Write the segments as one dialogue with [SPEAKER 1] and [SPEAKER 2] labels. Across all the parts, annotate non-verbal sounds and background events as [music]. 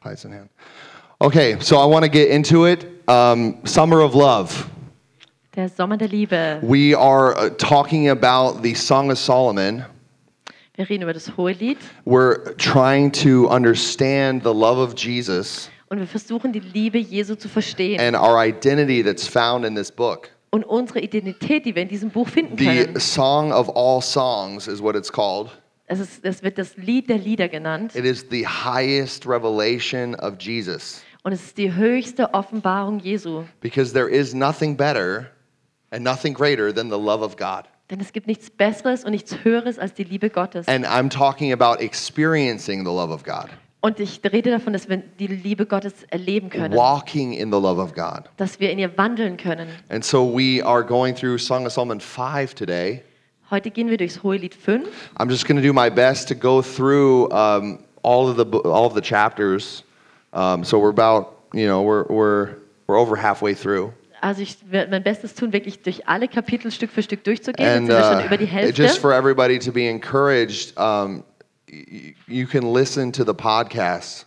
[SPEAKER 1] Pies in hand. Okay, so I want to get into it. Um, Summer of Love.
[SPEAKER 2] Der Sommer der Liebe.
[SPEAKER 1] We are uh, talking about the Song of Solomon.
[SPEAKER 2] Wir reden über das Hohelied
[SPEAKER 1] We're trying to understand the love of Jesus
[SPEAKER 2] und wir versuchen die Liebe Jesu zu verstehen
[SPEAKER 1] and our identity that's found in this book.
[SPEAKER 2] und unsere Identität, die wir in diesem Buch finden
[SPEAKER 1] The
[SPEAKER 2] können.
[SPEAKER 1] Song of All Songs is what it's called.
[SPEAKER 2] Es, ist, es wird das Lied der Lieder genannt
[SPEAKER 1] It is the highest revelation of Jesus
[SPEAKER 2] und es ist die höchste Offenbarung Jesu.
[SPEAKER 1] because there is nothing better and nothing greater than the love of God.
[SPEAKER 2] Denn es gibt nichts Besseres und nichts Höheres als die Liebe Gottes.
[SPEAKER 1] And I'm talking about experiencing the love of God,
[SPEAKER 2] Und ich rede davon, dass wir die Liebe Gottes erleben können,
[SPEAKER 1] walking in the love of God.
[SPEAKER 2] dass wir in ihr wandeln können.
[SPEAKER 1] And so we are going through Song of Solomon 5 today.
[SPEAKER 2] Heute gehen wir durchs Hohelied 5
[SPEAKER 1] I'm just going to do my best to go through um, all of the bo- all of the chapters. Um, so we're about you know we're we're we're over halfway through,
[SPEAKER 2] Also ich werde mein Bestes tun, wirklich durch alle Kapitel Stück für Stück durchzugehen.
[SPEAKER 1] and
[SPEAKER 2] Jetzt sind wir schon
[SPEAKER 1] uh,
[SPEAKER 2] über die Hälfte.
[SPEAKER 1] just for everybody to be encouraged, um, y- y- you can listen to the podcast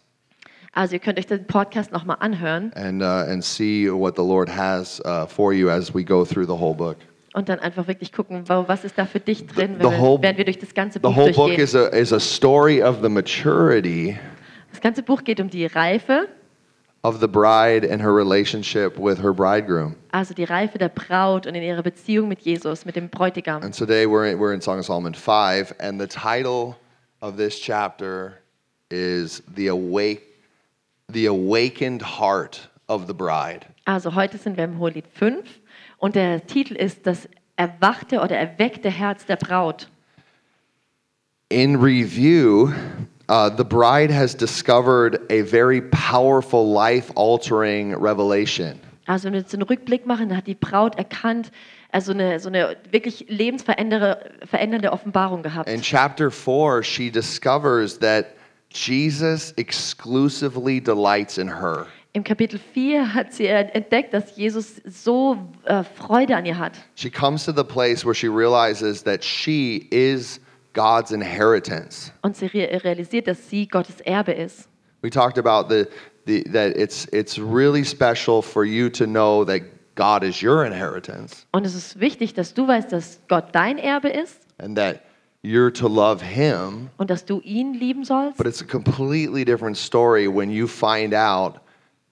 [SPEAKER 2] Also ihr könnt euch den Podcast nochmal anhören
[SPEAKER 1] and uh, and see what the Lord has uh, for you as we go through the whole book.
[SPEAKER 2] und dann einfach wirklich gucken, wow, was ist da für dich drin,
[SPEAKER 1] the
[SPEAKER 2] wenn
[SPEAKER 1] whole-
[SPEAKER 2] wir, während wir durch das ganze
[SPEAKER 1] The
[SPEAKER 2] Buch
[SPEAKER 1] whole book
[SPEAKER 2] durchgehen.
[SPEAKER 1] is a is a story of the maturity
[SPEAKER 2] das ganze Buch geht um die Reife,
[SPEAKER 1] of the bride and her relationship with her bridegroom.
[SPEAKER 2] also die Reife der Braut und in ihrer Beziehung mit Jesus, mit dem Bräutigam.
[SPEAKER 1] And today we're in, we're in Song of Solomon 5, and the title of this chapter is the awake, the awakened heart of the bride.
[SPEAKER 2] Also heute sind wir im Hohelied 5 und der Titel ist das erwachte oder erweckte Herz der Braut.
[SPEAKER 1] In review, uh, the bride has discovered a very powerful, life-altering revelation.
[SPEAKER 2] Also wenn wir jetzt einen Rückblick machen, da hat die Braut erkannt, also eine, so eine wirklich lebensverändernde Offenbarung gehabt.
[SPEAKER 1] In chapter four, she discovers that Jesus exclusively delights in her.
[SPEAKER 2] Im Kapitel 4 hat sie entdeckt, dass Jesus so äh, Freude an ihr hat.
[SPEAKER 1] She comes to the place where she realizes that she is God's inheritance.
[SPEAKER 2] Und sie re realisiert, dass sie Gottes Erbe ist.
[SPEAKER 1] We talked about the, the that it's it's really special for you to know that God is your inheritance
[SPEAKER 2] Und es ist wichtig, dass du weißt, dass Gott dein Erbe ist
[SPEAKER 1] and that you're to love him,
[SPEAKER 2] und dass du ihn lieben sollst.
[SPEAKER 1] but it's a completely different story when you find out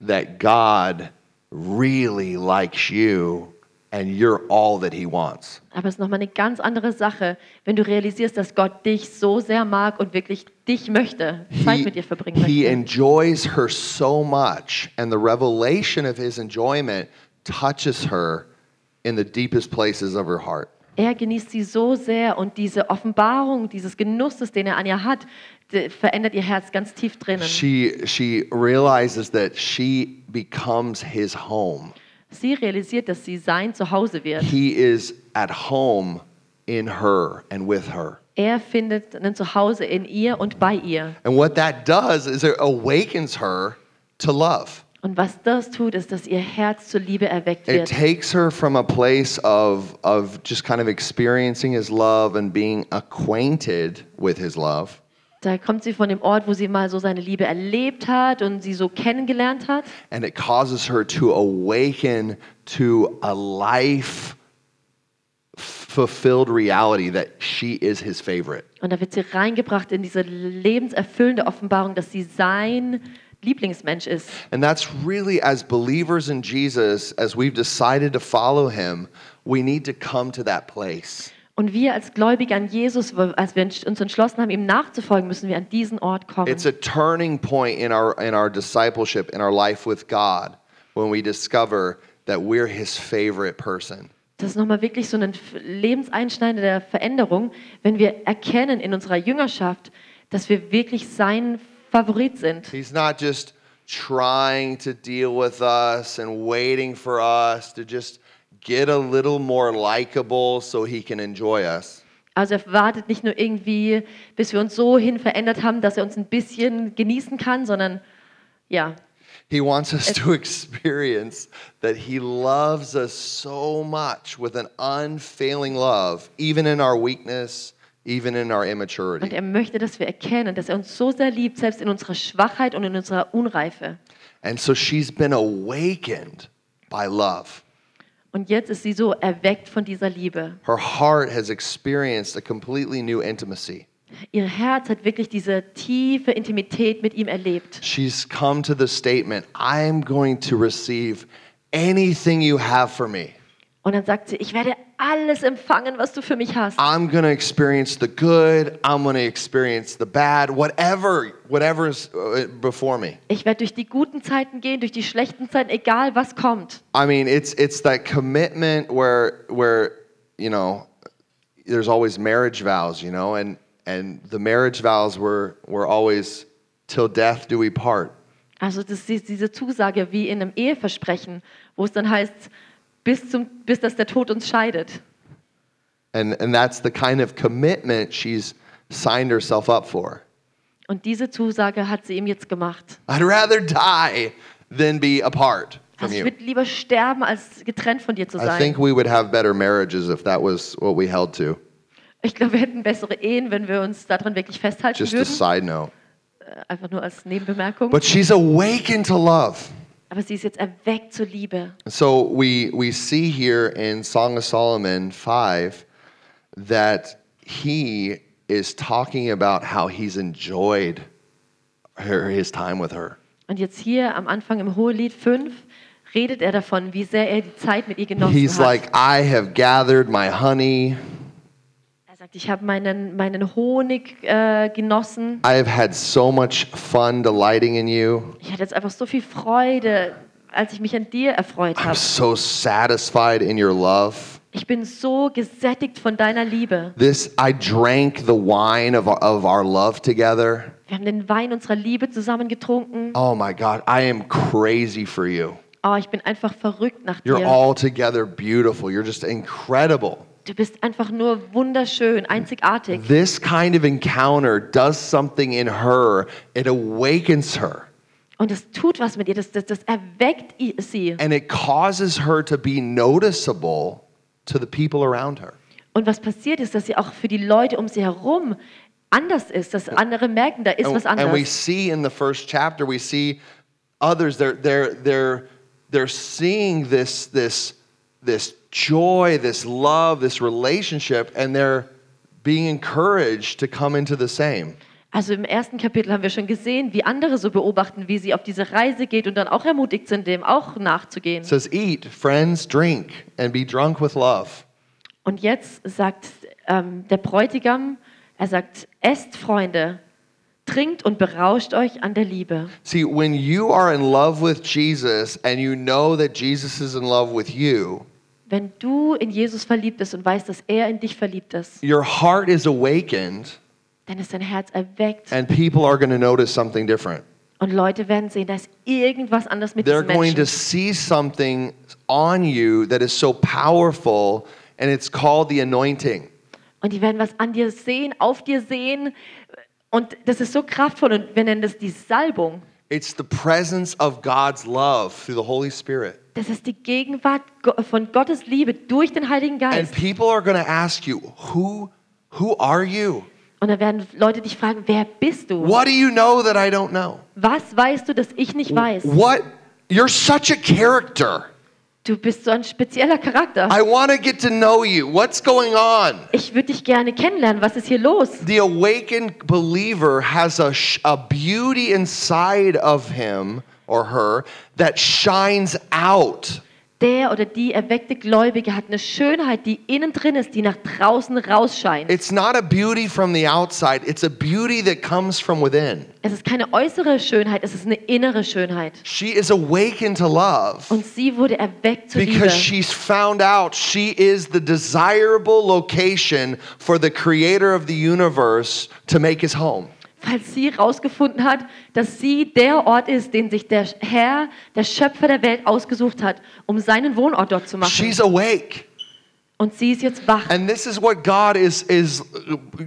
[SPEAKER 1] that God really likes you and you're all that he wants.
[SPEAKER 2] Aber es ist nochmal eine ganz andere Sache, wenn du realisierst, dass Gott dich so sehr mag und wirklich dich möchte, Zeit
[SPEAKER 1] He,
[SPEAKER 2] mit dir verbringen
[SPEAKER 1] he
[SPEAKER 2] möchte.
[SPEAKER 1] enjoys her so much, and the revelation of his enjoyment touches her in the deepest places of her heart.
[SPEAKER 2] Er genießt sie so sehr und diese Offenbarung, dieses Genusses, den er an ihr hat, de- verändert ihr Herz ganz tief drinnen.
[SPEAKER 1] She she realizes that she becomes his home.
[SPEAKER 2] Sie realisiert, dass sie sein Zuhause wird.
[SPEAKER 1] He is at home in her and with her.
[SPEAKER 2] Er findet ein Zuhause in ihr und bei ihr.
[SPEAKER 1] And what that does is it awakens her to love.
[SPEAKER 2] Und was das tut, ist, dass ihr Herz zur Liebe erweckt
[SPEAKER 1] It
[SPEAKER 2] wird.
[SPEAKER 1] takes her from a place of of just kind of experiencing his love and being acquainted with his love
[SPEAKER 2] Da kommt sie von dem Ort, wo sie mal so seine Liebe erlebt hat und sie so kennengelernt hat.
[SPEAKER 1] and it causes her to awaken to a life fulfilled reality that she is his favorite.
[SPEAKER 2] Und da wird sie reingebracht in diese lebenserfüllende Offenbarung, dass sie sein Lieblingsmensch ist.
[SPEAKER 1] And that's really, as believers in Jesus, as we've decided to follow him, we need to come to that place.
[SPEAKER 2] Und wir als Gläubige an Jesus, als wir uns entschlossen haben, ihm nachzufolgen, müssen wir an diesen Ort kommen.
[SPEAKER 1] It's a turning point in our, in our discipleship, in our life with God, when we discover that we're his favorite person.
[SPEAKER 2] Das ist nochmal wirklich so ein Lebenseinschneide der Veränderung, wenn wir erkennen in unserer Jüngerschaft, dass wir wirklich sein Favorit sind.
[SPEAKER 1] He's not just trying to deal with us and waiting for us to just get a little more likable so he can enjoy us.
[SPEAKER 2] Also er wartet nicht nur irgendwie, bis wir uns so hin verändert haben, dass er uns ein bisschen genießen kann, sondern ja,
[SPEAKER 1] He wants us to [laughs] experience that he loves us so much with an unfailing love, even in our weakness, even in our
[SPEAKER 2] Und
[SPEAKER 1] immaturity.
[SPEAKER 2] er möchte, dass wir erkennen, dass er uns so sehr liebt, selbst in unserer Schwachheit und in unserer Unreife.
[SPEAKER 1] And so she's been awakened by love.
[SPEAKER 2] Und jetzt ist sie so erweckt von dieser Liebe.
[SPEAKER 1] Her heart has experienced a completely new intimacy.
[SPEAKER 2] Ihr Herz hat wirklich diese tiefe Intimität mit ihm erlebt.
[SPEAKER 1] She's come to the statement, I'm going to receive anything you have for me.
[SPEAKER 2] Und dann sagt sie, ich werde alles empfangen, was du für mich hast.
[SPEAKER 1] I'm going to experience the good, I'm going to experience the bad, whatever whatever's uh, before me.
[SPEAKER 2] Ich werde durch die guten Zeiten gehen, durch die schlechten Zeiten, egal was kommt.
[SPEAKER 1] I mean, it's it's that commitment where where you know there's always marriage vows, you know, and and the marriage vows were were always till death do we part.
[SPEAKER 2] Also das ist diese Zusage wie in einem Eheversprechen, wo es dann heißt, bis, zum, bis dass der Tod uns scheidet.
[SPEAKER 1] And and that's the kind of commitment she's signed herself up for.
[SPEAKER 2] Und diese Zusage hat sie ihm jetzt gemacht.
[SPEAKER 1] I'd rather die than be apart from
[SPEAKER 2] Also ich
[SPEAKER 1] you.
[SPEAKER 2] würde lieber sterben, als getrennt von dir zu
[SPEAKER 1] I
[SPEAKER 2] sein.
[SPEAKER 1] think we would have better marriages if that was what we held to.
[SPEAKER 2] Ich glaube, wir hätten bessere Ehen, wenn wir uns daran wirklich festhalten
[SPEAKER 1] Just a
[SPEAKER 2] würden.
[SPEAKER 1] side note.
[SPEAKER 2] Äh, Einfach nur als Nebenbemerkung.
[SPEAKER 1] But she's awakened to love.
[SPEAKER 2] Aber sie ist jetzt erweckt zur Liebe.
[SPEAKER 1] So we we see here in Song of Solomon 5 that he is talking about how he's enjoyed her, his time with her.
[SPEAKER 2] Und jetzt hier am Anfang im Hohelied 5 redet er davon, wie sehr er die Zeit mit ihr genossen
[SPEAKER 1] He's
[SPEAKER 2] hat.
[SPEAKER 1] like, I have gathered my honey.
[SPEAKER 2] er sagt, ich habe meinen, meinen Honig äh, genossen.
[SPEAKER 1] I have had so much fun delighting in you.
[SPEAKER 2] Ich hatte jetzt einfach so viel Freude, als ich mich an dir erfreut
[SPEAKER 1] I'm
[SPEAKER 2] habe.
[SPEAKER 1] so satisfied in your love.
[SPEAKER 2] Ich bin so gesättigt von deiner Liebe.
[SPEAKER 1] This I drank the wine of our, of our love together.
[SPEAKER 2] Wir haben den Wein unserer Liebe zusammen getrunken.
[SPEAKER 1] Oh my God, I am crazy for you.
[SPEAKER 2] Oh, ich bin einfach verrückt nach
[SPEAKER 1] You're
[SPEAKER 2] dir.
[SPEAKER 1] altogether beautiful. You're just incredible.
[SPEAKER 2] Du bist einfach nur wunderschön, einzigartig.
[SPEAKER 1] This kind of encounter does something in her. It awakens her
[SPEAKER 2] Und das tut was mit ihr, das, das, das erweckt i- sie.
[SPEAKER 1] and it causes her to be noticeable to the people around her.
[SPEAKER 2] Und was passiert ist, dass sie auch für die Leute um sie herum anders ist, dass andere merken, da ist
[SPEAKER 1] Oh, And,
[SPEAKER 2] was
[SPEAKER 1] and we
[SPEAKER 2] anderes.
[SPEAKER 1] see in the first chapter, we see others, they're, they're, they're, they're seeing this, this, this joy, this love, this relationship, and they're being encouraged to come into the same.
[SPEAKER 2] Also im ersten Kapitel haben wir schon gesehen, wie andere so beobachten, wie sie auf diese Reise geht und dann auch ermutigt sind, dem auch nachzugehen.
[SPEAKER 1] It says, Eat, friends, drink, and be drunk with love.
[SPEAKER 2] Und jetzt sagt ähm, der Bräutigam, er sagt, esst Freunde, trinkt und berauscht euch an der Liebe.
[SPEAKER 1] See, when you are in love with Jesus and you know that Jesus is in love with you,
[SPEAKER 2] Wenn du in Jesus verliebt bist und weißt, dass er in dich verliebt ist,
[SPEAKER 1] your heart is awakened
[SPEAKER 2] dann ist dein Herz erweckt
[SPEAKER 1] and people are going to notice something different.
[SPEAKER 2] und Leute werden sehen, da ist irgendwas anders mit
[SPEAKER 1] They're
[SPEAKER 2] diesem
[SPEAKER 1] going to
[SPEAKER 2] Menschen.
[SPEAKER 1] see something on you that is so powerful and it's called the anointing.
[SPEAKER 2] Und die werden was an dir sehen, auf dir sehen. Und das ist so kraftvoll und wir nennen das die Salbung.
[SPEAKER 1] It's the presence of God's love through the Holy Spirit.
[SPEAKER 2] Das ist die Gegenwart Go- von Gottes Liebe durch den Heiligen
[SPEAKER 1] And
[SPEAKER 2] Geist.
[SPEAKER 1] people are going to ask you, "Who who are you?
[SPEAKER 2] Und dann werden Leute dich fragen, wer bist du?
[SPEAKER 1] What do you know that I don't know?"
[SPEAKER 2] Was weißt du, dass ich nicht weiß?
[SPEAKER 1] What? You're such a character.
[SPEAKER 2] Du bist so ein spezieller Charakter.
[SPEAKER 1] I want to get to know you. What's going on?
[SPEAKER 2] Ich würde dich gerne kennenlernen. Was ist hier los?
[SPEAKER 1] The awakened believer has a, sh- a beauty inside of him or her that shines out.
[SPEAKER 2] Der oder die erweckte Gläubige hat eine Schönheit, die innen drin ist, die nach draußen rausscheint.
[SPEAKER 1] It's not a beauty from the outside, it's a beauty that comes from within.
[SPEAKER 2] Es ist keine äußere Schönheit, es ist eine innere Schönheit.
[SPEAKER 1] She is awakened to love
[SPEAKER 2] Und sie wurde erweckt zur Liebe.
[SPEAKER 1] because she's found out she is the desirable location for the creator of the universe to make his home.
[SPEAKER 2] falls sie herausgefunden hat, dass sie der Ort ist, den sich der Herr, der Schöpfer der Welt ausgesucht hat, um seinen Wohnort dort zu machen.
[SPEAKER 1] She's awake.
[SPEAKER 2] Und sie ist jetzt wach.
[SPEAKER 1] And this is what God is is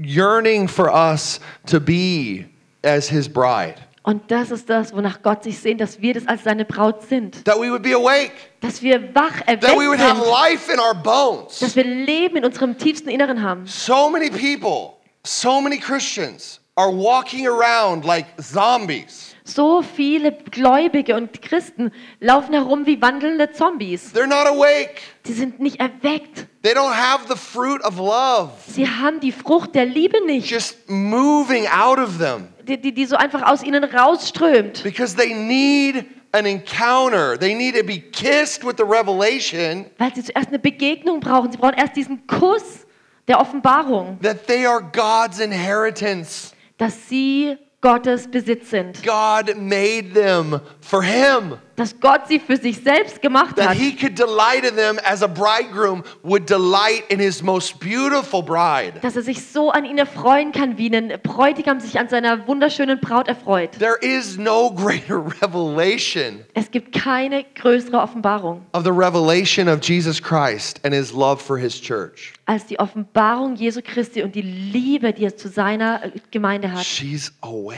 [SPEAKER 1] yearning for us to be as his bride.
[SPEAKER 2] Und das ist das, wonach Gott sich sehnt, dass wir das als seine Braut sind.
[SPEAKER 1] That we would be awake,
[SPEAKER 2] Dass wir wach
[SPEAKER 1] that we would
[SPEAKER 2] erweckt
[SPEAKER 1] have
[SPEAKER 2] sind.
[SPEAKER 1] life in our bones.
[SPEAKER 2] Dass wir Leben in unserem tiefsten Inneren haben.
[SPEAKER 1] So many people So many Christians are walking around like zombies.
[SPEAKER 2] So viele Gläubige und Christen laufen herum wie wandelnde Zombies.
[SPEAKER 1] They're not awake.
[SPEAKER 2] Die sind nicht erweckt.
[SPEAKER 1] They don't have the fruit of love
[SPEAKER 2] Sie haben die Frucht der Liebe nicht,
[SPEAKER 1] just moving out of them
[SPEAKER 2] die, die, die so einfach aus ihnen rausströmt.
[SPEAKER 1] because they need an encounter. They need to be kissed with the revelation
[SPEAKER 2] Weil sie zuerst eine Begegnung brauchen. Sie brauchen erst diesen Kuss der Offenbarung,
[SPEAKER 1] that they are God's inheritance.
[SPEAKER 2] dass sie Gottes Besitz sind.
[SPEAKER 1] God made them for Him,
[SPEAKER 2] Dass Gott sie für sich selbst gemacht
[SPEAKER 1] that
[SPEAKER 2] hat.
[SPEAKER 1] He could delight in them as a bridegroom would delight in His most beautiful bride.
[SPEAKER 2] Dass er sich so an ihnen erfreuen kann, wie ein Bräutigam sich an seiner wunderschönen Braut erfreut.
[SPEAKER 1] There is no greater [laughs] revelation
[SPEAKER 2] Es gibt keine größere Offenbarung
[SPEAKER 1] of the revelation of Jesus Christ and His love for His church.
[SPEAKER 2] als die Offenbarung Jesu Christi und die Liebe, die er zu seiner äh, Gemeinde hat.
[SPEAKER 1] She's awake.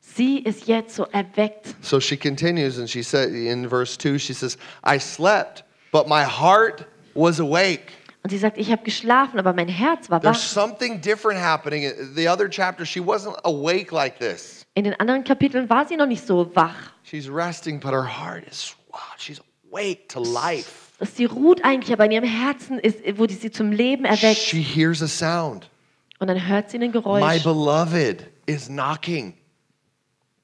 [SPEAKER 2] Sie ist jetzt so erweckt.
[SPEAKER 1] So she continues and she said in verse 2, she says, I slept, but my heart was awake.
[SPEAKER 2] Und sie sagt, ich habe geschlafen, aber mein Herz war
[SPEAKER 1] There's
[SPEAKER 2] wach.
[SPEAKER 1] something different happening. The other chapter, she wasn't awake like this.
[SPEAKER 2] In den anderen Kapiteln war sie noch nicht so wach.
[SPEAKER 1] She's resting, but her heart is wow, she's awake to life.
[SPEAKER 2] Sie ruht eigentlich, aber in ihrem Herzen ist, wurde sie zum Leben erweckt.
[SPEAKER 1] She hears a sound.
[SPEAKER 2] Und dann hört sie ein
[SPEAKER 1] My
[SPEAKER 2] Geräusch.
[SPEAKER 1] beloved is knocking.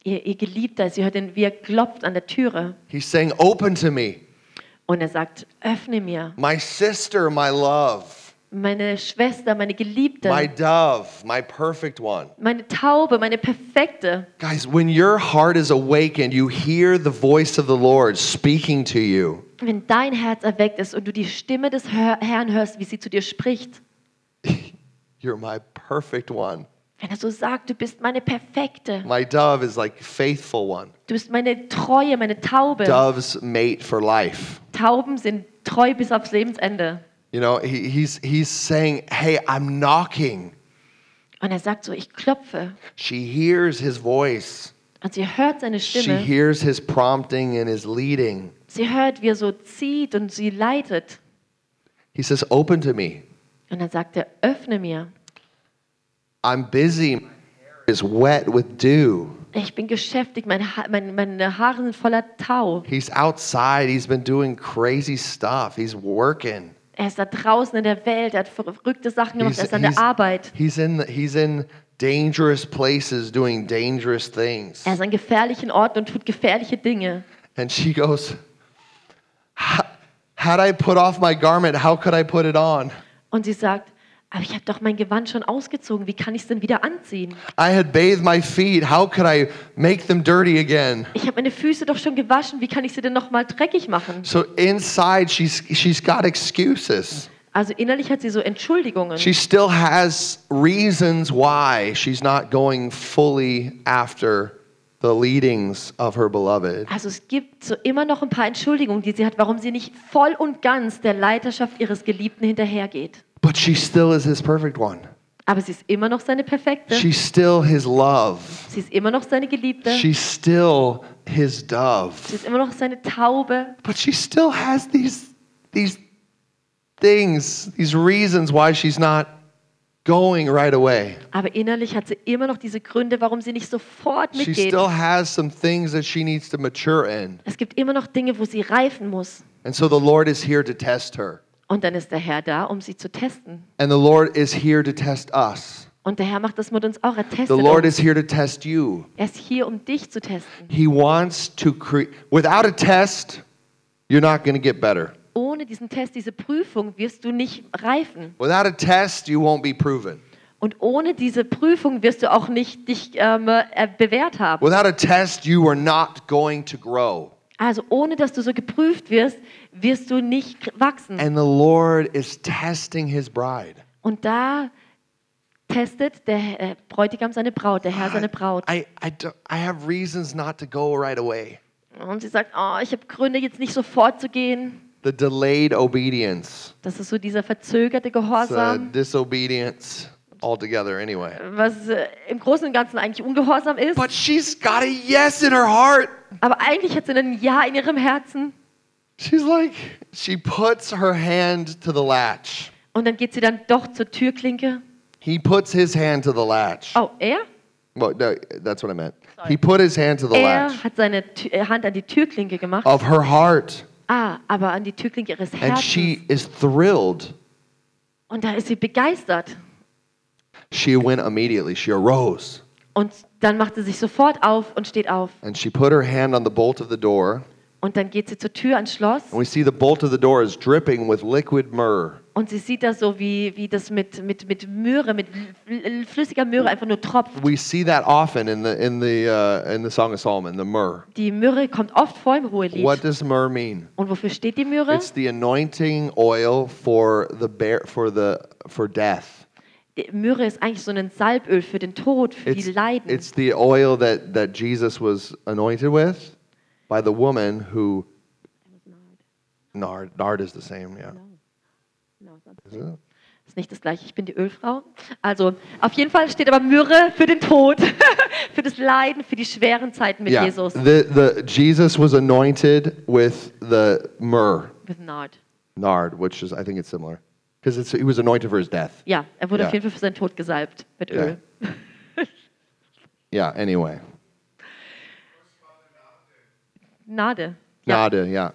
[SPEAKER 2] Ihr, ihr Geliebter, sie hört ihn, wie er klopft an der Türe.
[SPEAKER 1] He's saying, Open to me,
[SPEAKER 2] Und er sagt, öffne mir,
[SPEAKER 1] my sister, my love,
[SPEAKER 2] meine Schwester, meine
[SPEAKER 1] my
[SPEAKER 2] Geliebte,
[SPEAKER 1] dove, my perfect one.
[SPEAKER 2] meine Taube, meine Perfekte.
[SPEAKER 1] Guys, when your heart is awakened, you hear the voice of the Lord speaking to you. [laughs]
[SPEAKER 2] Wenn dein Herz erweckt ist und du die Stimme des Hör Herrn hörst, wie sie zu dir spricht,
[SPEAKER 1] You're my perfect one.
[SPEAKER 2] wenn er so sagt, du bist meine Perfekte,
[SPEAKER 1] My dove is like faithful one.
[SPEAKER 2] du bist meine Treue, meine Taube.
[SPEAKER 1] Dove's mate for life.
[SPEAKER 2] Tauben sind treu bis aufs Lebensende.
[SPEAKER 1] You know, he, he's, he's saying, Hey, I'm knocking.
[SPEAKER 2] Und er sagt so, ich klopfe.
[SPEAKER 1] She hears his voice.
[SPEAKER 2] Und sie hört seine
[SPEAKER 1] She
[SPEAKER 2] Stimme.
[SPEAKER 1] hears his prompting and his leading.
[SPEAKER 2] Sie hört, wie er so zieht und sie leitet.
[SPEAKER 1] He says, Open to me.
[SPEAKER 2] Und dann sagt er, öffne mir.
[SPEAKER 1] I'm busy. My hair is wet with dew.
[SPEAKER 2] Ich bin geschäftig, meine, ha mein, meine Haare sind voller Tau.
[SPEAKER 1] He's outside. He's been doing crazy stuff. He's working.
[SPEAKER 2] Er ist da draußen in der Welt, er hat verrückte Sachen gemacht,
[SPEAKER 1] He's,
[SPEAKER 2] er ist an der Arbeit.
[SPEAKER 1] he's in, the- he's in dangerous places doing dangerous things.
[SPEAKER 2] Er ist an gefährlichen Orten und tut gefährliche Dinge.
[SPEAKER 1] And she goes, "Ha- Had I put off my garment, how could I put it on?
[SPEAKER 2] Und sie sagt, aber ich habe doch mein Gewand schon ausgezogen, wie kann ich es denn wieder anziehen?
[SPEAKER 1] I had bathed my feet. How could I make them dirty again?
[SPEAKER 2] Ich habe meine Füße doch schon gewaschen, wie kann ich sie denn nochmal dreckig machen?
[SPEAKER 1] So inside, she's she's got excuses.
[SPEAKER 2] Also innerlich hat sie so Entschuldigungen.
[SPEAKER 1] She still has reasons why she's not going fully after the leadings of her beloved.
[SPEAKER 2] Also es gibt so immer noch ein paar Entschuldigungen, die sie hat, warum sie nicht voll und ganz der Leiterschaft ihres Geliebten hinterhergeht.
[SPEAKER 1] But she still is his perfect one.
[SPEAKER 2] Aber sie ist immer noch seine Perfekte.
[SPEAKER 1] She's still his love.
[SPEAKER 2] sie ist immer noch seine Geliebte.
[SPEAKER 1] She's still his
[SPEAKER 2] sie
[SPEAKER 1] dove.
[SPEAKER 2] ist immer noch seine Taube.
[SPEAKER 1] But she still has these these things, these reasons why she's not going right away.
[SPEAKER 2] Aber innerlich hat sie immer noch diese Gründe, warum sie nicht sofort
[SPEAKER 1] She
[SPEAKER 2] mitgeht.
[SPEAKER 1] still has some things that she needs to mature in.
[SPEAKER 2] Es gibt immer noch Dinge, wo sie reifen muss.
[SPEAKER 1] And so the Lord is here to test her.
[SPEAKER 2] Und dann ist der Herr da, um sie zu testen.
[SPEAKER 1] And the Lord is here to test us.
[SPEAKER 2] Und der Herr macht das mit uns auch. Er testet
[SPEAKER 1] The Lord
[SPEAKER 2] uns.
[SPEAKER 1] is here to test you.
[SPEAKER 2] Er ist hier, um dich zu testen.
[SPEAKER 1] He wants to create, without a test, you're not going to get better.
[SPEAKER 2] Ohne diesen Test, diese Prüfung, wirst du nicht reifen.
[SPEAKER 1] Without a test, you won't be proven.
[SPEAKER 2] Und ohne diese Prüfung wirst du auch nicht dich ähm, äh, bewährt haben.
[SPEAKER 1] Without a test, you are not going to grow.
[SPEAKER 2] Also ohne, dass du so geprüft wirst, wirst du nicht wachsen.
[SPEAKER 1] And the Lord is testing his bride.
[SPEAKER 2] Und da testet der äh, Bräutigam seine Braut, der Herr seine Braut.
[SPEAKER 1] I, I, don't- I have reasons not to go right away.
[SPEAKER 2] Und sie sagt, oh, ich habe Gründe, jetzt nicht sofort zu gehen.
[SPEAKER 1] The delayed obedience,
[SPEAKER 2] Das ist so dieser verzögerte
[SPEAKER 1] It's, uh,
[SPEAKER 2] Gehorsam,
[SPEAKER 1] disobedience altogether, anyway.
[SPEAKER 2] was äh, im Großen und Ganzen eigentlich ungehorsam ist.
[SPEAKER 1] But she's got a yes in her heart.
[SPEAKER 2] Aber eigentlich hat sie ein Ja in ihrem Herzen.
[SPEAKER 1] She's like, she puts her hand to the latch
[SPEAKER 2] Und dann geht sie dann doch zur Türklinke
[SPEAKER 1] He puts his hand to the latch.
[SPEAKER 2] Oh, er?
[SPEAKER 1] Well, no, that's what I meant.
[SPEAKER 2] Sorry.
[SPEAKER 1] He put his hand to the
[SPEAKER 2] Er
[SPEAKER 1] latch
[SPEAKER 2] hat seine Tü- äh, Hand an die Türklinke gemacht.
[SPEAKER 1] of her heart,
[SPEAKER 2] Ah, aber an die Türklinke ihres
[SPEAKER 1] and
[SPEAKER 2] Herzens.
[SPEAKER 1] she is thrilled.
[SPEAKER 2] Und da ist sie begeistert.
[SPEAKER 1] She went immediately. She arose,
[SPEAKER 2] Und dann macht sie sich sofort auf und steht auf.
[SPEAKER 1] and she put her hand on the bolt of the door.
[SPEAKER 2] Und dann geht sie zur Tür ans Schloss
[SPEAKER 1] And we see the bolt of the door is dripping with liquid myrrh.
[SPEAKER 2] und sie sieht das so, wie, wie das mit, mit, mit Möhre, mit l- flüssiger Möhre einfach nur tropft.
[SPEAKER 1] We see that often in the in the uh, in the Song of Solomon, the myrrh.
[SPEAKER 2] Die Möhre kommt oft vor im Hohelied.
[SPEAKER 1] What does myrrh mean?
[SPEAKER 2] Und wofür steht die Möhre?
[SPEAKER 1] It's the anointing oil for the bear for the for death.
[SPEAKER 2] Die Möhre ist eigentlich so ein Salböl für den Tod, für
[SPEAKER 1] It's,
[SPEAKER 2] die Leiden.
[SPEAKER 1] it's the oil that that Jesus was anointed with by the woman who nard nard is the same, yeah.
[SPEAKER 2] Genau, sonst
[SPEAKER 1] Is it?
[SPEAKER 2] ist nicht das gleiche. Ich bin die Ölfrau. Also, auf jeden Fall steht aber Möhre für den Tod, [laughs] für das Leiden, für die schweren Zeiten mit
[SPEAKER 1] Yeah.
[SPEAKER 2] Jesus.
[SPEAKER 1] The the Jesus was anointed with the myrrh,
[SPEAKER 2] With nard.
[SPEAKER 1] nard, which is I think it's similar because it's he was anointed for his death.
[SPEAKER 2] Ja, er wurde
[SPEAKER 1] Ja.
[SPEAKER 2] auf jeden Fall für seinen Tod gesalbt mit
[SPEAKER 1] Ja.
[SPEAKER 2] Öl.
[SPEAKER 1] Yeah. Anyway.
[SPEAKER 2] Nade. Ja.
[SPEAKER 1] Nada, uh, yeah.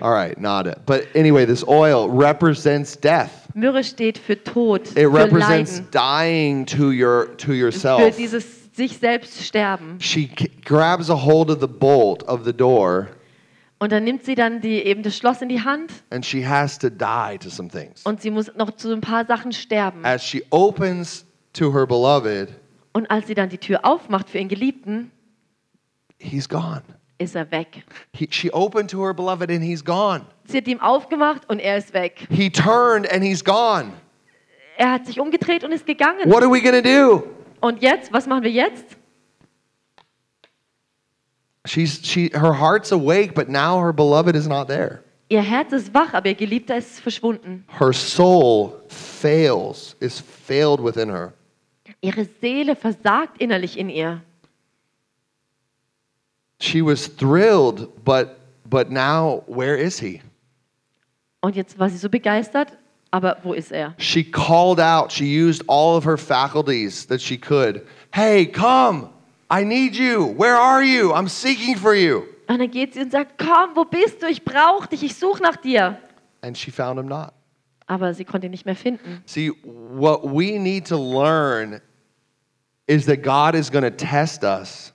[SPEAKER 1] All right, nada. But anyway, this oil represents death.
[SPEAKER 2] Myrrhe steht für Tod,
[SPEAKER 1] It
[SPEAKER 2] für
[SPEAKER 1] represents
[SPEAKER 2] Leiden,
[SPEAKER 1] dying to your to
[SPEAKER 2] für
[SPEAKER 1] yourself.
[SPEAKER 2] dieses sich selbst sterben.
[SPEAKER 1] She c- grabs a hold of the bolt of the door
[SPEAKER 2] Und dann nimmt sie dann die, eben das Schloss in die Hand
[SPEAKER 1] and she has to die to some things.
[SPEAKER 2] und sie muss noch zu ein paar Sachen sterben.
[SPEAKER 1] As she opens to her beloved,
[SPEAKER 2] Und als sie dann die Tür aufmacht für ihren Geliebten,
[SPEAKER 1] he's gone.
[SPEAKER 2] ist er weg.
[SPEAKER 1] He, she opened to her beloved and he's gone.
[SPEAKER 2] Sie hat ihm aufgemacht und er ist weg.
[SPEAKER 1] He turned and he's gone.
[SPEAKER 2] Er hat sich umgedreht und ist gegangen.
[SPEAKER 1] What are we going to do?
[SPEAKER 2] Und jetzt, was machen wir jetzt?
[SPEAKER 1] She's she her heart's awake but now her beloved is not there.
[SPEAKER 2] Ihr Herz ist wach, aber ihr Geliebter ist verschwunden.
[SPEAKER 1] her soul fails, is failed within her.
[SPEAKER 2] Ihre Seele versagt innerlich in ihr.
[SPEAKER 1] She was thrilled, but but now where is he?
[SPEAKER 2] Und jetzt war sie so begeistert, aber wo ist er?
[SPEAKER 1] She called out, she used all of her faculties that she could. Hey, come. I need you. Where are you? I'm seeking for you.
[SPEAKER 2] Und dann geht sie und sagt, komm, wo bist du? Ich brauche dich, ich suche nach dir.
[SPEAKER 1] And she found him not.
[SPEAKER 2] Aber sie konnte ihn nicht mehr finden.
[SPEAKER 1] See, what we need to learn is that God is going to test us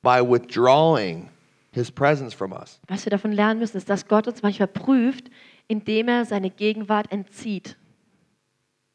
[SPEAKER 1] by withdrawing his presence from us.
[SPEAKER 2] Was wir davon lernen müssen, ist, dass Gott uns manchmal prüft, indem er seine Gegenwart entzieht.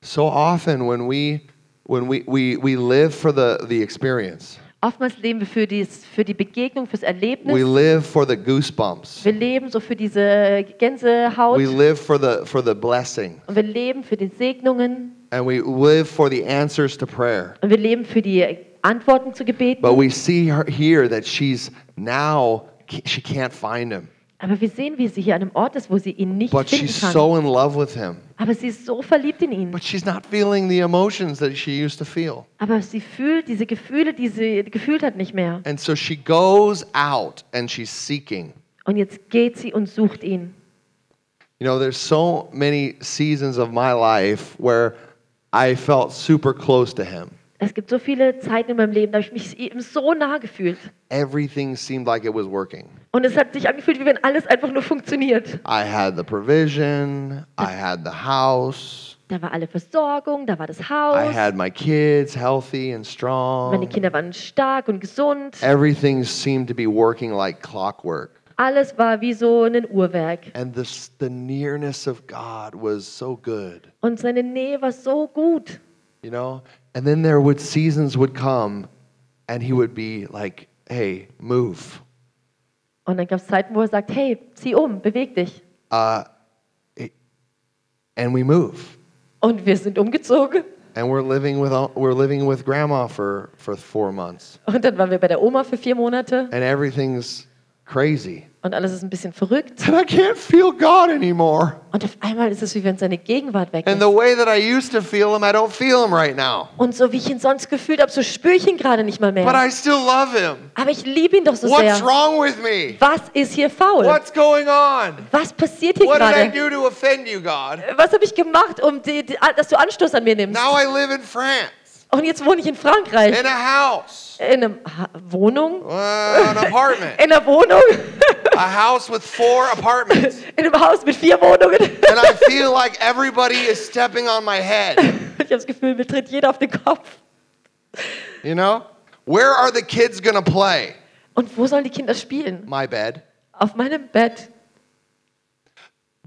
[SPEAKER 1] So often when we when we, we, we live for the, the experience,
[SPEAKER 2] Oftmals leben wir für, dies, für die Begegnung, fürs Erlebnis.
[SPEAKER 1] we live for the goosebumps.
[SPEAKER 2] wir leben so für diese
[SPEAKER 1] We
[SPEAKER 2] Gänsehaut.
[SPEAKER 1] live for the for the blessing.
[SPEAKER 2] Und wir leben für die Segnungen.
[SPEAKER 1] And we live for the answers to prayer.
[SPEAKER 2] Und wir leben für die Antworten zu Gebeten.
[SPEAKER 1] But we see her here that she's now she can't find him.
[SPEAKER 2] Aber wir sehen, wie sie hier an einem Ort ist, wo sie ihn nicht
[SPEAKER 1] But
[SPEAKER 2] finden
[SPEAKER 1] she's
[SPEAKER 2] kann.
[SPEAKER 1] so in love with him.
[SPEAKER 2] Aber sie ist so verliebt in ihn.
[SPEAKER 1] But she's not feeling the emotions that she used to feel.
[SPEAKER 2] Aber sie fühlt diese Gefühle, die sie gefühlt hat, nicht mehr.
[SPEAKER 1] And so she goes out and she's seeking.
[SPEAKER 2] Und jetzt geht sie und sucht ihn.
[SPEAKER 1] You know, there's so many seasons of my life where I felt super close to him.
[SPEAKER 2] Es gibt so viele Zeiten in meinem Leben, da habe ich mich ihm so nah gefühlt.
[SPEAKER 1] Everything seemed like it was working.
[SPEAKER 2] Und es hat sich angefühlt, wie wenn alles einfach nur funktioniert.
[SPEAKER 1] I had the provision, I had the house,
[SPEAKER 2] Da war alle Versorgung, da war das
[SPEAKER 1] I
[SPEAKER 2] Haus,
[SPEAKER 1] had my kids healthy and
[SPEAKER 2] meine
[SPEAKER 1] strong.
[SPEAKER 2] Kinder waren stark und gesund.
[SPEAKER 1] Everything seemed to be working like clockwork.
[SPEAKER 2] Alles war wie so ein Uhrwerk.
[SPEAKER 1] And this, the nearness of God was so good,
[SPEAKER 2] Und seine Nähe war so gut.
[SPEAKER 1] you know? And then there would seasons would come and he would be like, "Hey, move."
[SPEAKER 2] Und dann gab es Zeiten, wo er sagt, hey, zieh um, beweg dich.
[SPEAKER 1] uh, it- and we move,
[SPEAKER 2] Und wir sind umgezogen.
[SPEAKER 1] and we're living with we're living with grandma for for four months,
[SPEAKER 2] Und dann waren wir bei der Oma für vier Monate.
[SPEAKER 1] and everything's crazy. [laughs]
[SPEAKER 2] und alles ist ein bisschen verrückt.
[SPEAKER 1] And I can't feel God anymore.
[SPEAKER 2] Und auf einmal ist es, wie wenn seine Gegenwart weg
[SPEAKER 1] And
[SPEAKER 2] ist.
[SPEAKER 1] the way that I used to feel Him, I don't feel Him right now.
[SPEAKER 2] Und so wie ich ihn sonst gefühlt habe, so spüre ich ihn gerade nicht mal
[SPEAKER 1] But
[SPEAKER 2] mehr.
[SPEAKER 1] I still love Him.
[SPEAKER 2] Aber ich liebe ihn doch so uh,
[SPEAKER 1] What's
[SPEAKER 2] sehr.
[SPEAKER 1] wrong with me?
[SPEAKER 2] Was ist hier faul?
[SPEAKER 1] What's going on?
[SPEAKER 2] Was passiert hier
[SPEAKER 1] What did I do
[SPEAKER 2] gerade?
[SPEAKER 1] to offend you, God?
[SPEAKER 2] Was habe ich gemacht, um die, die, dass du Anstoß an mir nimmst?
[SPEAKER 1] Now I live in France
[SPEAKER 2] Und jetzt wohne ich in Frankreich.
[SPEAKER 1] in a house,
[SPEAKER 2] In einer Ha- Wohnung?
[SPEAKER 1] uh, an apartment,
[SPEAKER 2] In einer Wohnung? [laughs]
[SPEAKER 1] a house with four apartments.
[SPEAKER 2] In einem Haus mit vier Wohnungen?
[SPEAKER 1] And I feel like everybody is stepping on my head.
[SPEAKER 2] [laughs] Ich habe das Gefühl, mir tritt jeder auf den Kopf.
[SPEAKER 1] You know? Where are the kids gonna play?
[SPEAKER 2] Und wo sollen die Kinder spielen?
[SPEAKER 1] My bed.
[SPEAKER 2] Auf meinem Bett.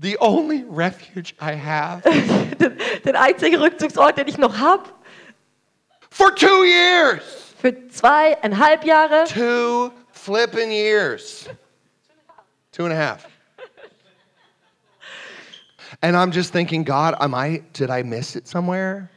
[SPEAKER 1] The only refuge I have.
[SPEAKER 2] Den, den einzigen Rückzugsort, den ich noch habe.
[SPEAKER 1] For two years!
[SPEAKER 2] Für zweieinhalb Jahre.
[SPEAKER 1] Two flipping years. Two and a half. And I'm just thinking, God, am I did I miss it somewhere?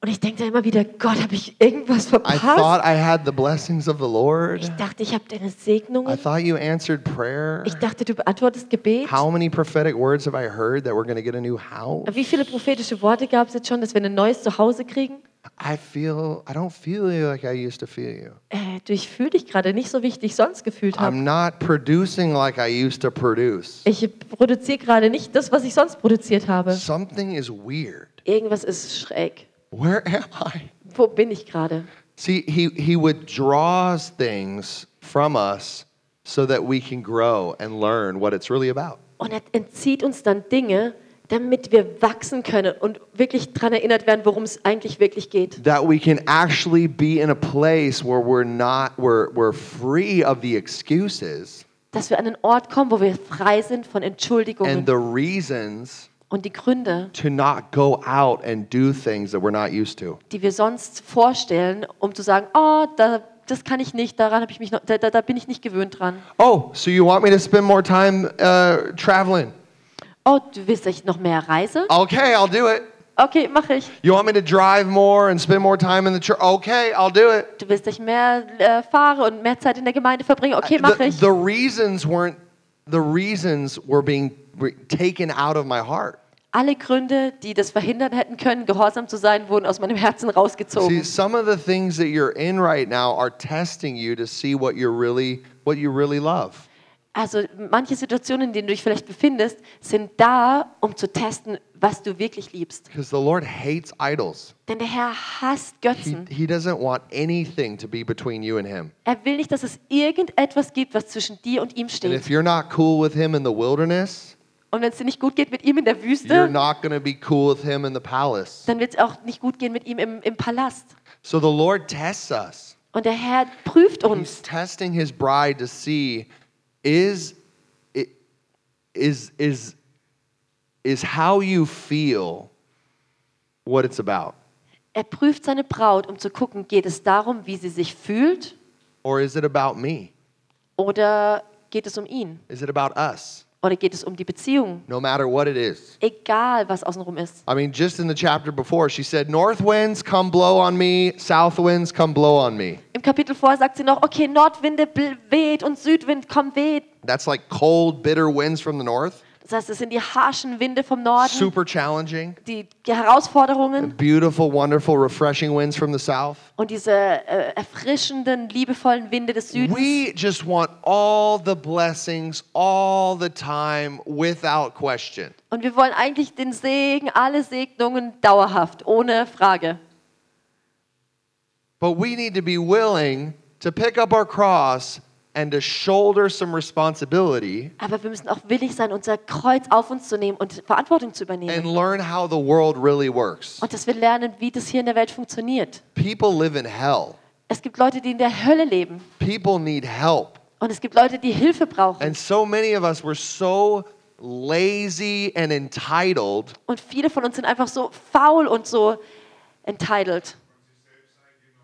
[SPEAKER 2] Und ich denke da immer wieder, Gott, habe ich irgendwas
[SPEAKER 1] I
[SPEAKER 2] verpasst?
[SPEAKER 1] thought I had the blessings of the Lord.
[SPEAKER 2] Ich dachte, ich habe deine
[SPEAKER 1] I
[SPEAKER 2] Segnungen.
[SPEAKER 1] thought you answered prayer.
[SPEAKER 2] Ich dachte, du beantwortest Gebet.
[SPEAKER 1] How many prophetic words have I heard that we're going to get a new house?
[SPEAKER 2] Wie viele prophetische Worte gab es jetzt schon, dass wir ein neues Zuhause kriegen?
[SPEAKER 1] I feel I don't feel you like I used to feel you.
[SPEAKER 2] Äh, du, ich fühle dich gerade nicht so, wie ich dich sonst gefühlt habe.
[SPEAKER 1] I'm not producing like I used to produce.
[SPEAKER 2] Ich produziere gerade nicht das, was ich sonst produziert habe.
[SPEAKER 1] Something is weird.
[SPEAKER 2] Irgendwas ist schräg.
[SPEAKER 1] Where am I?
[SPEAKER 2] Wo bin ich gerade?
[SPEAKER 1] See, he he withdraws things from us so that we can grow and learn what it's really about.
[SPEAKER 2] Und er entzieht uns dann Dinge, damit wir wachsen können und wirklich daran erinnert werden, worum es eigentlich wirklich geht.
[SPEAKER 1] That we can actually be in a place where we're not we're we're free of the excuses
[SPEAKER 2] Dass wir an einen Ort kommen, wo wir frei sind von
[SPEAKER 1] and
[SPEAKER 2] Entschuldigungen
[SPEAKER 1] the reasons
[SPEAKER 2] und die Gründe,
[SPEAKER 1] to not go out and do things that we're not used to.
[SPEAKER 2] die wir sonst vorstellen, um zu sagen, oh, da, das kann ich nicht, daran habe ich mich noch, da, da, da bin ich nicht gewöhnt dran.
[SPEAKER 1] Oh, so you want me to spend more time uh, traveling?
[SPEAKER 2] Oh, du willst echt noch mehr Reise?
[SPEAKER 1] Okay, I'll do it.
[SPEAKER 2] Okay, mache ich.
[SPEAKER 1] You want me to drive more and spend more time in the church? Okay, I'll do it.
[SPEAKER 2] Du willst echt mehr äh, fahre und mehr Zeit in der Gemeinde verbringen? Okay, mache
[SPEAKER 1] The,
[SPEAKER 2] ich.
[SPEAKER 1] the reasons weren't the reasons were being re- taken out of my heart.
[SPEAKER 2] Alle Gründe, die das verhindern hätten können, gehorsam zu sein, wurden aus meinem Herzen
[SPEAKER 1] See,
[SPEAKER 2] rausgezogen.
[SPEAKER 1] some of the things that you're in right now are testing you to see what you're really what you really love.
[SPEAKER 2] Also manche Situationen, in denen du dich vielleicht befindest, sind da, um zu testen, was du wirklich liebst.
[SPEAKER 1] Because the Lord hates idols.
[SPEAKER 2] Denn der Herr hasst
[SPEAKER 1] He,
[SPEAKER 2] Götzen.
[SPEAKER 1] he doesn't want anything to be between you and him.
[SPEAKER 2] Er will nicht, dass es irgendetwas gibt, was zwischen dir und ihm
[SPEAKER 1] And
[SPEAKER 2] steht.
[SPEAKER 1] if you're not cool with him in the wilderness,
[SPEAKER 2] Und wenn es dir nicht gut geht mit ihm in der
[SPEAKER 1] you're
[SPEAKER 2] Wüste,
[SPEAKER 1] not going to be cool with him in the palace.
[SPEAKER 2] dann wird es auch nicht gut gehen mit ihm im, im Palast.
[SPEAKER 1] So the Lord tests us.
[SPEAKER 2] Und der Herr prüft
[SPEAKER 1] He's
[SPEAKER 2] uns.
[SPEAKER 1] testing his bride to see is i- is is is how you feel what it's about
[SPEAKER 2] Er prüft seine Braut, um zu gucken, geht es darum, wie sie sich fühlt
[SPEAKER 1] or is it about me?
[SPEAKER 2] oder geht es um ihn?
[SPEAKER 1] Is it about us?
[SPEAKER 2] Oder geht es um die Beziehung?
[SPEAKER 1] No matter what it is.
[SPEAKER 2] Egal, was außenrum ist.
[SPEAKER 1] I mean, just in the chapter before, she said, North winds come blow on me, south winds come blow on me.
[SPEAKER 2] Im Kapitel vor sagt sie noch, okay, Nordwinde bl- weht und Südwind komm weht.
[SPEAKER 1] That's like cold, bitter winds from the north.
[SPEAKER 2] Das heißt, es sind die harschen Winde vom Norden,
[SPEAKER 1] Super challenging.
[SPEAKER 2] die Herausforderungen
[SPEAKER 1] Beautiful, wonderful, refreshing winds from the south.
[SPEAKER 2] und diese äh, erfrischenden, liebevollen Winde des Südens.
[SPEAKER 1] We just want all the blessings all the time without question.
[SPEAKER 2] und wir wollen eigentlich den Segen, alle Segnungen dauerhaft, ohne Frage.
[SPEAKER 1] But we need to be willing to pick up our cross and to shoulder some responsibility
[SPEAKER 2] Aber wir müssen auch willig sein, unser Kreuz auf uns zu nehmen und Verantwortung zu übernehmen.
[SPEAKER 1] and learn how the world really works.
[SPEAKER 2] Und dass wir lernen, wie das hier in der Welt funktioniert.
[SPEAKER 1] People live in hell.
[SPEAKER 2] Es gibt Leute, die in der Hölle leben.
[SPEAKER 1] People need help.
[SPEAKER 2] Und es gibt Leute, die Hilfe brauchen.
[SPEAKER 1] And so many of us were so lazy and entitled
[SPEAKER 2] Und viele von uns sind einfach so faul und so entitled.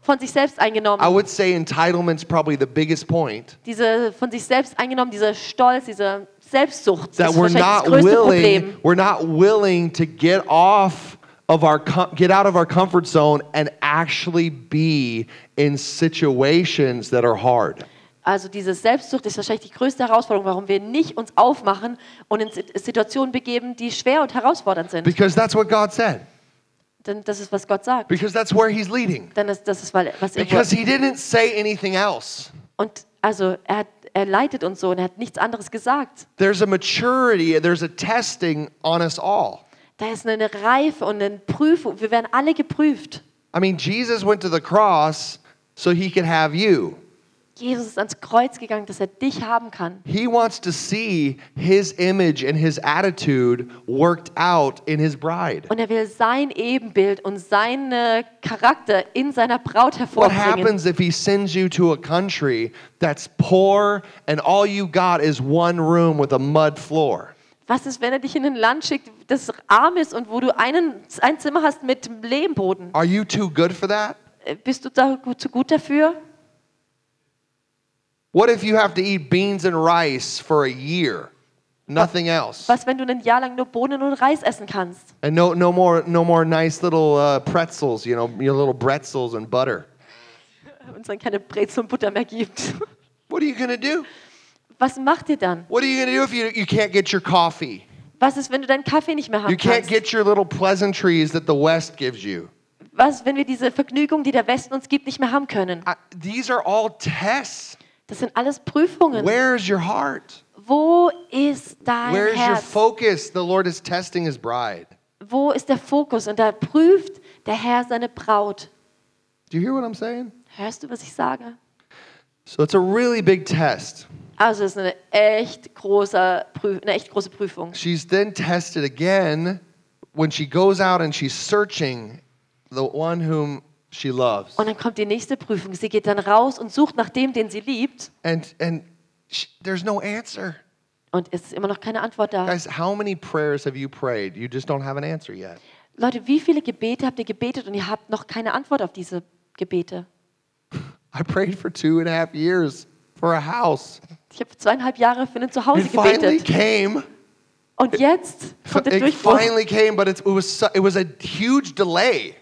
[SPEAKER 2] Von sich selbst
[SPEAKER 1] I
[SPEAKER 2] eingenommen.
[SPEAKER 1] would say entitlement's probably the biggest point
[SPEAKER 2] Diese, von sich selbst eingenommen, dieser Stolz, diese Selbstsucht ist
[SPEAKER 1] that we're
[SPEAKER 2] wahrscheinlich das
[SPEAKER 1] not
[SPEAKER 2] größte
[SPEAKER 1] willing
[SPEAKER 2] Problem.
[SPEAKER 1] we're not willing to get off of our com- get out of our comfort zone and actually be in situations that are hard.
[SPEAKER 2] also diese Selbstsucht ist wahrscheinlich die größte Herausforderung, warum wir nicht uns aufmachen und in Si- Situationen begeben, die schwer und herausfordernd sind.
[SPEAKER 1] because that's what God said,
[SPEAKER 2] Denn das ist, was Gott sagt.
[SPEAKER 1] because that's where He's leading.
[SPEAKER 2] Denn das, das ist, weil- was er
[SPEAKER 1] Because
[SPEAKER 2] wollte.
[SPEAKER 1] He didn't say anything else.
[SPEAKER 2] Und also er, hat, er leitet uns so und er hat nichts anderes gesagt.
[SPEAKER 1] There's a maturity, there's a testing on us all.
[SPEAKER 2] Da ist eine Reife und eine Prüfung. Wir werden alle geprüft.
[SPEAKER 1] I mean, Jesus went to the cross so He could have you.
[SPEAKER 2] Jesus ist ans Kreuz gegangen, dass er dich haben kann.
[SPEAKER 1] He wants to see His image and His attitude worked out in His bride.
[SPEAKER 2] Und er will sein Ebenbild und seinen Charakter in seiner Braut
[SPEAKER 1] What
[SPEAKER 2] hervorbringen.
[SPEAKER 1] happens if he sends you to a country that's poor and all you got is one room with a mud floor?
[SPEAKER 2] Was ist, wenn er dich in ein Land schickt, das arm ist und wo du einen, ein Zimmer hast mit Lehmboden?
[SPEAKER 1] Are you too good for that?
[SPEAKER 2] Äh, Bist du da gut, zu gut dafür?
[SPEAKER 1] What if you have to eat beans and rice for a year? Nothing else.
[SPEAKER 2] Was, wenn du ein Jahr lang nur Bohnen und Reis essen kannst?
[SPEAKER 1] And no, no more, no more nice little uh, pretzels, you know, your little pretzels and butter.
[SPEAKER 2] Wenn es dann keine Brezel Äh, und Butter mehr gibt. [laughs]
[SPEAKER 1] What are you gonna do?
[SPEAKER 2] Was macht ihr dann?
[SPEAKER 1] What are you gonna do if you, you can't get your coffee?
[SPEAKER 2] Was ist, wenn du deinen Kaffee nicht mehr haben
[SPEAKER 1] You can't
[SPEAKER 2] kannst?
[SPEAKER 1] get your little pleasantries that the West gives you?
[SPEAKER 2] Was, wenn wir diese Vergnügung, die der Westen uns gibt, nicht mehr haben können?
[SPEAKER 1] I, these are all tests.
[SPEAKER 2] Das sind alles Prüfungen.
[SPEAKER 1] Where's your heart?
[SPEAKER 2] Wo ist dein
[SPEAKER 1] Where's your
[SPEAKER 2] Herz?
[SPEAKER 1] focus? The Lord is testing his bride.
[SPEAKER 2] Wo ist der Fokus? Und da prüft der Herr seine Braut.
[SPEAKER 1] Do you hear what I'm saying?
[SPEAKER 2] Hörst du, was ich sage?
[SPEAKER 1] So it's a really big test.
[SPEAKER 2] Also es ist eine echt, große Prüf eine echt große Prüfung.
[SPEAKER 1] She's then tested again when she goes out and she's searching the one whom she loves.
[SPEAKER 2] Und dann kommt die nächste Prüfung. Sie geht dann raus und sucht nach dem, den sie liebt.
[SPEAKER 1] And and sh there's no answer.
[SPEAKER 2] Und es ist immer noch keine Antwort da.
[SPEAKER 1] Guys, how many prayers have you prayed? You just don't have an answer yet.
[SPEAKER 2] Leute, wie viele Gebete habt ihr gebetet und ihr habt noch keine Antwort auf diese Gebete?
[SPEAKER 1] I prayed for two and a half years for a house.
[SPEAKER 2] Ich habe zweieinhalb Jahre für ein Zuhause
[SPEAKER 1] It finally
[SPEAKER 2] gebetet.
[SPEAKER 1] came.
[SPEAKER 2] Und jetzt kommt der
[SPEAKER 1] It
[SPEAKER 2] Durchbruch.
[SPEAKER 1] finally came, but it's, it was su- it was a huge delay.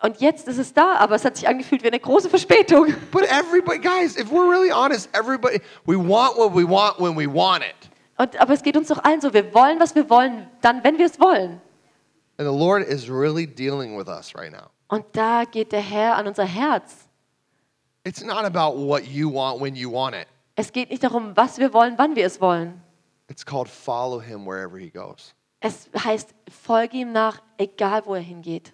[SPEAKER 2] Und jetzt ist es da, aber es hat sich angefühlt wie eine große Verspätung.
[SPEAKER 1] But everybody, guys, if we're really honest, everybody, we want what we want when we want it.
[SPEAKER 2] Und, aber es geht uns doch allen so. Wir wollen, was wir wollen, dann, wenn wir es wollen.
[SPEAKER 1] And the Lord is really dealing with us right now.
[SPEAKER 2] Und da geht der Herr an unser Herz.
[SPEAKER 1] It's not about what you want when you want it.
[SPEAKER 2] Es geht nicht darum, was wir wollen, wann wir es wollen.
[SPEAKER 1] It's called follow him wherever he goes.
[SPEAKER 2] Es heißt, folge ihm nach, egal wo er hingeht.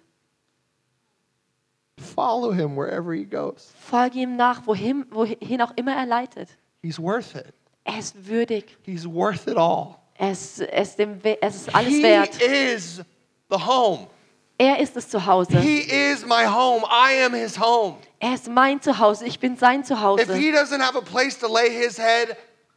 [SPEAKER 1] Follow him wherever he goes.
[SPEAKER 2] Folge ihm nach, wohin, wohin auch immer er leitet.
[SPEAKER 1] He's worth it.
[SPEAKER 2] Er ist würdig.
[SPEAKER 1] He's worth it all.
[SPEAKER 2] Er ist, er ist, dem, We- es ist alles
[SPEAKER 1] he
[SPEAKER 2] wert.
[SPEAKER 1] is the home.
[SPEAKER 2] Er ist das Zuhause.
[SPEAKER 1] He is my home. I am his home.
[SPEAKER 2] Er ist mein Zuhause. Ich bin sein
[SPEAKER 1] If
[SPEAKER 2] Zuhause.
[SPEAKER 1] he doesn't have a place to lay his head,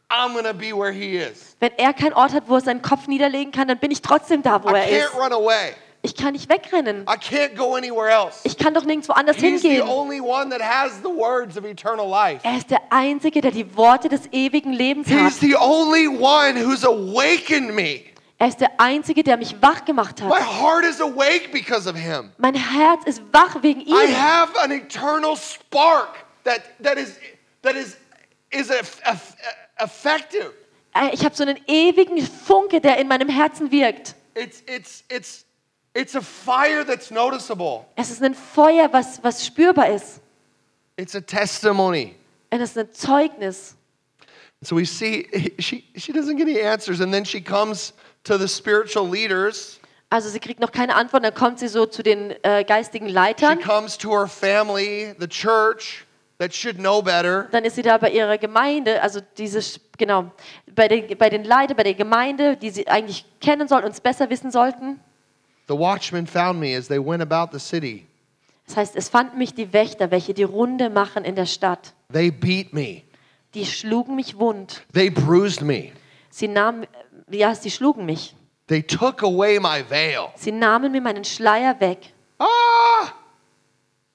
[SPEAKER 1] I'm going to be where he is.
[SPEAKER 2] Wenn er keinen Ort hat, wo er seinen Kopf niederlegen kann, dann bin ich trotzdem da, wo
[SPEAKER 1] I
[SPEAKER 2] er
[SPEAKER 1] can't
[SPEAKER 2] ist.
[SPEAKER 1] run away.
[SPEAKER 2] Ich kann nicht wegrennen.
[SPEAKER 1] I can't go anywhere else.
[SPEAKER 2] Ich kann doch nirgendwo anders
[SPEAKER 1] He's the
[SPEAKER 2] hingehen.
[SPEAKER 1] only one that has the words of eternal life.
[SPEAKER 2] Er ist der Einzige, der die Worte des ewigen Lebens
[SPEAKER 1] He's
[SPEAKER 2] hat.
[SPEAKER 1] the only one who's awakened me.
[SPEAKER 2] Er ist der Einzige, der mich wach gemacht
[SPEAKER 1] My
[SPEAKER 2] hat.
[SPEAKER 1] heart is awake because of him.
[SPEAKER 2] Mein Herz ist wach wegen
[SPEAKER 1] I
[SPEAKER 2] ihm.
[SPEAKER 1] have an eternal spark that, that is that is is eff- eff- effective.
[SPEAKER 2] Äh, Ich habe so einen ewigen Funke, der in meinem Herzen wirkt.
[SPEAKER 1] It's it's it's it's a fire that's noticeable.
[SPEAKER 2] Es ist ein Feuer, was, was spürbar ist.
[SPEAKER 1] It's a testimony.
[SPEAKER 2] Und es ist ein Zeugnis.
[SPEAKER 1] So we see she she doesn't get any answers, and then she comes to the spiritual leaders.
[SPEAKER 2] Also sie kriegt noch keine Antwort, dann kommt sie so zu den äh, geistigen
[SPEAKER 1] She
[SPEAKER 2] Leitern.
[SPEAKER 1] comes to her family, the church that should know better.
[SPEAKER 2] Dann ist sie da bei ihrer Gemeinde, also diese, Sch- genau, bei den, bei den Leitern, bei der Gemeinde, die sie eigentlich kennen sollten und es besser wissen sollten.
[SPEAKER 1] The watchmen found me as they went about the city.
[SPEAKER 2] Das heißt, es fanden mich die Wächter, welche die Runde machen in der Stadt.
[SPEAKER 1] They beat me.
[SPEAKER 2] Die schlugen mich wund.
[SPEAKER 1] They bruised me.
[SPEAKER 2] Sie nahmen, äh, ja, sie schlugen mich.
[SPEAKER 1] They took away my veil.
[SPEAKER 2] Sie nahmen mir meinen Schleier weg.
[SPEAKER 1] Ah!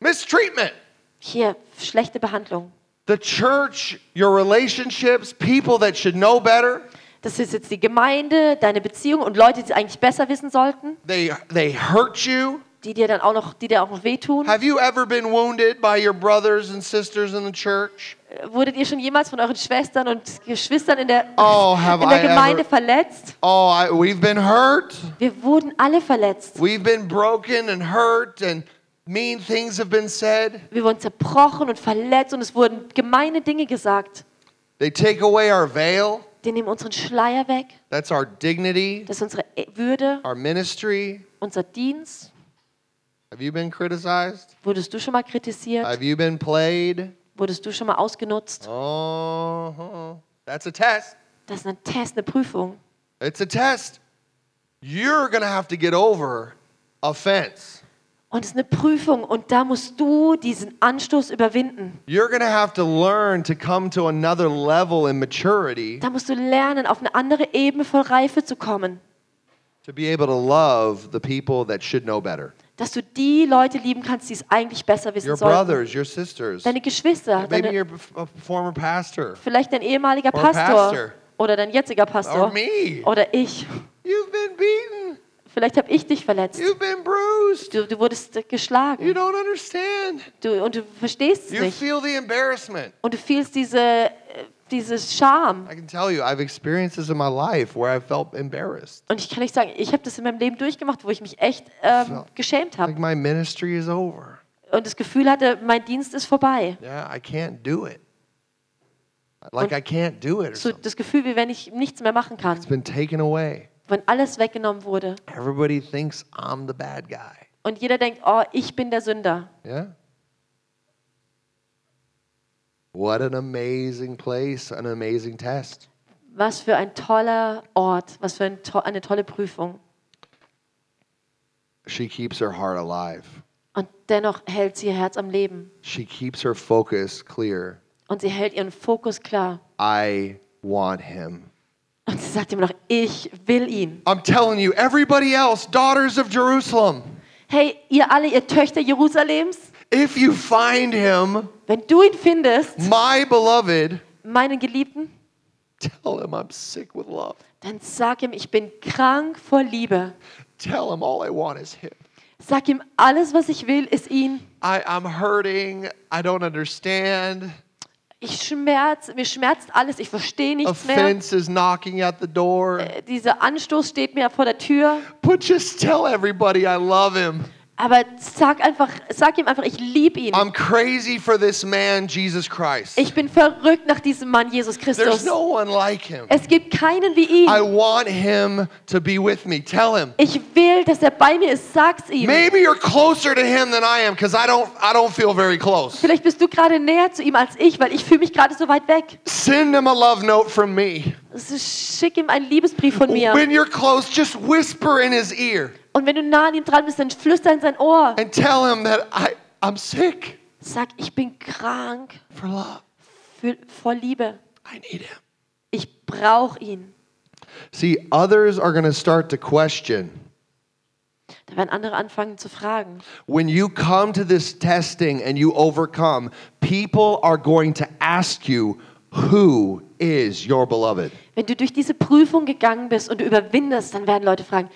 [SPEAKER 1] Mistreatment.
[SPEAKER 2] Hier, schlechte Behandlung.
[SPEAKER 1] The church, your relationships, people that should know better,
[SPEAKER 2] Das ist jetzt die Gemeinde, deine Beziehung und Leute, die es eigentlich besser wissen sollten.
[SPEAKER 1] they, they hurt you.
[SPEAKER 2] die dir dann auch noch, die dir auch noch wehtun?
[SPEAKER 1] Have you ever been wounded by your brothers and sisters in the church?
[SPEAKER 2] Wurdet ihr schon jemals von euren Schwestern und Geschwistern in der,
[SPEAKER 1] Oh, have
[SPEAKER 2] in der
[SPEAKER 1] I
[SPEAKER 2] Gemeinde
[SPEAKER 1] ever-
[SPEAKER 2] verletzt?
[SPEAKER 1] Oh, I, we've been hurt.
[SPEAKER 2] Wir wurden alle verletzt.
[SPEAKER 1] We've been broken and hurt, and mean things have been said.
[SPEAKER 2] Wir wurden zerbrochen und verletzt und es wurden gemeine Dinge gesagt.
[SPEAKER 1] They take away our veil.
[SPEAKER 2] Die nehmen unseren Schleier weg,
[SPEAKER 1] That's our dignity,
[SPEAKER 2] das ist unsere E- Würde,
[SPEAKER 1] our ministry.
[SPEAKER 2] unser Dienst.
[SPEAKER 1] Have you been criticized?
[SPEAKER 2] Wurdest du schon mal kritisiert?
[SPEAKER 1] Have you been played?
[SPEAKER 2] Wurdest du schon mal ausgenutzt?
[SPEAKER 1] Oh, that's a test.
[SPEAKER 2] Das ist ein Test, eine Prüfung.
[SPEAKER 1] It's a test. You're going to have to get over offense.
[SPEAKER 2] Und es ist eine Prüfung und da musst du diesen Anstoß überwinden.
[SPEAKER 1] You're going to have to learn to come to another level in maturity
[SPEAKER 2] Da musst du lernen, auf eine andere Ebene von Reife zu kommen,
[SPEAKER 1] to be able to love the people that should know better.
[SPEAKER 2] dass du die Leute lieben kannst, die es eigentlich besser wissen
[SPEAKER 1] Your
[SPEAKER 2] sollen.
[SPEAKER 1] brothers, your sisters,
[SPEAKER 2] Deine Geschwister,
[SPEAKER 1] maybe
[SPEAKER 2] deine,
[SPEAKER 1] your f- a former pastor,
[SPEAKER 2] vielleicht dein ehemaliger
[SPEAKER 1] Or
[SPEAKER 2] Pastor
[SPEAKER 1] pastor.
[SPEAKER 2] oder dein jetziger
[SPEAKER 1] or
[SPEAKER 2] Pastor
[SPEAKER 1] me.
[SPEAKER 2] oder ich.
[SPEAKER 1] You've been beaten.
[SPEAKER 2] Vielleicht habe ich dich verletzt.
[SPEAKER 1] You've been bruised.
[SPEAKER 2] Du, du wurdest
[SPEAKER 1] You
[SPEAKER 2] geschlagen
[SPEAKER 1] don't understand.
[SPEAKER 2] du, und du verstehst es
[SPEAKER 1] You
[SPEAKER 2] nicht.
[SPEAKER 1] feel the embarrassment.
[SPEAKER 2] Und du fühlst diese, äh, diese Scham.
[SPEAKER 1] I can tell you, I've experienced this in my life where I felt embarrassed.
[SPEAKER 2] Und ich kann euch sagen, ich habe das in meinem Leben durchgemacht, wo ich mich echt ähm,
[SPEAKER 1] So.
[SPEAKER 2] geschämt habe.
[SPEAKER 1] Like my ministry is over.
[SPEAKER 2] und das Gefühl hatte, mein Dienst ist vorbei.
[SPEAKER 1] Yeah, I can't do it. Like I can't do it. Or
[SPEAKER 2] So
[SPEAKER 1] something.
[SPEAKER 2] das Gefühl, wie wenn ich nichts mehr machen kann,
[SPEAKER 1] It's been taken away.
[SPEAKER 2] wenn alles weggenommen wurde.
[SPEAKER 1] Everybody thinks I'm the bad guy.
[SPEAKER 2] Und jeder denkt, oh, ich bin der Sünder.
[SPEAKER 1] Yeah. What an amazing place, an amazing test.
[SPEAKER 2] Was für ein toller Ort, was für ein to eine tolle Prüfung.
[SPEAKER 1] She keeps her heart alive.
[SPEAKER 2] Und dennoch hält sie ihr Herz am Leben.
[SPEAKER 1] She keeps her focus clear.
[SPEAKER 2] Und sie hält ihren Fokus klar.
[SPEAKER 1] I want him.
[SPEAKER 2] Und sie sagt ihm noch, ich will ihn.
[SPEAKER 1] I'm telling you, everybody else, daughters of Jerusalem,
[SPEAKER 2] Hey, ihr alle, ihr Töchter Jerusalems,
[SPEAKER 1] if you find him,
[SPEAKER 2] wenn du ihn findest,
[SPEAKER 1] my beloved,
[SPEAKER 2] meinen Geliebten,
[SPEAKER 1] tell him I'm sick with love.
[SPEAKER 2] dann sag ihm, ich bin krank vor Liebe.
[SPEAKER 1] Tell him all I want is him.
[SPEAKER 2] Sag ihm, alles, was ich will, ist ihn.
[SPEAKER 1] I, I'm hurting. I don't understand.
[SPEAKER 2] Ich schmerz, mir schmerzt alles, ich verstehe nichts mehr.
[SPEAKER 1] Offense is knocking at the door.
[SPEAKER 2] Äh, Dieser Anstoß steht mir vor der Tür.
[SPEAKER 1] But just tell everybody I love him.
[SPEAKER 2] Aber sag, einfach, sag ihm einfach, ich liebe ihn.
[SPEAKER 1] I'm crazy for this man, Jesus Christ.
[SPEAKER 2] Ich bin verrückt nach diesem Mann, Jesus
[SPEAKER 1] There's
[SPEAKER 2] Christus.
[SPEAKER 1] no one like him.
[SPEAKER 2] Es gibt keinen wie
[SPEAKER 1] I
[SPEAKER 2] ihn.
[SPEAKER 1] want him to be with me. Tell him.
[SPEAKER 2] Ich will, dass er bei mir ist. Sag's ihm.
[SPEAKER 1] Maybe you're closer to him than I am because I don't, I don't feel very close.
[SPEAKER 2] Vielleicht bist du gerade näher zu ihm als ich, weil ich fühle mich gerade so weit weg.
[SPEAKER 1] Send him a love note from me.
[SPEAKER 2] Also schick ihm einen Liebesbrief von mir.
[SPEAKER 1] When you're close, just whisper in his ear
[SPEAKER 2] Und wenn du nah an ihm dran bist, dann flüster in sein Ohr.
[SPEAKER 1] and tell him that I, I'm sick
[SPEAKER 2] Sag, ich bin krank
[SPEAKER 1] for love.
[SPEAKER 2] für, vor Liebe.
[SPEAKER 1] I need him.
[SPEAKER 2] Ich brauche ihn.
[SPEAKER 1] See, others are going to start to question.
[SPEAKER 2] Da werden andere anfangen zu fragen.
[SPEAKER 1] When you come to this testing and you overcome, people are going to ask you, Who is your beloved?
[SPEAKER 2] Wenn du durch diese Prüfung gegangen bist und du überwindest, dann werden Leute fragen,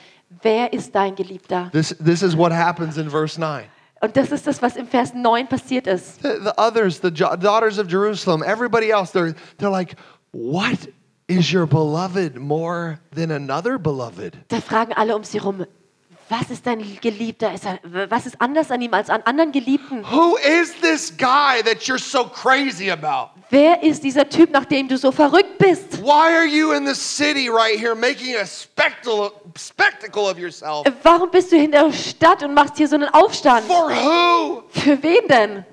[SPEAKER 2] wer ist dein Geliebter?
[SPEAKER 1] This, this is what happens in verse 9.
[SPEAKER 2] Und das ist das, was im Vers 9 passiert ist.
[SPEAKER 1] The, the others, the jo- daughters of Jerusalem, everybody else, they're, they're like, What is your beloved more than another beloved?
[SPEAKER 2] Da fragen alle um sie rum, was ist dein Geliebter? Ist er, was ist anders an ihm als an anderen Geliebten?
[SPEAKER 1] Who is this guy that you're so crazy about?
[SPEAKER 2] Wer ist dieser Typ, nach dem du so verrückt bist?
[SPEAKER 1] Why are you in the city right here making a spectacle, spectacle of yourself?
[SPEAKER 2] Warum bist du in der Stadt und machst hier so einen Aufstand?
[SPEAKER 1] For who?
[SPEAKER 2] Für wen denn?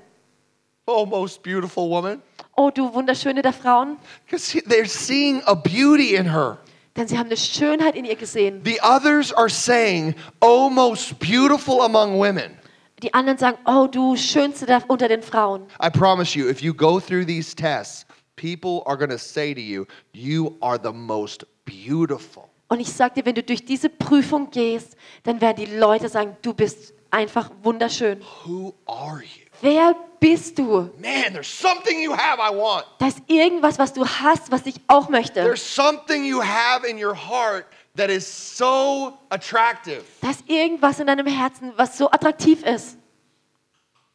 [SPEAKER 1] Oh, most beautiful woman.
[SPEAKER 2] Oh, du wunderschöne der Frauen.
[SPEAKER 1] Because they're seeing a beauty in her.
[SPEAKER 2] Denn sie haben eine Schönheit in ihr gesehen.
[SPEAKER 1] The others are saying, Oh, most beautiful among women.
[SPEAKER 2] Die anderen sagen, oh, du Schönste der, unter den Frauen.
[SPEAKER 1] I promise you, if you go through these tests, people are going to say to you, You are the most beautiful.
[SPEAKER 2] Und ich sag dir, wenn du durch diese Prüfung gehst, dann werden die Leute sagen, du bist einfach wunderschön.
[SPEAKER 1] Who are you?
[SPEAKER 2] Wer bist du?
[SPEAKER 1] Man, there's something you have I want.
[SPEAKER 2] Da ist irgendwas, was du hast, was ich auch möchte.
[SPEAKER 1] There's something you have in your heart that is so attractive,
[SPEAKER 2] Da ist irgendwas in deinem Herzen, was so attraktiv ist.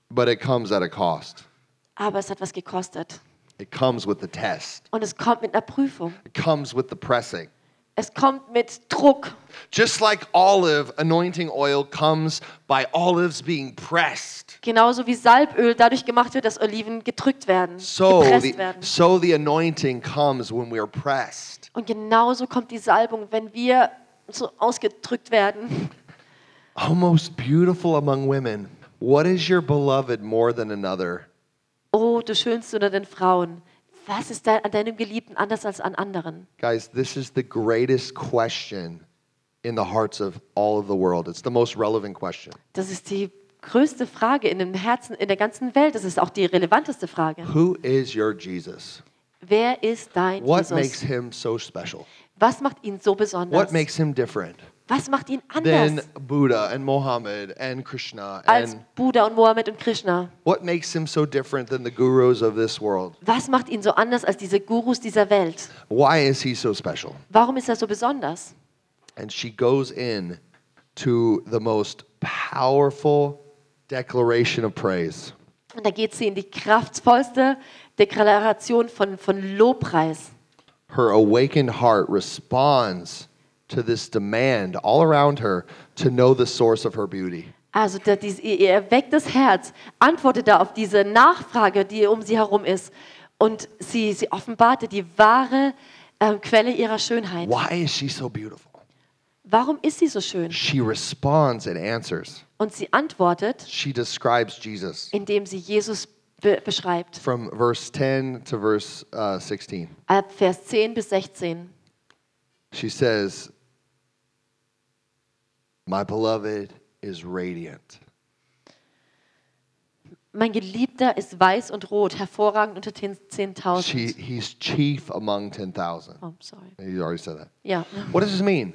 [SPEAKER 1] but it comes at a cost.
[SPEAKER 2] Aber es hat was gekostet.
[SPEAKER 1] It comes with the test,
[SPEAKER 2] Und es kommt mit einer Prüfung.
[SPEAKER 1] it comes with the pressing.
[SPEAKER 2] Es kommt mit Druck.
[SPEAKER 1] Just like olive anointing oil comes by olives being pressed,
[SPEAKER 2] Genauso wie Salböl dadurch gemacht wird, dass Oliven gedrückt werden,
[SPEAKER 1] so
[SPEAKER 2] gepresst
[SPEAKER 1] the,
[SPEAKER 2] werden.
[SPEAKER 1] so the anointing comes when we are pressed.
[SPEAKER 2] Und genauso kommt die Salbung, wenn wir so ausgedrückt werden. [laughs]
[SPEAKER 1] O most beautiful among women, what is your beloved more than another?
[SPEAKER 2] Oh, du schönste unter den Frauen. Was ist dein, an deinem Geliebten anders als an anderen?
[SPEAKER 1] Guys, this is the greatest question in the hearts of all of the world. It's the most relevant question.
[SPEAKER 2] Das ist die größte Frage in dem Herzen, in der ganzen Welt. Das ist auch die relevanteste Frage.
[SPEAKER 1] Who is your Jesus?
[SPEAKER 2] Wer ist dein
[SPEAKER 1] What
[SPEAKER 2] Jesus?
[SPEAKER 1] makes him so special?
[SPEAKER 2] Was macht ihn so besonders?
[SPEAKER 1] What makes him different
[SPEAKER 2] Was macht ihn
[SPEAKER 1] than
[SPEAKER 2] anders
[SPEAKER 1] Buddha and Mohammed and Krishna?
[SPEAKER 2] als
[SPEAKER 1] And
[SPEAKER 2] Buddha und Mohammed und Krishna?
[SPEAKER 1] what makes him so different than the gurus of this world?
[SPEAKER 2] Was macht ihn so anders als diese Gurus dieser Welt?
[SPEAKER 1] Why is he so special?
[SPEAKER 2] Warum ist er so besonders?
[SPEAKER 1] And she goes in to the most powerful declaration of praise.
[SPEAKER 2] Und da geht sie in die kraftvollste Deklaration von, von Lobpreis.
[SPEAKER 1] Her awakened heart responds to this demand all around her to know the source of her beauty.
[SPEAKER 2] Also da, dies, ihr, ihr erwecktes Herz antwortet da auf diese Nachfrage, die um sie herum ist. Und sie, sie offenbarte die wahre ähm, Quelle ihrer Schönheit.
[SPEAKER 1] Why is she so beautiful?
[SPEAKER 2] Warum ist sie so schön?
[SPEAKER 1] She responds and answers.
[SPEAKER 2] Und sie antwortet,
[SPEAKER 1] She describes Jesus
[SPEAKER 2] indem sie Jesus be beschreibt.
[SPEAKER 1] from verse 10 to verse uh, 16.
[SPEAKER 2] Ab Vers 10 bis 16.
[SPEAKER 1] She says, My beloved is radiant.
[SPEAKER 2] Mein Geliebter ist weiß und rot, hervorragend unter den
[SPEAKER 1] She,
[SPEAKER 2] 10.000.
[SPEAKER 1] he's chief among 10,000.
[SPEAKER 2] Oh, sorry.
[SPEAKER 1] You already said that.
[SPEAKER 2] Ja. ne?
[SPEAKER 1] What does this mean?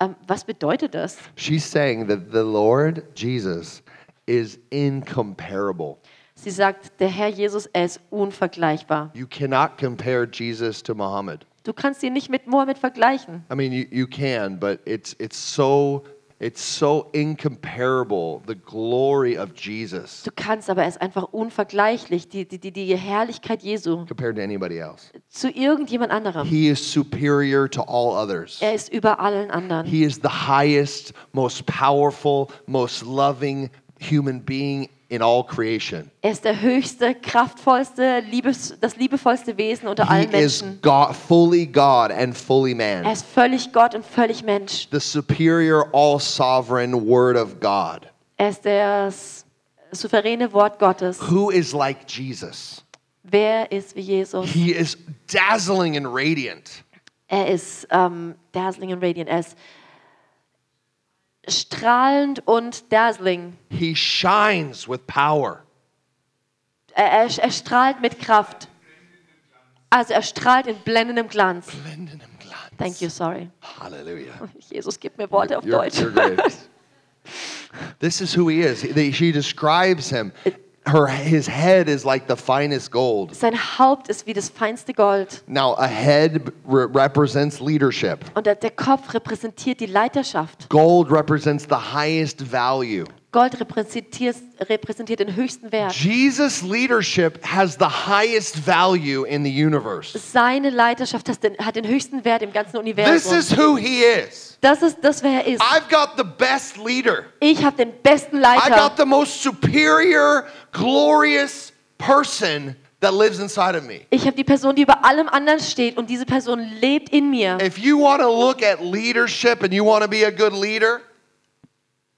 [SPEAKER 2] Ähm, was bedeutet das?
[SPEAKER 1] She's saying that the Lord Jesus is incomparable.
[SPEAKER 2] Sie sagt, der Herr Jesus, er ist unvergleichbar.
[SPEAKER 1] You cannot compare Jesus to Muhammad.
[SPEAKER 2] Du kannst ihn nicht mit Mohammed vergleichen.
[SPEAKER 1] I mean, you, you can, but it's, it's, so, it's so incomparable, the glory of Jesus
[SPEAKER 2] Du kannst, aber er ist einfach unvergleichlich, die, die, die, die Herrlichkeit Jesu
[SPEAKER 1] compared to anybody else.
[SPEAKER 2] zu irgendjemand anderem.
[SPEAKER 1] He is superior to all others.
[SPEAKER 2] Er ist über allen anderen.
[SPEAKER 1] He is the highest, most powerful, most loving human being in all creation.
[SPEAKER 2] Er ist der höchste, kraftvollste, liebes, das liebevollste Wesen unter
[SPEAKER 1] He
[SPEAKER 2] allen
[SPEAKER 1] is
[SPEAKER 2] Menschen.
[SPEAKER 1] God, fully God and fully man.
[SPEAKER 2] Er ist völlig Gott und völlig Mensch.
[SPEAKER 1] the superior, all sovereign Word of God,
[SPEAKER 2] Er ist das souveräne Wort Gottes.
[SPEAKER 1] who is like Jesus.
[SPEAKER 2] Wer ist wie Jesus?
[SPEAKER 1] He is dazzling and radiant.
[SPEAKER 2] Er ist ähm, dazzling and radiant. Er ist strahlend und dazzling.
[SPEAKER 1] He shines with power.
[SPEAKER 2] Er, er, er strahlt mit Kraft. Also er strahlt in blendendem Glanz. Thank you, sorry.
[SPEAKER 1] Hallelujah.
[SPEAKER 2] Jesus, gib mir Worte auf
[SPEAKER 1] You're-
[SPEAKER 2] Deutsch.
[SPEAKER 1] you're
[SPEAKER 2] [laughs]
[SPEAKER 1] great. this is who he is. He- She describes him. Her, his head is like the finest gold.
[SPEAKER 2] Sein Haupt ist wie das feinste Gold.
[SPEAKER 1] Now, a head re- represents leadership.
[SPEAKER 2] Und der, der Kopf repräsentiert die Leiterschaft.
[SPEAKER 1] Gold represents the highest value.
[SPEAKER 2] Gold repräsentiert, repräsentiert den höchsten Wert.
[SPEAKER 1] Jesus' leadership has the highest value in the universe.
[SPEAKER 2] Seine Leiterschaft hat den, hat den höchsten Wert im ganzen
[SPEAKER 1] This is
[SPEAKER 2] Universum.
[SPEAKER 1] who he is.
[SPEAKER 2] Das ist das, wer er ist.
[SPEAKER 1] I've got the best leader.
[SPEAKER 2] Ich habe den besten
[SPEAKER 1] I got
[SPEAKER 2] Leiter.
[SPEAKER 1] the most superior, glorious person that lives inside of me.
[SPEAKER 2] Ich habe die Person, die über allem anderen steht und diese Person lebt in mir.
[SPEAKER 1] If you want to look at leadership and you want to be a good leader,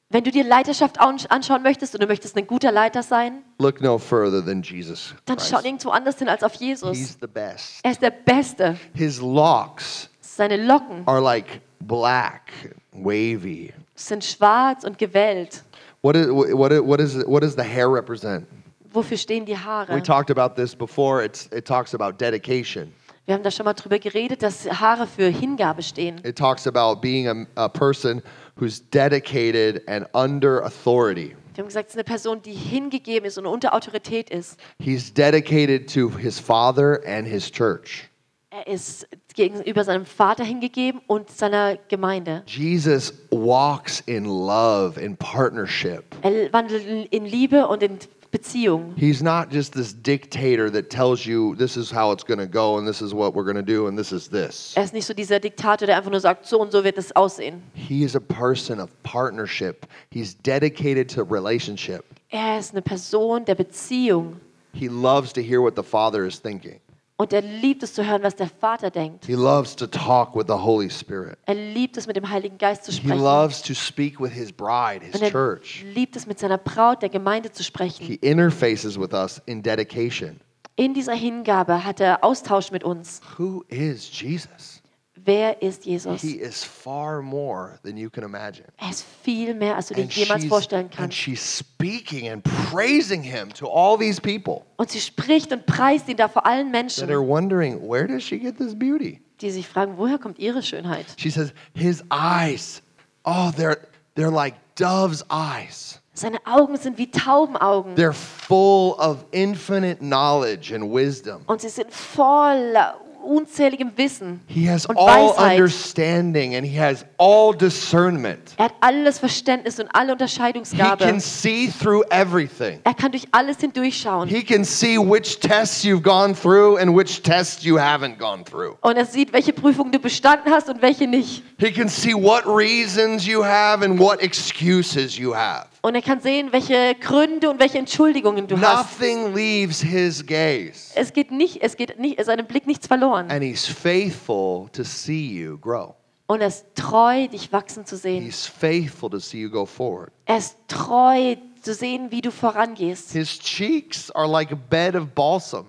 [SPEAKER 2] Wenn du dir Leiterschaft ansch- anschauen möchtest und du möchtest ein guter Leiter sein,
[SPEAKER 1] look no further than Jesus.
[SPEAKER 2] dann schau
[SPEAKER 1] Christ.
[SPEAKER 2] nirgendwo anders hin als auf Jesus.
[SPEAKER 1] He's the best.
[SPEAKER 2] Er ist der Beste.
[SPEAKER 1] His locks
[SPEAKER 2] Seine Locken
[SPEAKER 1] are like black, wavy.
[SPEAKER 2] sind schwarz und gewellt.
[SPEAKER 1] What is, what is, what is, what does the hair represent?
[SPEAKER 2] Wofür stehen die
[SPEAKER 1] We
[SPEAKER 2] Haare?
[SPEAKER 1] talked about this before. It's, it talks about dedication.
[SPEAKER 2] Wir haben da schon mal drüber geredet, dass Haare für Hingabe stehen.
[SPEAKER 1] It talks about being a, a person who's dedicated and under authority.
[SPEAKER 2] Wir haben gesagt, es ist eine Person, die hingegeben ist und unter Autorität ist.
[SPEAKER 1] He's dedicated to his father and his church.
[SPEAKER 2] Er Er ist gegenüber seinem Vater hingegeben und seiner Gemeinde.
[SPEAKER 1] Jesus walks in love, in partnership.
[SPEAKER 2] Er wandelt in Liebe und in Beziehung.
[SPEAKER 1] He's not just this dictator that tells you this is how it's going to go and this is what we're going to do and this is this.
[SPEAKER 2] Er ist nicht so dieser Diktator, der einfach nur sagt, so und so wird es aussehen.
[SPEAKER 1] He is a person of partnership. He's dedicated to relationship.
[SPEAKER 2] Er ist eine Person der Beziehung
[SPEAKER 1] He loves to hear what the Father is thinking.
[SPEAKER 2] und er liebt es zu hören, was der Vater denkt.
[SPEAKER 1] He loves to talk with the Holy Spirit.
[SPEAKER 2] Er liebt es, mit dem Heiligen Geist zu
[SPEAKER 1] He
[SPEAKER 2] sprechen.
[SPEAKER 1] loves to speak with his bride, his
[SPEAKER 2] und er
[SPEAKER 1] church.
[SPEAKER 2] liebt es, mit seiner Braut, der Gemeinde zu sprechen.
[SPEAKER 1] He interfaces with us in dedication.
[SPEAKER 2] In dieser Hingabe hat er Austausch mit uns.
[SPEAKER 1] Who is Jesus?
[SPEAKER 2] Wer ist Jesus?
[SPEAKER 1] He is far more than you can imagine.
[SPEAKER 2] Er ist viel mehr, als du dir
[SPEAKER 1] And
[SPEAKER 2] jemals
[SPEAKER 1] she's,
[SPEAKER 2] vorstellen
[SPEAKER 1] and
[SPEAKER 2] kannst.
[SPEAKER 1] she's speaking and praising him to all these people
[SPEAKER 2] Und sie spricht und preist ihn da vor allen
[SPEAKER 1] that
[SPEAKER 2] Menschen,
[SPEAKER 1] are wondering where does she get this beauty?
[SPEAKER 2] die sich fragen, woher kommt ihre Schönheit?
[SPEAKER 1] She says, His eyes, oh, they're, they're like dove's eyes.
[SPEAKER 2] Seine Augen sind wie Taubenaugen
[SPEAKER 1] They're full of infinite knowledge and wisdom.
[SPEAKER 2] und sie sind voller unzähligem Wissen
[SPEAKER 1] He has
[SPEAKER 2] und
[SPEAKER 1] all
[SPEAKER 2] Weisheit.
[SPEAKER 1] understanding and he has all discernment.
[SPEAKER 2] Er hat alles Verständnis und
[SPEAKER 1] He
[SPEAKER 2] alle
[SPEAKER 1] can
[SPEAKER 2] Unterscheidungsgabe.
[SPEAKER 1] see through everything.
[SPEAKER 2] Er kann durch alles hindurchschauen.
[SPEAKER 1] He can see which tests you've gone through and which tests you haven't gone through.
[SPEAKER 2] Und er sieht, welche Prüfungen du bestanden hast und welche nicht.
[SPEAKER 1] He can see what reasons you have and what excuses you have.
[SPEAKER 2] Und er kann sehen, welche Gründe und welche Entschuldigungen du hast.
[SPEAKER 1] Nothing leaves his gaze.
[SPEAKER 2] Es geht nicht, es geht nicht, seinem Blick nichts verloren.
[SPEAKER 1] And he's faithful to see you grow.
[SPEAKER 2] Und er ist treu, dich wachsen zu sehen.
[SPEAKER 1] He's faithful to see you go forward.
[SPEAKER 2] Er ist treu, zu sehen, wie du vorangehst.
[SPEAKER 1] His cheeks are like a bed of balsam.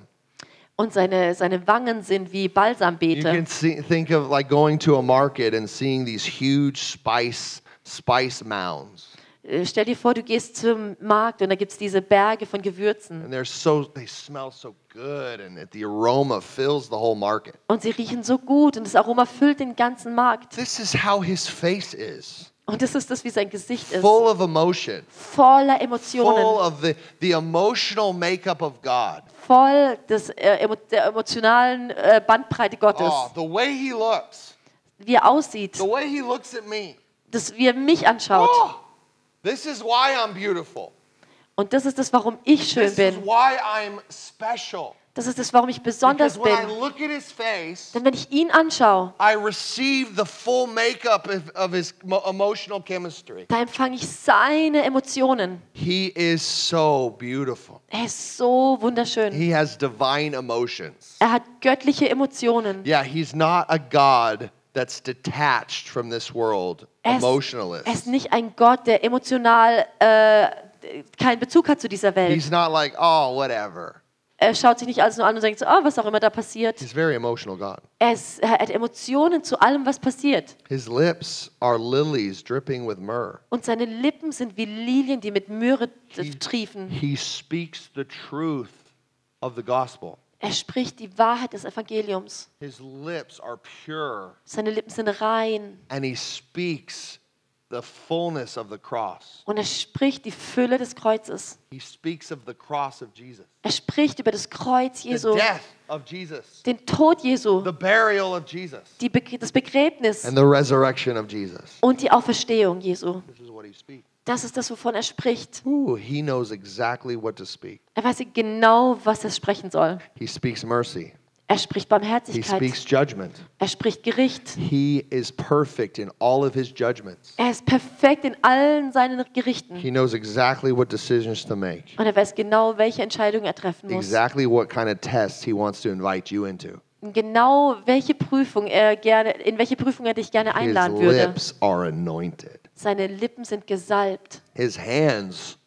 [SPEAKER 2] Und seine, seine Wangen sind wie
[SPEAKER 1] You can
[SPEAKER 2] Balsambeete.
[SPEAKER 1] see, think of like going to a market and seeing these huge spice spice mounds.
[SPEAKER 2] Äh, Stell dir vor, du gehst zum Markt und da gibt es diese Berge von Gewürzen.
[SPEAKER 1] And they're so they smell so good and that the aroma fills the whole market.
[SPEAKER 2] Und sie riechen so gut und das Aroma füllt den ganzen Markt.
[SPEAKER 1] This is how his face is.
[SPEAKER 2] Und das ist das, wie sein Gesicht ist.
[SPEAKER 1] Full of emotion.
[SPEAKER 2] Voller
[SPEAKER 1] Full
[SPEAKER 2] Emotionen.
[SPEAKER 1] of the, the emotional makeup of God.
[SPEAKER 2] Voll des, äh, emo der emotionalen äh, Bandbreite Gottes.
[SPEAKER 1] Oh, the way he looks.
[SPEAKER 2] Wie er aussieht.
[SPEAKER 1] The way he looks at me.
[SPEAKER 2] Das, wie er mich anschaut.
[SPEAKER 1] Oh, this is why I'm beautiful.
[SPEAKER 2] Und das ist das, warum ich schön
[SPEAKER 1] This is
[SPEAKER 2] bin.
[SPEAKER 1] why I'm special.
[SPEAKER 2] Das ist das, warum ich
[SPEAKER 1] Because
[SPEAKER 2] besonders
[SPEAKER 1] when I
[SPEAKER 2] bin.
[SPEAKER 1] look at his face,
[SPEAKER 2] Denn wenn ich ihn anschaue,
[SPEAKER 1] I receive the full makeup of, of his mo- emotional chemistry.
[SPEAKER 2] da empfange ich seine Emotionen.
[SPEAKER 1] He is so beautiful.
[SPEAKER 2] Er ist so wunderschön.
[SPEAKER 1] He has divine emotions.
[SPEAKER 2] Er hat göttliche Emotionen.
[SPEAKER 1] Yeah, he's not a God that's detached from this world,
[SPEAKER 2] Er ist, er
[SPEAKER 1] emotionalist.
[SPEAKER 2] ist nicht ein Gott, der emotional äh, keinen Bezug hat zu dieser Welt.
[SPEAKER 1] He's not like, oh, whatever.
[SPEAKER 2] Er schaut sich nicht alles nur an und denkt so, oh, was auch immer da passiert.
[SPEAKER 1] He's a very emotional God.
[SPEAKER 2] Er, ist, er hat Emotionen zu allem, was passiert.
[SPEAKER 1] His lips are lilies dripping with myrrh.
[SPEAKER 2] Und seine Lippen sind wie Lilien, die mit Myrrhe äh, triefen.
[SPEAKER 1] He speaks the truth of the gospel.
[SPEAKER 2] Er spricht die Wahrheit des Evangeliums.
[SPEAKER 1] His lips are pure,
[SPEAKER 2] Seine Lippen sind rein.
[SPEAKER 1] and he speaks the fullness of the cross.
[SPEAKER 2] Und er spricht die Fülle des Kreuzes.
[SPEAKER 1] He speaks of the cross of Jesus,
[SPEAKER 2] Er spricht über das Kreuz
[SPEAKER 1] the
[SPEAKER 2] Jesu,
[SPEAKER 1] death of Jesus,
[SPEAKER 2] den Tod Jesu,
[SPEAKER 1] the burial of Jesus,
[SPEAKER 2] die Be das Begräbnis
[SPEAKER 1] and the resurrection of Jesus.
[SPEAKER 2] und die Auferstehung Jesu.
[SPEAKER 1] This is what he speaks.
[SPEAKER 2] Das ist das, wovon er spricht.
[SPEAKER 1] Ooh, he knows exactly what to speak.
[SPEAKER 2] Er weiß genau, was er sprechen soll.
[SPEAKER 1] He speaks mercy.
[SPEAKER 2] Er spricht
[SPEAKER 1] He
[SPEAKER 2] Barmherzigkeit.
[SPEAKER 1] speaks judgment.
[SPEAKER 2] Er spricht Gericht.
[SPEAKER 1] He is perfect in all of his judgments.
[SPEAKER 2] Er ist perfekt in allen seinen Gerichten.
[SPEAKER 1] He knows exactly what decisions to make,
[SPEAKER 2] Und er weiß genau, welche Entscheidung er treffen muss.
[SPEAKER 1] exactly what kind of tests he wants to invite you into.
[SPEAKER 2] Genau, welche Prüfung er gerne, in welche Prüfung er dich gerne
[SPEAKER 1] His
[SPEAKER 2] einladen würde.
[SPEAKER 1] lips are anointed.
[SPEAKER 2] Seine Lippen sind gesalbt.
[SPEAKER 1] His hands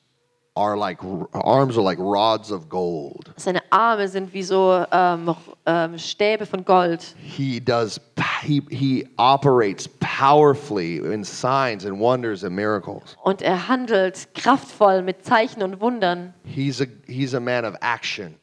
[SPEAKER 1] are like arms are like rods of gold.
[SPEAKER 2] Seine Arme sind wie so ähm, ähm, Stäbe von Gold.
[SPEAKER 1] He does he, he operates powerfully in signs and wonders and miracles.
[SPEAKER 2] Und er handelt kraftvoll mit Zeichen und Wundern.
[SPEAKER 1] He's a he's a man of action.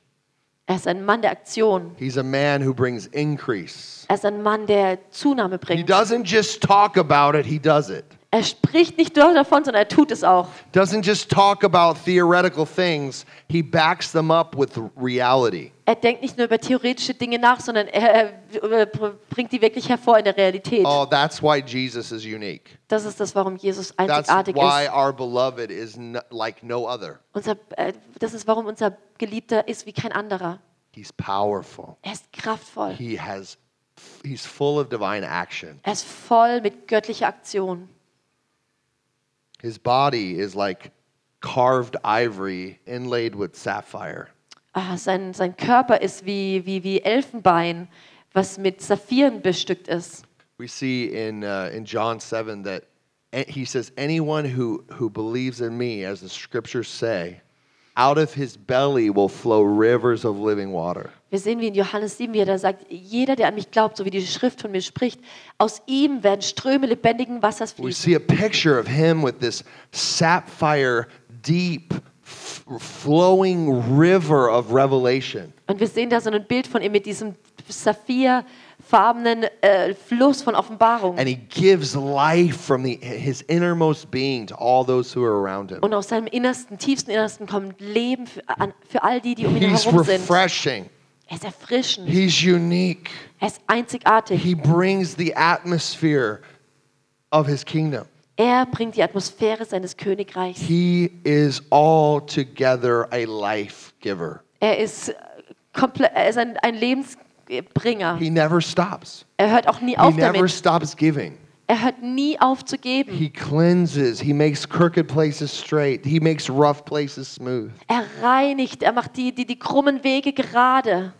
[SPEAKER 2] Er ist ein Mann der Aktion.
[SPEAKER 1] He's a man who brings increase.
[SPEAKER 2] Er ist ein Mann, der Zunahme
[SPEAKER 1] He
[SPEAKER 2] bringt.
[SPEAKER 1] doesn't just talk about it, he does it.
[SPEAKER 2] Er spricht nicht nur davon, sondern er tut es auch.
[SPEAKER 1] Doesn't just talk about theoretical things, he backs them up with reality.
[SPEAKER 2] Er denkt nicht nur über theoretische Dinge nach, sondern er äh, bringt die wirklich hervor in der Realität.
[SPEAKER 1] Oh, that's why Jesus is unique.
[SPEAKER 2] Das ist das, warum Jesus
[SPEAKER 1] That's
[SPEAKER 2] einzigartig
[SPEAKER 1] why
[SPEAKER 2] ist.
[SPEAKER 1] our beloved is n- like no other.
[SPEAKER 2] Unser, äh, das ist, warum unser Geliebter ist wie kein anderer.
[SPEAKER 1] He's powerful.
[SPEAKER 2] Er ist kraftvoll.
[SPEAKER 1] He has he's full of divine action.
[SPEAKER 2] Er ist voll mit göttlicher Aktion.
[SPEAKER 1] His body is like carved ivory inlaid with sapphire.
[SPEAKER 2] Ah, sein, sein Körper ist wie, wie, wie Elfenbein, was mit Saphiren bestückt ist.
[SPEAKER 1] We see in uh, in John 7 that a- he says anyone who who believes in me as the scriptures say out of his belly will flow rivers of living water.
[SPEAKER 2] Wir sehen, wie in Johannes 7, wie er da sagt, jeder, der an mich glaubt, so wie die Schrift von mir spricht, aus ihm werden Ströme lebendigen Wassers
[SPEAKER 1] We
[SPEAKER 2] fließen.
[SPEAKER 1] see a picture of him with this sapphire, deep, f- flowing river of revelation.
[SPEAKER 2] Und wir sehen da so ein Bild von ihm mit diesem saphirfarbenen äh, Fluss von Offenbarung.
[SPEAKER 1] And he gives life from the, his innermost being to all those who are around him.
[SPEAKER 2] Und aus seinem Innersten, tiefsten Innersten kommt Leben für, an, für all die, die um ihn
[SPEAKER 1] He's
[SPEAKER 2] herum sind. Er
[SPEAKER 1] refreshing,
[SPEAKER 2] ist erfrischend,
[SPEAKER 1] he's unique.
[SPEAKER 2] er ist einzigartig.
[SPEAKER 1] He brings the atmosphere of his kingdom.
[SPEAKER 2] Er bringt die Atmosphäre seines Königreichs.
[SPEAKER 1] He is altogether a life giver.
[SPEAKER 2] Er ist, äh, komple- er ist ein, ein Lebensbringer.
[SPEAKER 1] He never stops.
[SPEAKER 2] Er hört auch nie
[SPEAKER 1] He
[SPEAKER 2] auf
[SPEAKER 1] never
[SPEAKER 2] damit.
[SPEAKER 1] stops giving.
[SPEAKER 2] Er hört nie auf zu geben.
[SPEAKER 1] He cleanses. He makes crooked places straight. He makes rough places smooth.
[SPEAKER 2] Er reinigt, er macht die, die, die krummen Wege gerade.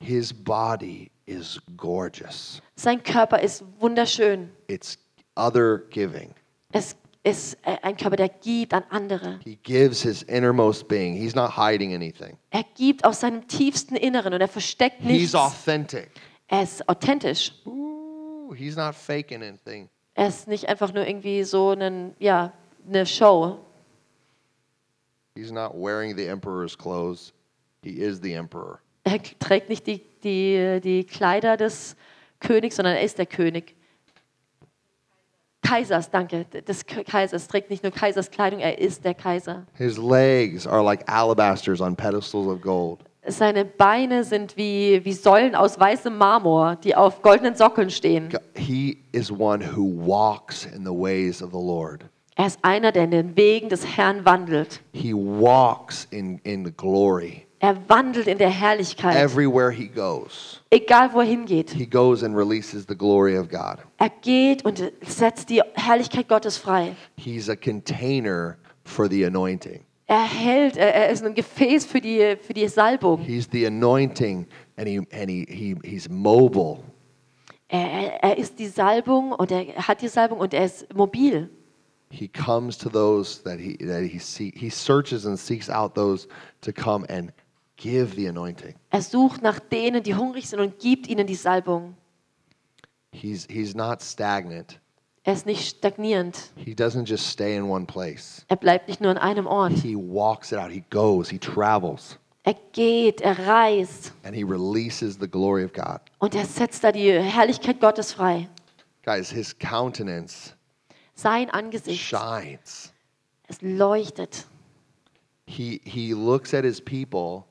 [SPEAKER 1] His body is gorgeous.
[SPEAKER 2] Sein Körper ist wunderschön.
[SPEAKER 1] It's other giving.
[SPEAKER 2] Es ist äh, ein Körper, der gibt an andere.
[SPEAKER 1] He gives his innermost being. He's not hiding anything.
[SPEAKER 2] Er gibt aus seinem tiefsten Inneren und er versteckt nichts.
[SPEAKER 1] He's authentic.
[SPEAKER 2] Er ist authentisch.
[SPEAKER 1] Ooh, he's not faking anything.
[SPEAKER 2] Er ist nicht einfach nur irgendwie so einen, ja, eine Show.
[SPEAKER 1] He's not wearing the emperor's clothes. He is the emperor.
[SPEAKER 2] Er trägt nicht die, die, die Kleider des Königs, sondern er ist der König. Kaisers, danke. Des K- Kaisers trägt nicht nur Kaisers Kleidung, er ist der Kaiser.
[SPEAKER 1] His legs are like alabasters on pedestals of gold.
[SPEAKER 2] Seine Beine sind wie, wie Säulen aus weißem Marmor, die auf goldenen Sockeln stehen.
[SPEAKER 1] He is one who walks in the ways of the Lord.
[SPEAKER 2] Er ist einer, der in den Wegen des Herrn wandelt.
[SPEAKER 1] He walks in, in the glory
[SPEAKER 2] Er wandelt in der Herrlichkeit,
[SPEAKER 1] everywhere he goes.
[SPEAKER 2] egal wo er hingeht.
[SPEAKER 1] He goes and releases the glory of God.
[SPEAKER 2] Er geht und setzt die Herrlichkeit Gottes frei.
[SPEAKER 1] He's a container for the anointing.
[SPEAKER 2] Er hält, er, er ist ein Gefäß für die, für die Salbung.
[SPEAKER 1] He's the anointing and he and he, he he's mobile.
[SPEAKER 2] Er, er, er ist die Salbung und er hat die Salbung und er ist mobil.
[SPEAKER 1] He comes to those that he that he see he searches and seeks out those to come and give the anointing.
[SPEAKER 2] Er sucht nach denen, die hungrig sind und gibt ihnen die Salbung.
[SPEAKER 1] He's he's not stagnant.
[SPEAKER 2] Er ist nicht stagnierend.
[SPEAKER 1] He doesn't just stay in one place.
[SPEAKER 2] Er bleibt nicht nur an einem Ort.
[SPEAKER 1] He walks it out. He goes, he travels,
[SPEAKER 2] Er geht, er reist
[SPEAKER 1] and he releases the glory of God.
[SPEAKER 2] und er setzt da die Herrlichkeit Gottes frei.
[SPEAKER 1] Guys, his countenance
[SPEAKER 2] Sein Angesicht,
[SPEAKER 1] shines.
[SPEAKER 2] es leuchtet.
[SPEAKER 1] He, he looks at his people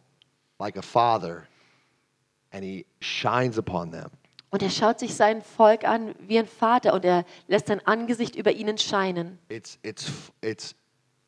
[SPEAKER 1] like a father and he shines upon them.
[SPEAKER 2] Und er schaut sich sein Volk an wie ein Vater und er lässt sein Angesicht über ihnen scheinen.
[SPEAKER 1] It's, it's, f- it's,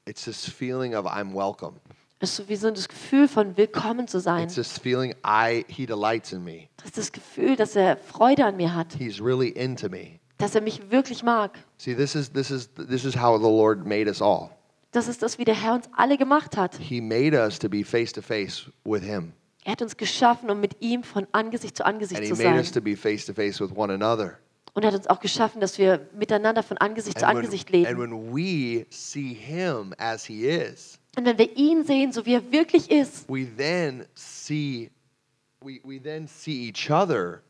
[SPEAKER 1] it's this feeling of I'm welcome.
[SPEAKER 2] Es ist so wie so das Gefühl von willkommen zu sein.
[SPEAKER 1] It's this feeling I, he delights in me.
[SPEAKER 2] Das ist das Gefühl, dass er Freude an mir hat,
[SPEAKER 1] He's really into me.
[SPEAKER 2] dass er mich wirklich mag.
[SPEAKER 1] See, this is, this is, this is how the Lord made us all.
[SPEAKER 2] Das ist das, wie der Herr uns alle gemacht hat.
[SPEAKER 1] He made us to be face to face with him.
[SPEAKER 2] Er hat uns geschaffen, um mit ihm von Angesicht zu
[SPEAKER 1] And
[SPEAKER 2] Angesicht
[SPEAKER 1] he
[SPEAKER 2] zu
[SPEAKER 1] made us
[SPEAKER 2] sein.
[SPEAKER 1] to be face to face with one another.
[SPEAKER 2] Und er hat uns auch geschaffen, dass wir miteinander von Angesicht zu
[SPEAKER 1] And when,
[SPEAKER 2] Angesicht
[SPEAKER 1] and
[SPEAKER 2] leben.
[SPEAKER 1] when we see him as he is,
[SPEAKER 2] Und wenn wir ihn sehen, so wie er wirklich ist,
[SPEAKER 1] we then see we, we then see each other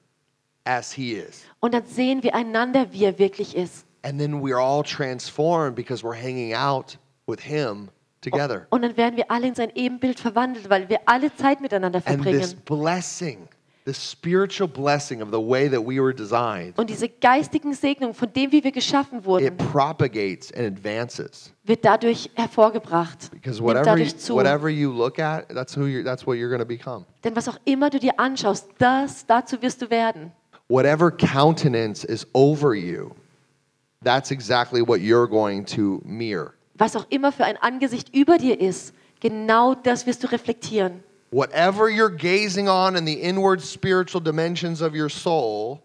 [SPEAKER 1] as he is
[SPEAKER 2] und dann sehen wir einander, wie er wirklich ist.
[SPEAKER 1] and then we're all transformed because we're hanging out with
[SPEAKER 2] Oh,
[SPEAKER 1] him together
[SPEAKER 2] Und dann werden wir alle in sein Ebenbild verwandelt, weil wir alle Zeit miteinander
[SPEAKER 1] and this
[SPEAKER 2] verbringen.
[SPEAKER 1] blessing the spiritual blessing of the way that we were designed,
[SPEAKER 2] Und diese geistigen Segnungen, von dem, wie wir geschaffen
[SPEAKER 1] it
[SPEAKER 2] wurden,
[SPEAKER 1] propagates and advances.
[SPEAKER 2] wird dadurch hervorgebracht.
[SPEAKER 1] Because
[SPEAKER 2] nimmt
[SPEAKER 1] whatever,
[SPEAKER 2] dadurch zu.
[SPEAKER 1] whatever you look at, that's who you're, that's what you're going to become.
[SPEAKER 2] Denn was auch immer du dir anschaust, das, dazu wirst du werden.
[SPEAKER 1] Whatever countenance is over you, that's exactly what you're going to mirror.
[SPEAKER 2] Was auch immer für ein Angesicht über dir ist, genau das wirst du reflektieren.
[SPEAKER 1] Whatever you're gazing on in the inward spiritual dimensions of your soul,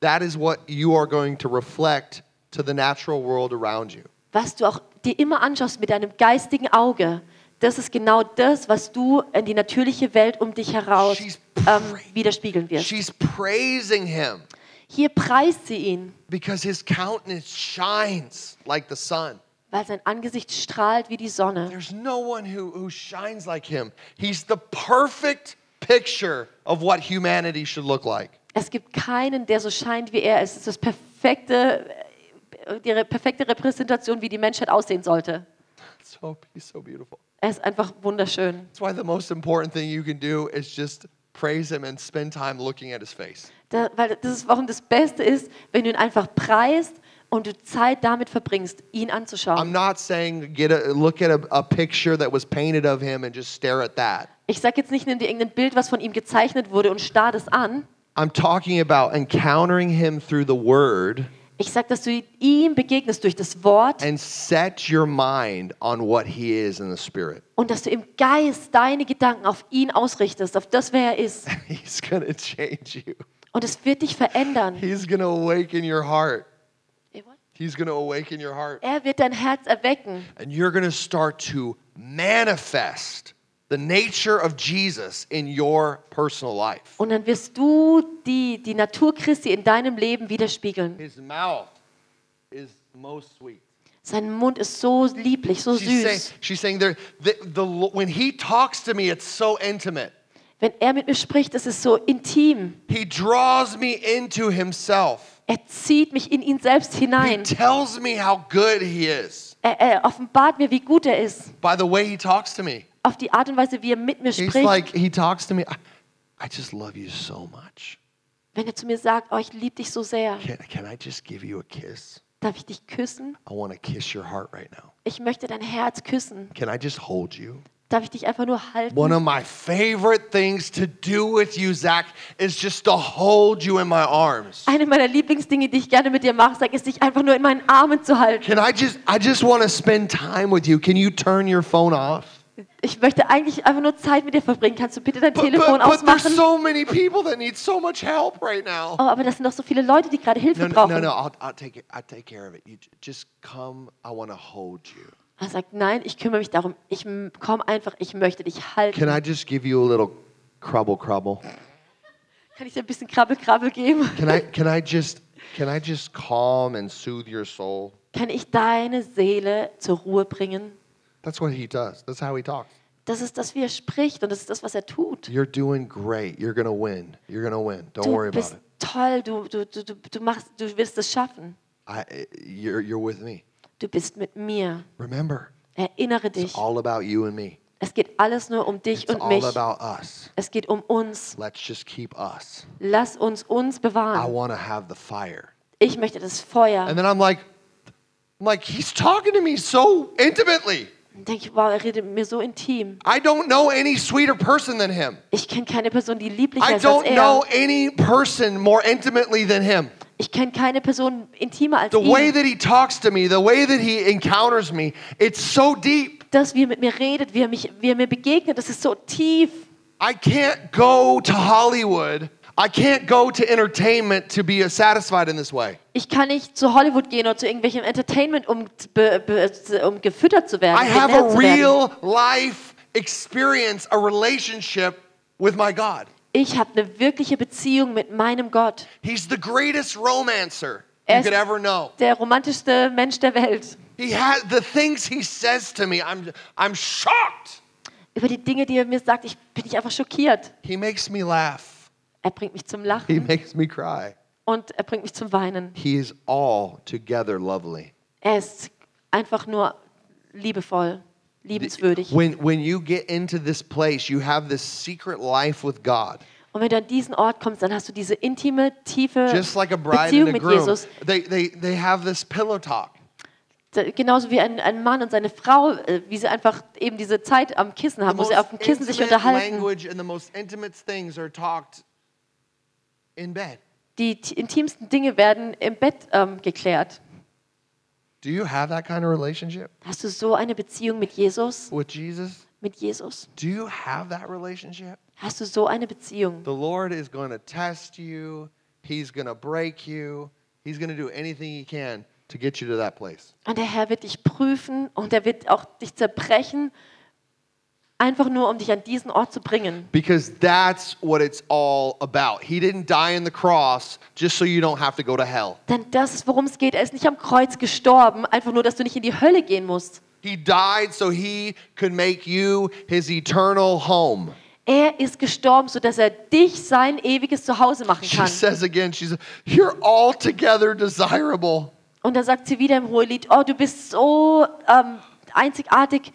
[SPEAKER 1] that is what you are going to reflect to the natural world around you.
[SPEAKER 2] Was du auch dir immer anschaust mit deinem geistigen Auge, das ist genau das, was du in die natürliche Welt um dich heraus
[SPEAKER 1] She's
[SPEAKER 2] ähm,
[SPEAKER 1] praying.
[SPEAKER 2] widerspiegeln wirst.
[SPEAKER 1] She's praising him
[SPEAKER 2] Hier preist sie ihn,
[SPEAKER 1] because his countenance shines like the sun.
[SPEAKER 2] weil sein Angesicht strahlt wie die Sonne.
[SPEAKER 1] There's no one who, who shines like him. He's the perfect picture of what humanity should look like.
[SPEAKER 2] Es gibt keinen, der so scheint wie er. Es ist das perfekte, äh, die re- perfekte Repräsentation, wie die Menschheit aussehen sollte.
[SPEAKER 1] So, he's so beautiful.
[SPEAKER 2] Er ist einfach wunderschön.
[SPEAKER 1] That's why the most important thing you can do is just praise him and spend time looking at his face.
[SPEAKER 2] Da, weil das ist, warum das Beste ist, wenn du ihn einfach preist und du Zeit damit verbringst, ihn anzuschauen.
[SPEAKER 1] I'm not saying get a look at a, a picture that was painted of him and just stare at that.
[SPEAKER 2] Ich sage jetzt nicht, nimm dir irgendein Bild, was von ihm gezeichnet wurde und starr das an.
[SPEAKER 1] I'm talking about encountering him through the word
[SPEAKER 2] Ich sage, dass du ihm begegnest durch das Wort
[SPEAKER 1] and set your mind on what he is in the spirit.
[SPEAKER 2] und dass du im Geist deine Gedanken auf ihn ausrichtest, auf das, wer er ist.
[SPEAKER 1] [laughs] He's going to change you.
[SPEAKER 2] Und es wird dich verändern.
[SPEAKER 1] He's going to awaken your heart. He's going to awaken your heart.
[SPEAKER 2] Er wird dein Herz erwecken
[SPEAKER 1] And you're going to start to manifest the nature of Jesus in your personal life.
[SPEAKER 2] und dann wirst du die, die Natur Christi in deinem Leben widerspiegeln.
[SPEAKER 1] His mouth is most sweet.
[SPEAKER 2] Sein Mund ist so lieblich, so
[SPEAKER 1] She's saying,
[SPEAKER 2] süß.
[SPEAKER 1] she's saying there, the, the, when he talks to me, it's so intimate.
[SPEAKER 2] Wenn er mit mir spricht, ist es so intim.
[SPEAKER 1] He draws me into himself.
[SPEAKER 2] Er zieht mich in ihn selbst
[SPEAKER 1] He
[SPEAKER 2] hinein.
[SPEAKER 1] tells me how good he is
[SPEAKER 2] Er, er offenbart mir, wie gut er ist.
[SPEAKER 1] by the way he talks to me.
[SPEAKER 2] Auf die Art und Weise, wie er mit mir
[SPEAKER 1] He's
[SPEAKER 2] spricht.
[SPEAKER 1] like, he talks to me. I, I just love you so much.
[SPEAKER 2] Wenn er zu mir sagt, oh, ich liebe dich so sehr,
[SPEAKER 1] Can, can I just give you a kiss?
[SPEAKER 2] darf ich dich küssen?
[SPEAKER 1] I want to kiss your heart right now.
[SPEAKER 2] Ich möchte dein Herz küssen.
[SPEAKER 1] Can I just hold you?
[SPEAKER 2] Darf ich dich einfach nur halten?
[SPEAKER 1] One of my favorite things to do with you, Zach, is just to hold you in my arms.
[SPEAKER 2] Eine meiner Lieblingsdinge, die ich gerne mit dir mache, sag, ist, dich einfach nur in meinen Armen zu halten.
[SPEAKER 1] Can I just, I just want to spend time with you. Can you turn your phone off?
[SPEAKER 2] Ich möchte eigentlich einfach nur Zeit mit dir verbringen. Kannst du bitte dein
[SPEAKER 1] But,
[SPEAKER 2] Telefon
[SPEAKER 1] but, but
[SPEAKER 2] ausmachen?
[SPEAKER 1] there's so many people that need so much help right now.
[SPEAKER 2] oh, aber das sind doch so viele Leute, die gerade Hilfe
[SPEAKER 1] No, no,
[SPEAKER 2] brauchen.
[SPEAKER 1] no, no. I'll, I'll take it. I'll take care of it. You j- just come. I want to hold you.
[SPEAKER 2] Er sagt, nein, ich kümmere mich darum. Ich m- komm einfach, ich möchte dich halten.
[SPEAKER 1] Can I just give you a little crumble crumble?
[SPEAKER 2] Kann ich dir ein bisschen Krabbel, Krabbel geben?
[SPEAKER 1] Can I? Can I just? Can I just calm and soothe your soul?
[SPEAKER 2] Kann ich deine Seele zur Ruhe bringen?
[SPEAKER 1] That's what he does. That's how he talks.
[SPEAKER 2] Das ist das, wie er spricht und das ist das, was er tut.
[SPEAKER 1] You're doing great. You're gonna win. You're gonna win. Don't worry about
[SPEAKER 2] Du bist
[SPEAKER 1] it.
[SPEAKER 2] toll, du, du, du, du, du, machst, du wirst es schaffen.
[SPEAKER 1] I, you're, you're with me.
[SPEAKER 2] Du bist mit mir.
[SPEAKER 1] Remember,
[SPEAKER 2] Erinnere
[SPEAKER 1] it's
[SPEAKER 2] dich.
[SPEAKER 1] all about you and me.
[SPEAKER 2] Es geht alles nur um dich
[SPEAKER 1] It's
[SPEAKER 2] und
[SPEAKER 1] all
[SPEAKER 2] mich.
[SPEAKER 1] about us.
[SPEAKER 2] Es geht um uns.
[SPEAKER 1] Let's just keep us.
[SPEAKER 2] Lass uns uns
[SPEAKER 1] I
[SPEAKER 2] bewahren.
[SPEAKER 1] want to have the fire.
[SPEAKER 2] Ich möchte das Feuer.
[SPEAKER 1] And then I'm like, I'm like, he's talking to me so intimately.
[SPEAKER 2] Dann denke ich, wow, er redet mit mir so intim.
[SPEAKER 1] I don't know any sweeter person than him.
[SPEAKER 2] Ich kenne keine Person, die lieblicher
[SPEAKER 1] I
[SPEAKER 2] ist als
[SPEAKER 1] don't
[SPEAKER 2] er.
[SPEAKER 1] know any person more intimately than him.
[SPEAKER 2] Ich kenne keine Person intimer als
[SPEAKER 1] The way
[SPEAKER 2] ihn.
[SPEAKER 1] that he talks to me, the way that he encounters me, it's so deep.
[SPEAKER 2] Das, wie er mit mir redet, wie er, mich, wie er mir begegnet, das ist so tief.
[SPEAKER 1] I can't go to Hollywood. I can't go to entertainment to be satisfied in this way.
[SPEAKER 2] Ich kann nicht zu Hollywood gehen oder zu irgendwelchem Entertainment, um, be, be, um gefüttert zu werden.
[SPEAKER 1] I have
[SPEAKER 2] genährt
[SPEAKER 1] a
[SPEAKER 2] zu werden.
[SPEAKER 1] real life experience, a relationship with my God.
[SPEAKER 2] Ich habe eine wirkliche Beziehung mit meinem Gott.
[SPEAKER 1] He's the greatest romancer you
[SPEAKER 2] Er ist
[SPEAKER 1] could ever know.
[SPEAKER 2] der romantischste Mensch der Welt.
[SPEAKER 1] He has the things he says to me. I'm I'm shocked.
[SPEAKER 2] Über die Dinge, die er mir sagt, ich bin ich einfach schockiert.
[SPEAKER 1] He makes me laugh.
[SPEAKER 2] Er bringt mich zum
[SPEAKER 1] He
[SPEAKER 2] Lachen
[SPEAKER 1] makes me cry.
[SPEAKER 2] und er bringt mich zum Weinen.
[SPEAKER 1] He is all together lovely.
[SPEAKER 2] Er ist einfach nur liebevoll, liebenswürdig.
[SPEAKER 1] When when you get into this place, you have this secret life with God.
[SPEAKER 2] Und wenn du an diesen Ort kommst, dann hast du diese intime, tiefe
[SPEAKER 1] Just like a bride and
[SPEAKER 2] Beziehung
[SPEAKER 1] a
[SPEAKER 2] mit
[SPEAKER 1] groom,
[SPEAKER 2] Jesus.
[SPEAKER 1] they, they, they have this pillow talk.
[SPEAKER 2] Da- Genauso wie ein, ein Mann und seine Frau, äh, wie sie einfach eben diese Zeit am Kissen haben, wo sie Uh, auf dem Kissen sich
[SPEAKER 1] intimate
[SPEAKER 2] unterhalten.
[SPEAKER 1] language and the most intimate things are talked in bed.
[SPEAKER 2] Die t- intimsten Dinge werden im Bett ähm, geklärt.
[SPEAKER 1] Do you have that kind of relationship
[SPEAKER 2] Hast du so eine Beziehung mit Jesus?
[SPEAKER 1] with Jesus?
[SPEAKER 2] Mit Jesus?
[SPEAKER 1] Do you have that relationship?
[SPEAKER 2] Hast du so eine Beziehung?
[SPEAKER 1] The Lord is going to test you. He's going to break you. He's going to do anything he can to get you to that place.
[SPEAKER 2] Und der Herr wird dich prüfen und er wird auch dich zerbrechen, einfach nur um dich an diesen Ort zu bringen.
[SPEAKER 1] Because that's what it's all about. He didn't die on the cross just so you don't have to go to hell.
[SPEAKER 2] Denn das ist, worum es geht. Er ist nicht am Kreuz gestorben, einfach nur, dass du nicht in die Hölle gehen musst.
[SPEAKER 1] He died so he could make you his eternal home.
[SPEAKER 2] Er ist gestorben, sodass er dich sein ewiges Zuhause machen
[SPEAKER 1] She
[SPEAKER 2] kann.
[SPEAKER 1] says again, she says, You're altogether desirable.
[SPEAKER 2] Und dann sagt sie wieder im Hohelied, oh, du bist so ähm, einzigartig,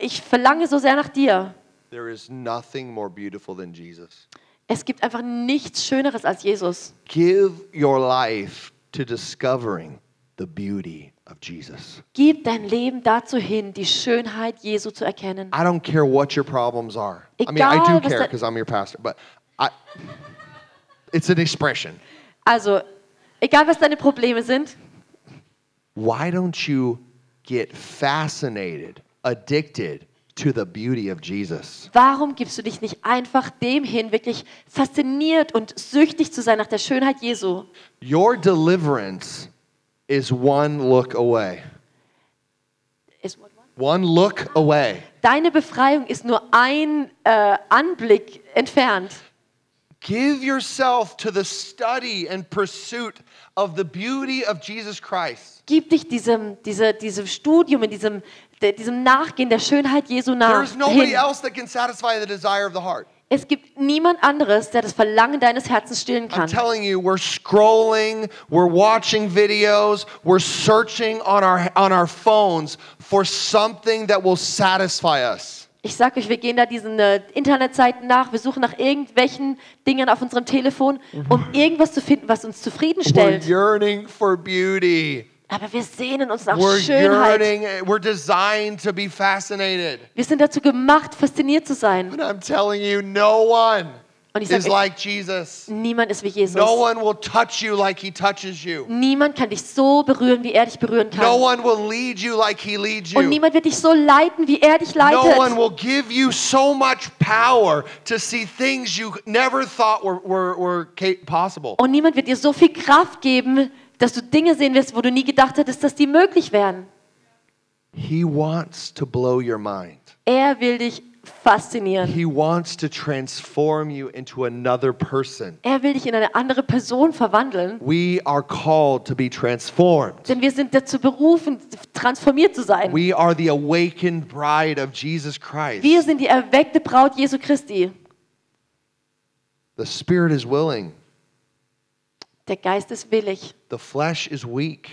[SPEAKER 2] ich verlange so sehr nach dir.
[SPEAKER 1] There is nothing more beautiful than Jesus.
[SPEAKER 2] Es gibt einfach nichts Schöneres als Jesus.
[SPEAKER 1] Give your life to discovering the beauty of Jesus.
[SPEAKER 2] Gib dein Leben dazu hin, die Schönheit Jesu zu erkennen.
[SPEAKER 1] I don't care what your problems are. I mean, I
[SPEAKER 2] Egal,
[SPEAKER 1] do
[SPEAKER 2] was
[SPEAKER 1] care
[SPEAKER 2] da-
[SPEAKER 1] because I'm your pastor, but I, it's an expression.
[SPEAKER 2] Also, egal was deine Probleme sind,
[SPEAKER 1] Why don't you get fascinated, addicted to the beauty of Jesus?
[SPEAKER 2] warum gibst du dich nicht einfach dem hin, wirklich fasziniert und süchtig zu sein nach der Schönheit Jesu?
[SPEAKER 1] Your deliverance is one look away.
[SPEAKER 2] Ist-
[SPEAKER 1] One look away.
[SPEAKER 2] Deine Befreiung ist nur ein äh, Anblick entfernt.
[SPEAKER 1] Give yourself to the study and pursuit of the beauty of Jesus Christ.
[SPEAKER 2] Gib dich diesem, dieser, diesem Studium, in diesem, de, diesem Nachgehen der Schönheit Jesu nach.
[SPEAKER 1] There's nobody
[SPEAKER 2] hin.
[SPEAKER 1] else that can satisfy the desire of the heart.
[SPEAKER 2] Es gibt niemand anderes, der das Verlangen deines Herzens stillen
[SPEAKER 1] I'm
[SPEAKER 2] kann.
[SPEAKER 1] telling you, we're scrolling, we're watching videos, we're searching on our on our phones for something that will satisfy us.
[SPEAKER 2] Ich sag euch, wir gehen da diesen äh, Internetseiten nach, wir suchen nach irgendwelchen Dingen auf unserem Telefon, um irgendwas zu finden, was uns
[SPEAKER 1] Mhm. We're
[SPEAKER 2] zufriedenstellt.
[SPEAKER 1] yearning for beauty.
[SPEAKER 2] Aber wir sehnen uns nach
[SPEAKER 1] We're
[SPEAKER 2] Schönheit.
[SPEAKER 1] yearning, we're designed to be fascinated.
[SPEAKER 2] Wir sind dazu gemacht, fasziniert zu sein.
[SPEAKER 1] And I'm telling you, no one
[SPEAKER 2] Und ich
[SPEAKER 1] is
[SPEAKER 2] sage,
[SPEAKER 1] like Jesus.
[SPEAKER 2] niemand ist wie
[SPEAKER 1] No
[SPEAKER 2] Jesus.
[SPEAKER 1] one will touch you like he touches you.
[SPEAKER 2] Niemand kann dich so berühren, wie er dich berühren
[SPEAKER 1] No
[SPEAKER 2] kann.
[SPEAKER 1] one will lead you like he leads
[SPEAKER 2] Und
[SPEAKER 1] you.
[SPEAKER 2] niemand wird dich so leiten, wie er dich
[SPEAKER 1] No one
[SPEAKER 2] leitet.
[SPEAKER 1] will give you so much power to see things you never thought were, were, were ca- possible.
[SPEAKER 2] Und niemand wird dir so viel Kraft geben, dass du Dinge sehen wirst, wo du nie gedacht hättest, dass die möglich wären.
[SPEAKER 1] He wants to blow your mind.
[SPEAKER 2] Er will dich faszinieren.
[SPEAKER 1] He wants to transform you into another person.
[SPEAKER 2] Er will dich in eine andere Person verwandeln.
[SPEAKER 1] We are called to be transformed.
[SPEAKER 2] Denn wir sind dazu berufen, transformiert zu sein.
[SPEAKER 1] We are the awakened bride of Jesus Christ.
[SPEAKER 2] Wir sind die erweckte Braut Jesu Christi.
[SPEAKER 1] The spirit is willing,
[SPEAKER 2] Der Geist ist willig,
[SPEAKER 1] the flesh is weak.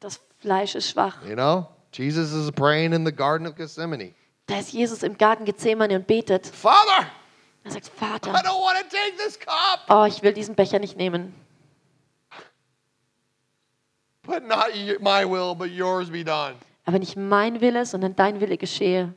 [SPEAKER 2] das Fleisch ist schwach.
[SPEAKER 1] You know, Jesus is praying in the Garden of Gethsemane.
[SPEAKER 2] Da ist Jesus im Garten Gethsemane und betet.
[SPEAKER 1] Father,
[SPEAKER 2] Er sagt,
[SPEAKER 1] I
[SPEAKER 2] Vater,
[SPEAKER 1] don't want to take this cup,
[SPEAKER 2] oh, ich will diesen Becher nicht nehmen.
[SPEAKER 1] but not y- my will, but yours be done.
[SPEAKER 2] Aber nicht mein Wille, sondern dein Wille geschehe.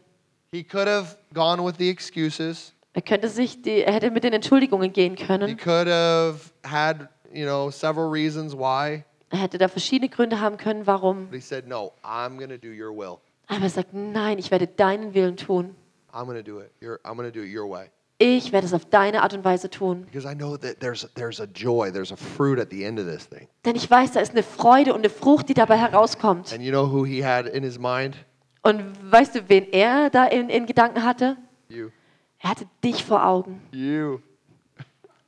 [SPEAKER 1] He could have gone with the excuses.
[SPEAKER 2] Er könnte sich, die, er hätte mit den Entschuldigungen gehen
[SPEAKER 1] He
[SPEAKER 2] können.
[SPEAKER 1] could have had, you know, several reasons why,
[SPEAKER 2] Er hätte da verschiedene Gründe haben können, warum.
[SPEAKER 1] but he said, "No, I'm going to do your will.
[SPEAKER 2] Aber er sagt, nein, ich werde deinen Willen tun.
[SPEAKER 1] I'm going to do it. Your, I'm going to do it your way."
[SPEAKER 2] Ich werde es auf deine Art und Weise tun.
[SPEAKER 1] Because I know that there's there's a joy, there's a fruit at the end of this thing.
[SPEAKER 2] Denn ich weiß, da ist eine Freude und eine Frucht, die dabei herauskommt.
[SPEAKER 1] And you know who he had in his mind?
[SPEAKER 2] Und weißt du, wen er da in, in Gedanken hatte?
[SPEAKER 1] You.
[SPEAKER 2] Er hatte dich vor Augen,
[SPEAKER 1] You.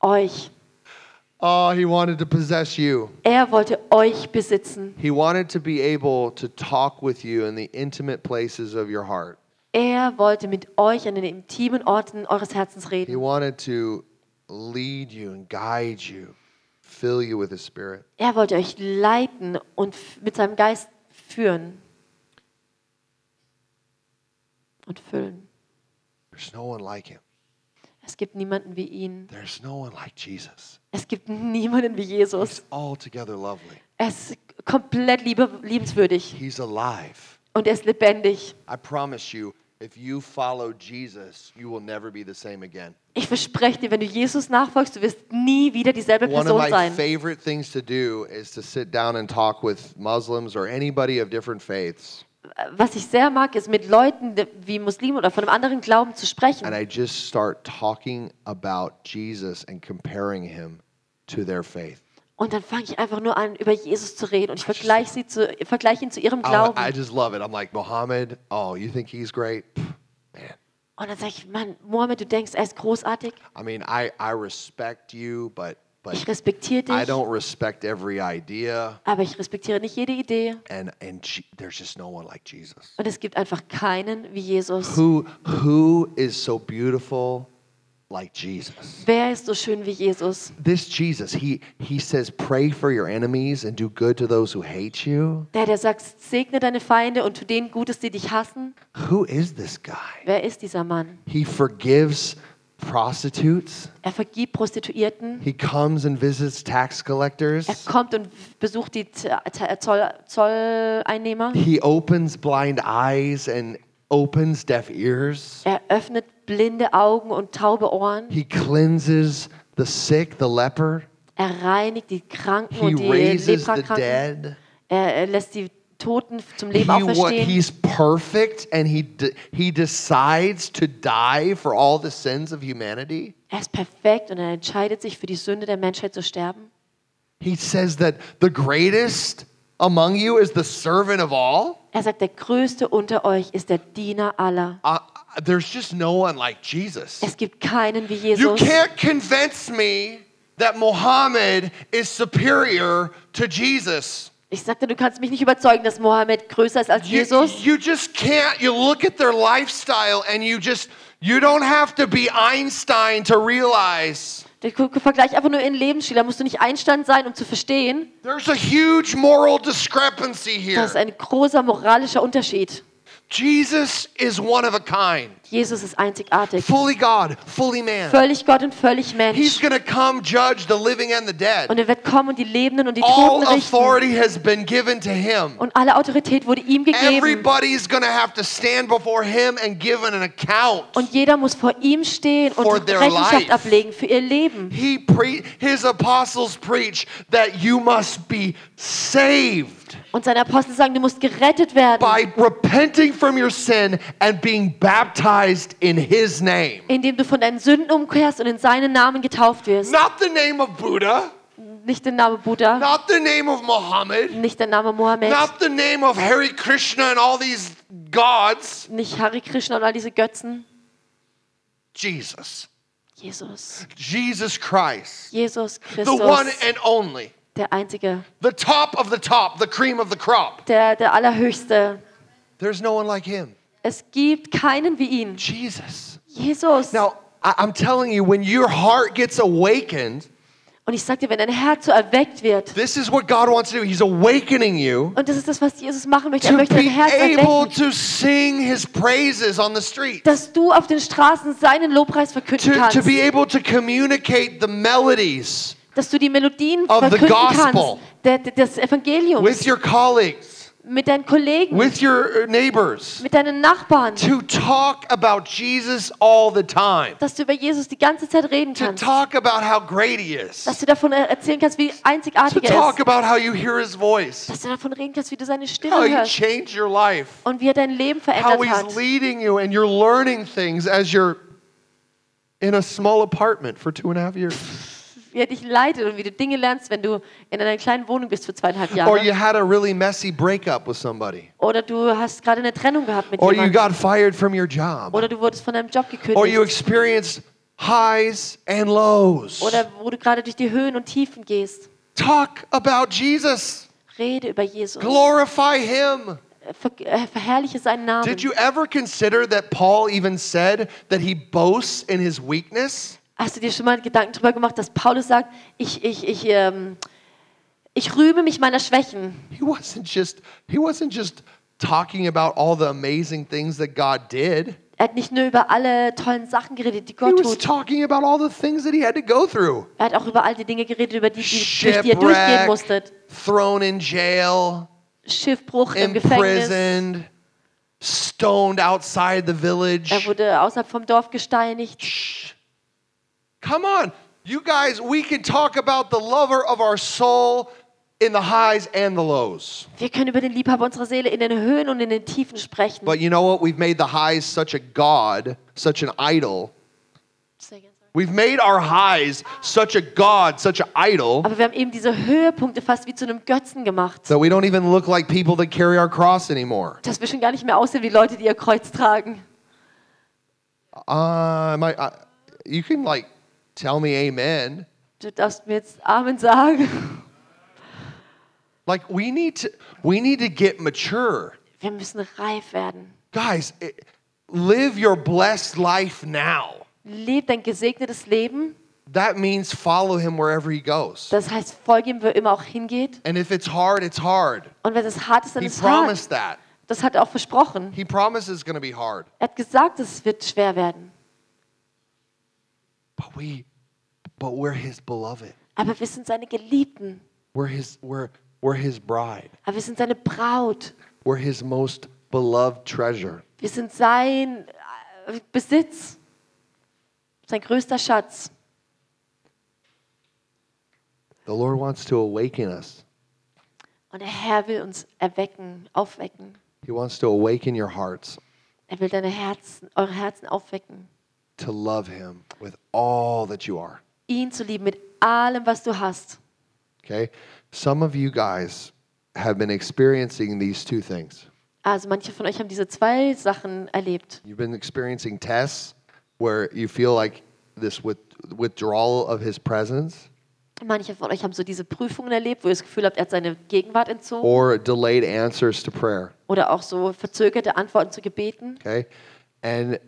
[SPEAKER 2] euch.
[SPEAKER 1] Oh, he wanted to possess you.
[SPEAKER 2] Er wollte euch besitzen.
[SPEAKER 1] He wanted to be able to talk with you in the intimate places of your heart.
[SPEAKER 2] Er wollte mit euch an den intimen Orten eures Herzens
[SPEAKER 1] He
[SPEAKER 2] reden.
[SPEAKER 1] wanted to lead you and guide you, fill you with his spirit.
[SPEAKER 2] Er wollte euch leiten und f- mit seinem Geist führen und füllen.
[SPEAKER 1] There's no one like him.
[SPEAKER 2] Es gibt niemanden wie ihn.
[SPEAKER 1] There's no one like Jesus.
[SPEAKER 2] Es gibt niemanden wie Jesus.
[SPEAKER 1] He's altogether lovely.
[SPEAKER 2] Er ist komplett liebe, liebenswürdig
[SPEAKER 1] He's alive.
[SPEAKER 2] und er ist lebendig.
[SPEAKER 1] I promise you, if you follow Jesus, you will never be the same again.
[SPEAKER 2] Ich verspreche dir, wenn du Jesus nachfolgst, du wirst nie wieder dieselbe
[SPEAKER 1] One of
[SPEAKER 2] Person
[SPEAKER 1] my
[SPEAKER 2] sein.
[SPEAKER 1] favorite things to do is to sit down and talk with Muslims or anybody of different faiths.
[SPEAKER 2] Was ich sehr mag, ist mit Leuten wie Muslimen oder von einem anderen Glauben zu
[SPEAKER 1] And
[SPEAKER 2] sprechen.
[SPEAKER 1] I just start talking about Jesus and comparing him to their faith.
[SPEAKER 2] Und dann fange ich einfach nur an, über Jesus zu reden und ich vergleiche sie zu, vergleiche ihn zu ihrem
[SPEAKER 1] Oh,
[SPEAKER 2] Glauben.
[SPEAKER 1] I just love it. I'm like, Mohammed, oh, you think he's great? Pff, Man.
[SPEAKER 2] Und dann sage ich, Mann, Mohammed, du denkst, er ist großartig.
[SPEAKER 1] I mean, I, I respect you, but,
[SPEAKER 2] Ich
[SPEAKER 1] but
[SPEAKER 2] respektiere
[SPEAKER 1] I
[SPEAKER 2] dich,
[SPEAKER 1] don't respect every idea.
[SPEAKER 2] aber ich respektiere nicht jede Idee.
[SPEAKER 1] And, and Je- there's just no one like Jesus.
[SPEAKER 2] Und es gibt einfach keinen wie Jesus.
[SPEAKER 1] Who, who is so beautiful like Jesus?
[SPEAKER 2] Wer ist so schön wie Jesus?
[SPEAKER 1] this Jesus, he, he says, pray for your enemies and do good to those who hate you.
[SPEAKER 2] Der, der sagt, segne deine Feinde und tu denen Gutes, die dich hassen.
[SPEAKER 1] Who is this guy?
[SPEAKER 2] Wer ist dieser Mann?
[SPEAKER 1] He forgives prostitutes.
[SPEAKER 2] Er vergibt Prostituierten.
[SPEAKER 1] He comes and visits tax
[SPEAKER 2] Er
[SPEAKER 1] collectors.
[SPEAKER 2] kommt und besucht die Z- Z- Zoll, Zolleinnehmer.
[SPEAKER 1] He opens blind eyes and opens deaf ears.
[SPEAKER 2] Er öffnet blinde Augen und taube Ohren.
[SPEAKER 1] He cleanses the sick, the leper.
[SPEAKER 2] Er reinigt die Kranken
[SPEAKER 1] He
[SPEAKER 2] und die
[SPEAKER 1] raises the
[SPEAKER 2] Leprakranken.
[SPEAKER 1] dead.
[SPEAKER 2] Er, er lässt die Toten zum
[SPEAKER 1] He,
[SPEAKER 2] Leben
[SPEAKER 1] wa-
[SPEAKER 2] auferstehen.
[SPEAKER 1] he's perfect and he, de- he decides to die for all the sins of humanity.
[SPEAKER 2] Er ist perfekt und er entscheidet sich für die Sünde der Menschheit zu sterben.
[SPEAKER 1] He says that the greatest among you is the servant of all.
[SPEAKER 2] Er sagt, der Größte unter euch ist der Diener aller.
[SPEAKER 1] Uh, there's just no one like Jesus.
[SPEAKER 2] Es gibt keinen wie
[SPEAKER 1] You
[SPEAKER 2] Jesus.
[SPEAKER 1] can't convince me that Muhammad is superior to Jesus.
[SPEAKER 2] Ich sagte, du kannst mich nicht überzeugen, dass Mohammed größer ist als
[SPEAKER 1] You,
[SPEAKER 2] Jesus.
[SPEAKER 1] you just can't. You look at their lifestyle and you just, you don't have to be Einstein to realize
[SPEAKER 2] Der Ku- Vergleich einfach nur in Lebensstil. Da musst du nicht Einstand sein, um zu verstehen.
[SPEAKER 1] there's a huge moral discrepancy here.
[SPEAKER 2] Das ist ein großer moralischer Unterschied.
[SPEAKER 1] Jesus is one of a kind,
[SPEAKER 2] Jesus ist einzigartig.
[SPEAKER 1] fully God, fully man.
[SPEAKER 2] Völlig Gott und völlig
[SPEAKER 1] He's
[SPEAKER 2] Mensch.
[SPEAKER 1] going to come judge the living and the
[SPEAKER 2] Und
[SPEAKER 1] dead.
[SPEAKER 2] er wird kommen und die Lebenden und die
[SPEAKER 1] All
[SPEAKER 2] Toten richten.
[SPEAKER 1] authority has been given to him.
[SPEAKER 2] Und alle Autorität wurde ihm gegeben.
[SPEAKER 1] Everybody's going to have to stand before him and give an account.
[SPEAKER 2] Und jeder muss vor ihm stehen und
[SPEAKER 1] For their
[SPEAKER 2] Rechenschaft
[SPEAKER 1] life.
[SPEAKER 2] ablegen für ihr Leben.
[SPEAKER 1] He pre- his apostles preach that you must be saved
[SPEAKER 2] Und seine Apostel sagen, du musst gerettet werden.
[SPEAKER 1] by repenting from your sin and being baptized in his name.
[SPEAKER 2] indem du von deinen Sünden umkehrst und in seinen Namen getauft wirst.
[SPEAKER 1] Not the name of Buddha,
[SPEAKER 2] Nicht den Namen Buddha,
[SPEAKER 1] not the name of Muhammad,
[SPEAKER 2] nicht der Name Mohammed,
[SPEAKER 1] not the name of Hare Krishna and all these gods.
[SPEAKER 2] nicht Hare Krishna und all diese Götzen.
[SPEAKER 1] Jesus.
[SPEAKER 2] Jesus.
[SPEAKER 1] Jesus Christ,
[SPEAKER 2] Jesus
[SPEAKER 1] the one
[SPEAKER 2] Christus,
[SPEAKER 1] and only,
[SPEAKER 2] der Einzige,
[SPEAKER 1] the top of the top, the cream of the crop.
[SPEAKER 2] der, der Allerhöchste.
[SPEAKER 1] There's no one like him.
[SPEAKER 2] Es gibt keinen wie ihn.
[SPEAKER 1] Jesus.
[SPEAKER 2] Jesus.
[SPEAKER 1] Now, I- I'm telling you, when your heart gets awakened,
[SPEAKER 2] Und ich sag dir, wenn dein Herz so erweckt wird,
[SPEAKER 1] this is what God wants to do. He's awakening you
[SPEAKER 2] und das ist das, was Jesus machen möchte, er
[SPEAKER 1] to
[SPEAKER 2] möchte dein
[SPEAKER 1] be
[SPEAKER 2] Herz
[SPEAKER 1] able
[SPEAKER 2] erwecken,
[SPEAKER 1] to sing his praises on the street,
[SPEAKER 2] dass du auf den Straßen seinen Lobpreis verkünden
[SPEAKER 1] to, to
[SPEAKER 2] kannst,
[SPEAKER 1] be able to communicate the melodies
[SPEAKER 2] dass du die Melodien
[SPEAKER 1] Of the
[SPEAKER 2] verkünden
[SPEAKER 1] gospel.
[SPEAKER 2] kannst, der- der- des
[SPEAKER 1] with
[SPEAKER 2] Evangeliums,
[SPEAKER 1] your colleagues,
[SPEAKER 2] mit deinen Kollegen,
[SPEAKER 1] with your neighbors,
[SPEAKER 2] mit deinen Nachbarn,
[SPEAKER 1] to talk about Jesus all the time.
[SPEAKER 2] dass du über Jesus die ganze Zeit reden
[SPEAKER 1] to
[SPEAKER 2] kannst,
[SPEAKER 1] talk about how great he
[SPEAKER 2] dass
[SPEAKER 1] is,
[SPEAKER 2] du davon er- erzählen kannst, wie
[SPEAKER 1] to
[SPEAKER 2] einzigartig er
[SPEAKER 1] talk
[SPEAKER 2] ist,
[SPEAKER 1] about how you hear his voice,
[SPEAKER 2] dass du davon reden kannst, wie du seine
[SPEAKER 1] how
[SPEAKER 2] Stimme
[SPEAKER 1] you
[SPEAKER 2] hörst
[SPEAKER 1] changed your life,
[SPEAKER 2] und wie er dein Leben
[SPEAKER 1] how
[SPEAKER 2] verändert
[SPEAKER 1] he's
[SPEAKER 2] hat,
[SPEAKER 1] leading you, and you're learning things as you're in a small apartment for two and a half years.
[SPEAKER 2] wie er dich leitet und wie du Dinge lernst, wenn du in einer kleinen Wohnung bist für zweieinhalb
[SPEAKER 1] Or you
[SPEAKER 2] Jahre.
[SPEAKER 1] had a really messy breakup with somebody,
[SPEAKER 2] Oder du hast gerade eine Trennung gehabt mit
[SPEAKER 1] or you
[SPEAKER 2] jemandem.
[SPEAKER 1] got fired from your job,
[SPEAKER 2] Oder du wurdest von deinem Job
[SPEAKER 1] or you
[SPEAKER 2] gekündigt.
[SPEAKER 1] experienced highs and lows.
[SPEAKER 2] Oder wo du gerade durch die Höhen und Tiefen gehst.
[SPEAKER 1] Talk about Jesus,
[SPEAKER 2] Rede über Jesus.
[SPEAKER 1] glorify him.
[SPEAKER 2] Ver äh, verherrliche seinen Namen.
[SPEAKER 1] Did you ever consider that Paul even said that he boasts in his weakness?
[SPEAKER 2] Hast du dir schon mal Gedanken darüber gemacht, dass Paulus sagt, ich, ich, ich, ähm, ich rühme mich meiner Schwächen.
[SPEAKER 1] He wasn't just he wasn't just talking about all the amazing things that God did.
[SPEAKER 2] Er hat nicht nur über alle tollen Sachen geredet, die
[SPEAKER 1] He
[SPEAKER 2] Gott
[SPEAKER 1] was
[SPEAKER 2] tut.
[SPEAKER 1] talking about all the things that he had to go through.
[SPEAKER 2] Er hat auch über all die Dinge geredet, über die, die durch die ihr durchgehen musstet.
[SPEAKER 1] Shipwreck, thrown in jail,
[SPEAKER 2] Schiffbruch im Gefängnis.
[SPEAKER 1] imprisoned, stoned outside the
[SPEAKER 2] Er
[SPEAKER 1] village.
[SPEAKER 2] wurde außerhalb vom Dorf gesteinigt.
[SPEAKER 1] Shh. Come on, you guys, we can talk about the lover of our soul in the highs and the lows.
[SPEAKER 2] Wir können über den Liebhaber unserer Seele in den Höhen und in den Tiefen sprechen.
[SPEAKER 1] But you know what? We've made the highs such a god, such an idol. We've made our highs such a god, such an idol.
[SPEAKER 2] Aber wir haben eben diese Höhepunkte fast wie zu einem Götzen gemacht.
[SPEAKER 1] So we don't even look like people that carry our cross anymore.
[SPEAKER 2] Dass wir schon gar nicht mehr aussehen wie Leute, die ihr Kreuz tragen.
[SPEAKER 1] Uh, my, I, you can like tell me amen.
[SPEAKER 2] Du darfst mir jetzt Amen sagen.
[SPEAKER 1] Like we need to, we need to get mature,
[SPEAKER 2] Wir müssen reif werden.
[SPEAKER 1] guys. It, live your blessed life now.
[SPEAKER 2] Lebt ein gesegnetes Leben.
[SPEAKER 1] That means follow him wherever he goes.
[SPEAKER 2] Das heißt, folge ihm, wo er immer auch hingeht.
[SPEAKER 1] And if it's hard, it's hard.
[SPEAKER 2] Und wenn es hart ist, dann
[SPEAKER 1] He
[SPEAKER 2] ist es hart.
[SPEAKER 1] promised that.
[SPEAKER 2] Das hat er auch versprochen.
[SPEAKER 1] He promised it's going to be hard.
[SPEAKER 2] Er hat gesagt, es wird schwer werden.
[SPEAKER 1] But we, but we're his beloved.
[SPEAKER 2] Aber wir sind seine Geliebten.
[SPEAKER 1] We're his, we're, we're his bride.
[SPEAKER 2] Aber wir sind seine Braut.
[SPEAKER 1] We're his most beloved treasure.
[SPEAKER 2] Wir sind sein äh, Besitz. Sein größter Schatz.
[SPEAKER 1] The Lord wants to awaken us.
[SPEAKER 2] Und der Herr will uns erwecken, aufwecken.
[SPEAKER 1] He wants to awaken your hearts.
[SPEAKER 2] Er will deine Herzen, eure Herzen aufwecken.
[SPEAKER 1] to love him with all that you are.
[SPEAKER 2] Ihn zu lieben mit allem, was du hast.
[SPEAKER 1] Okay? Some of you guys have been experiencing these two things.
[SPEAKER 2] Also manche von euch haben diese zwei Sachen erlebt.
[SPEAKER 1] You've been experiencing tests where you feel like this with, withdrawal of his presence
[SPEAKER 2] Manche von euch haben so diese Prüfungen erlebt, wo ihr das Gefühl habt, er hat seine Gegenwart entzogen
[SPEAKER 1] or delayed answers to prayer.
[SPEAKER 2] oder auch so verzögerte Antworten zu Gebeten.
[SPEAKER 1] Okay? And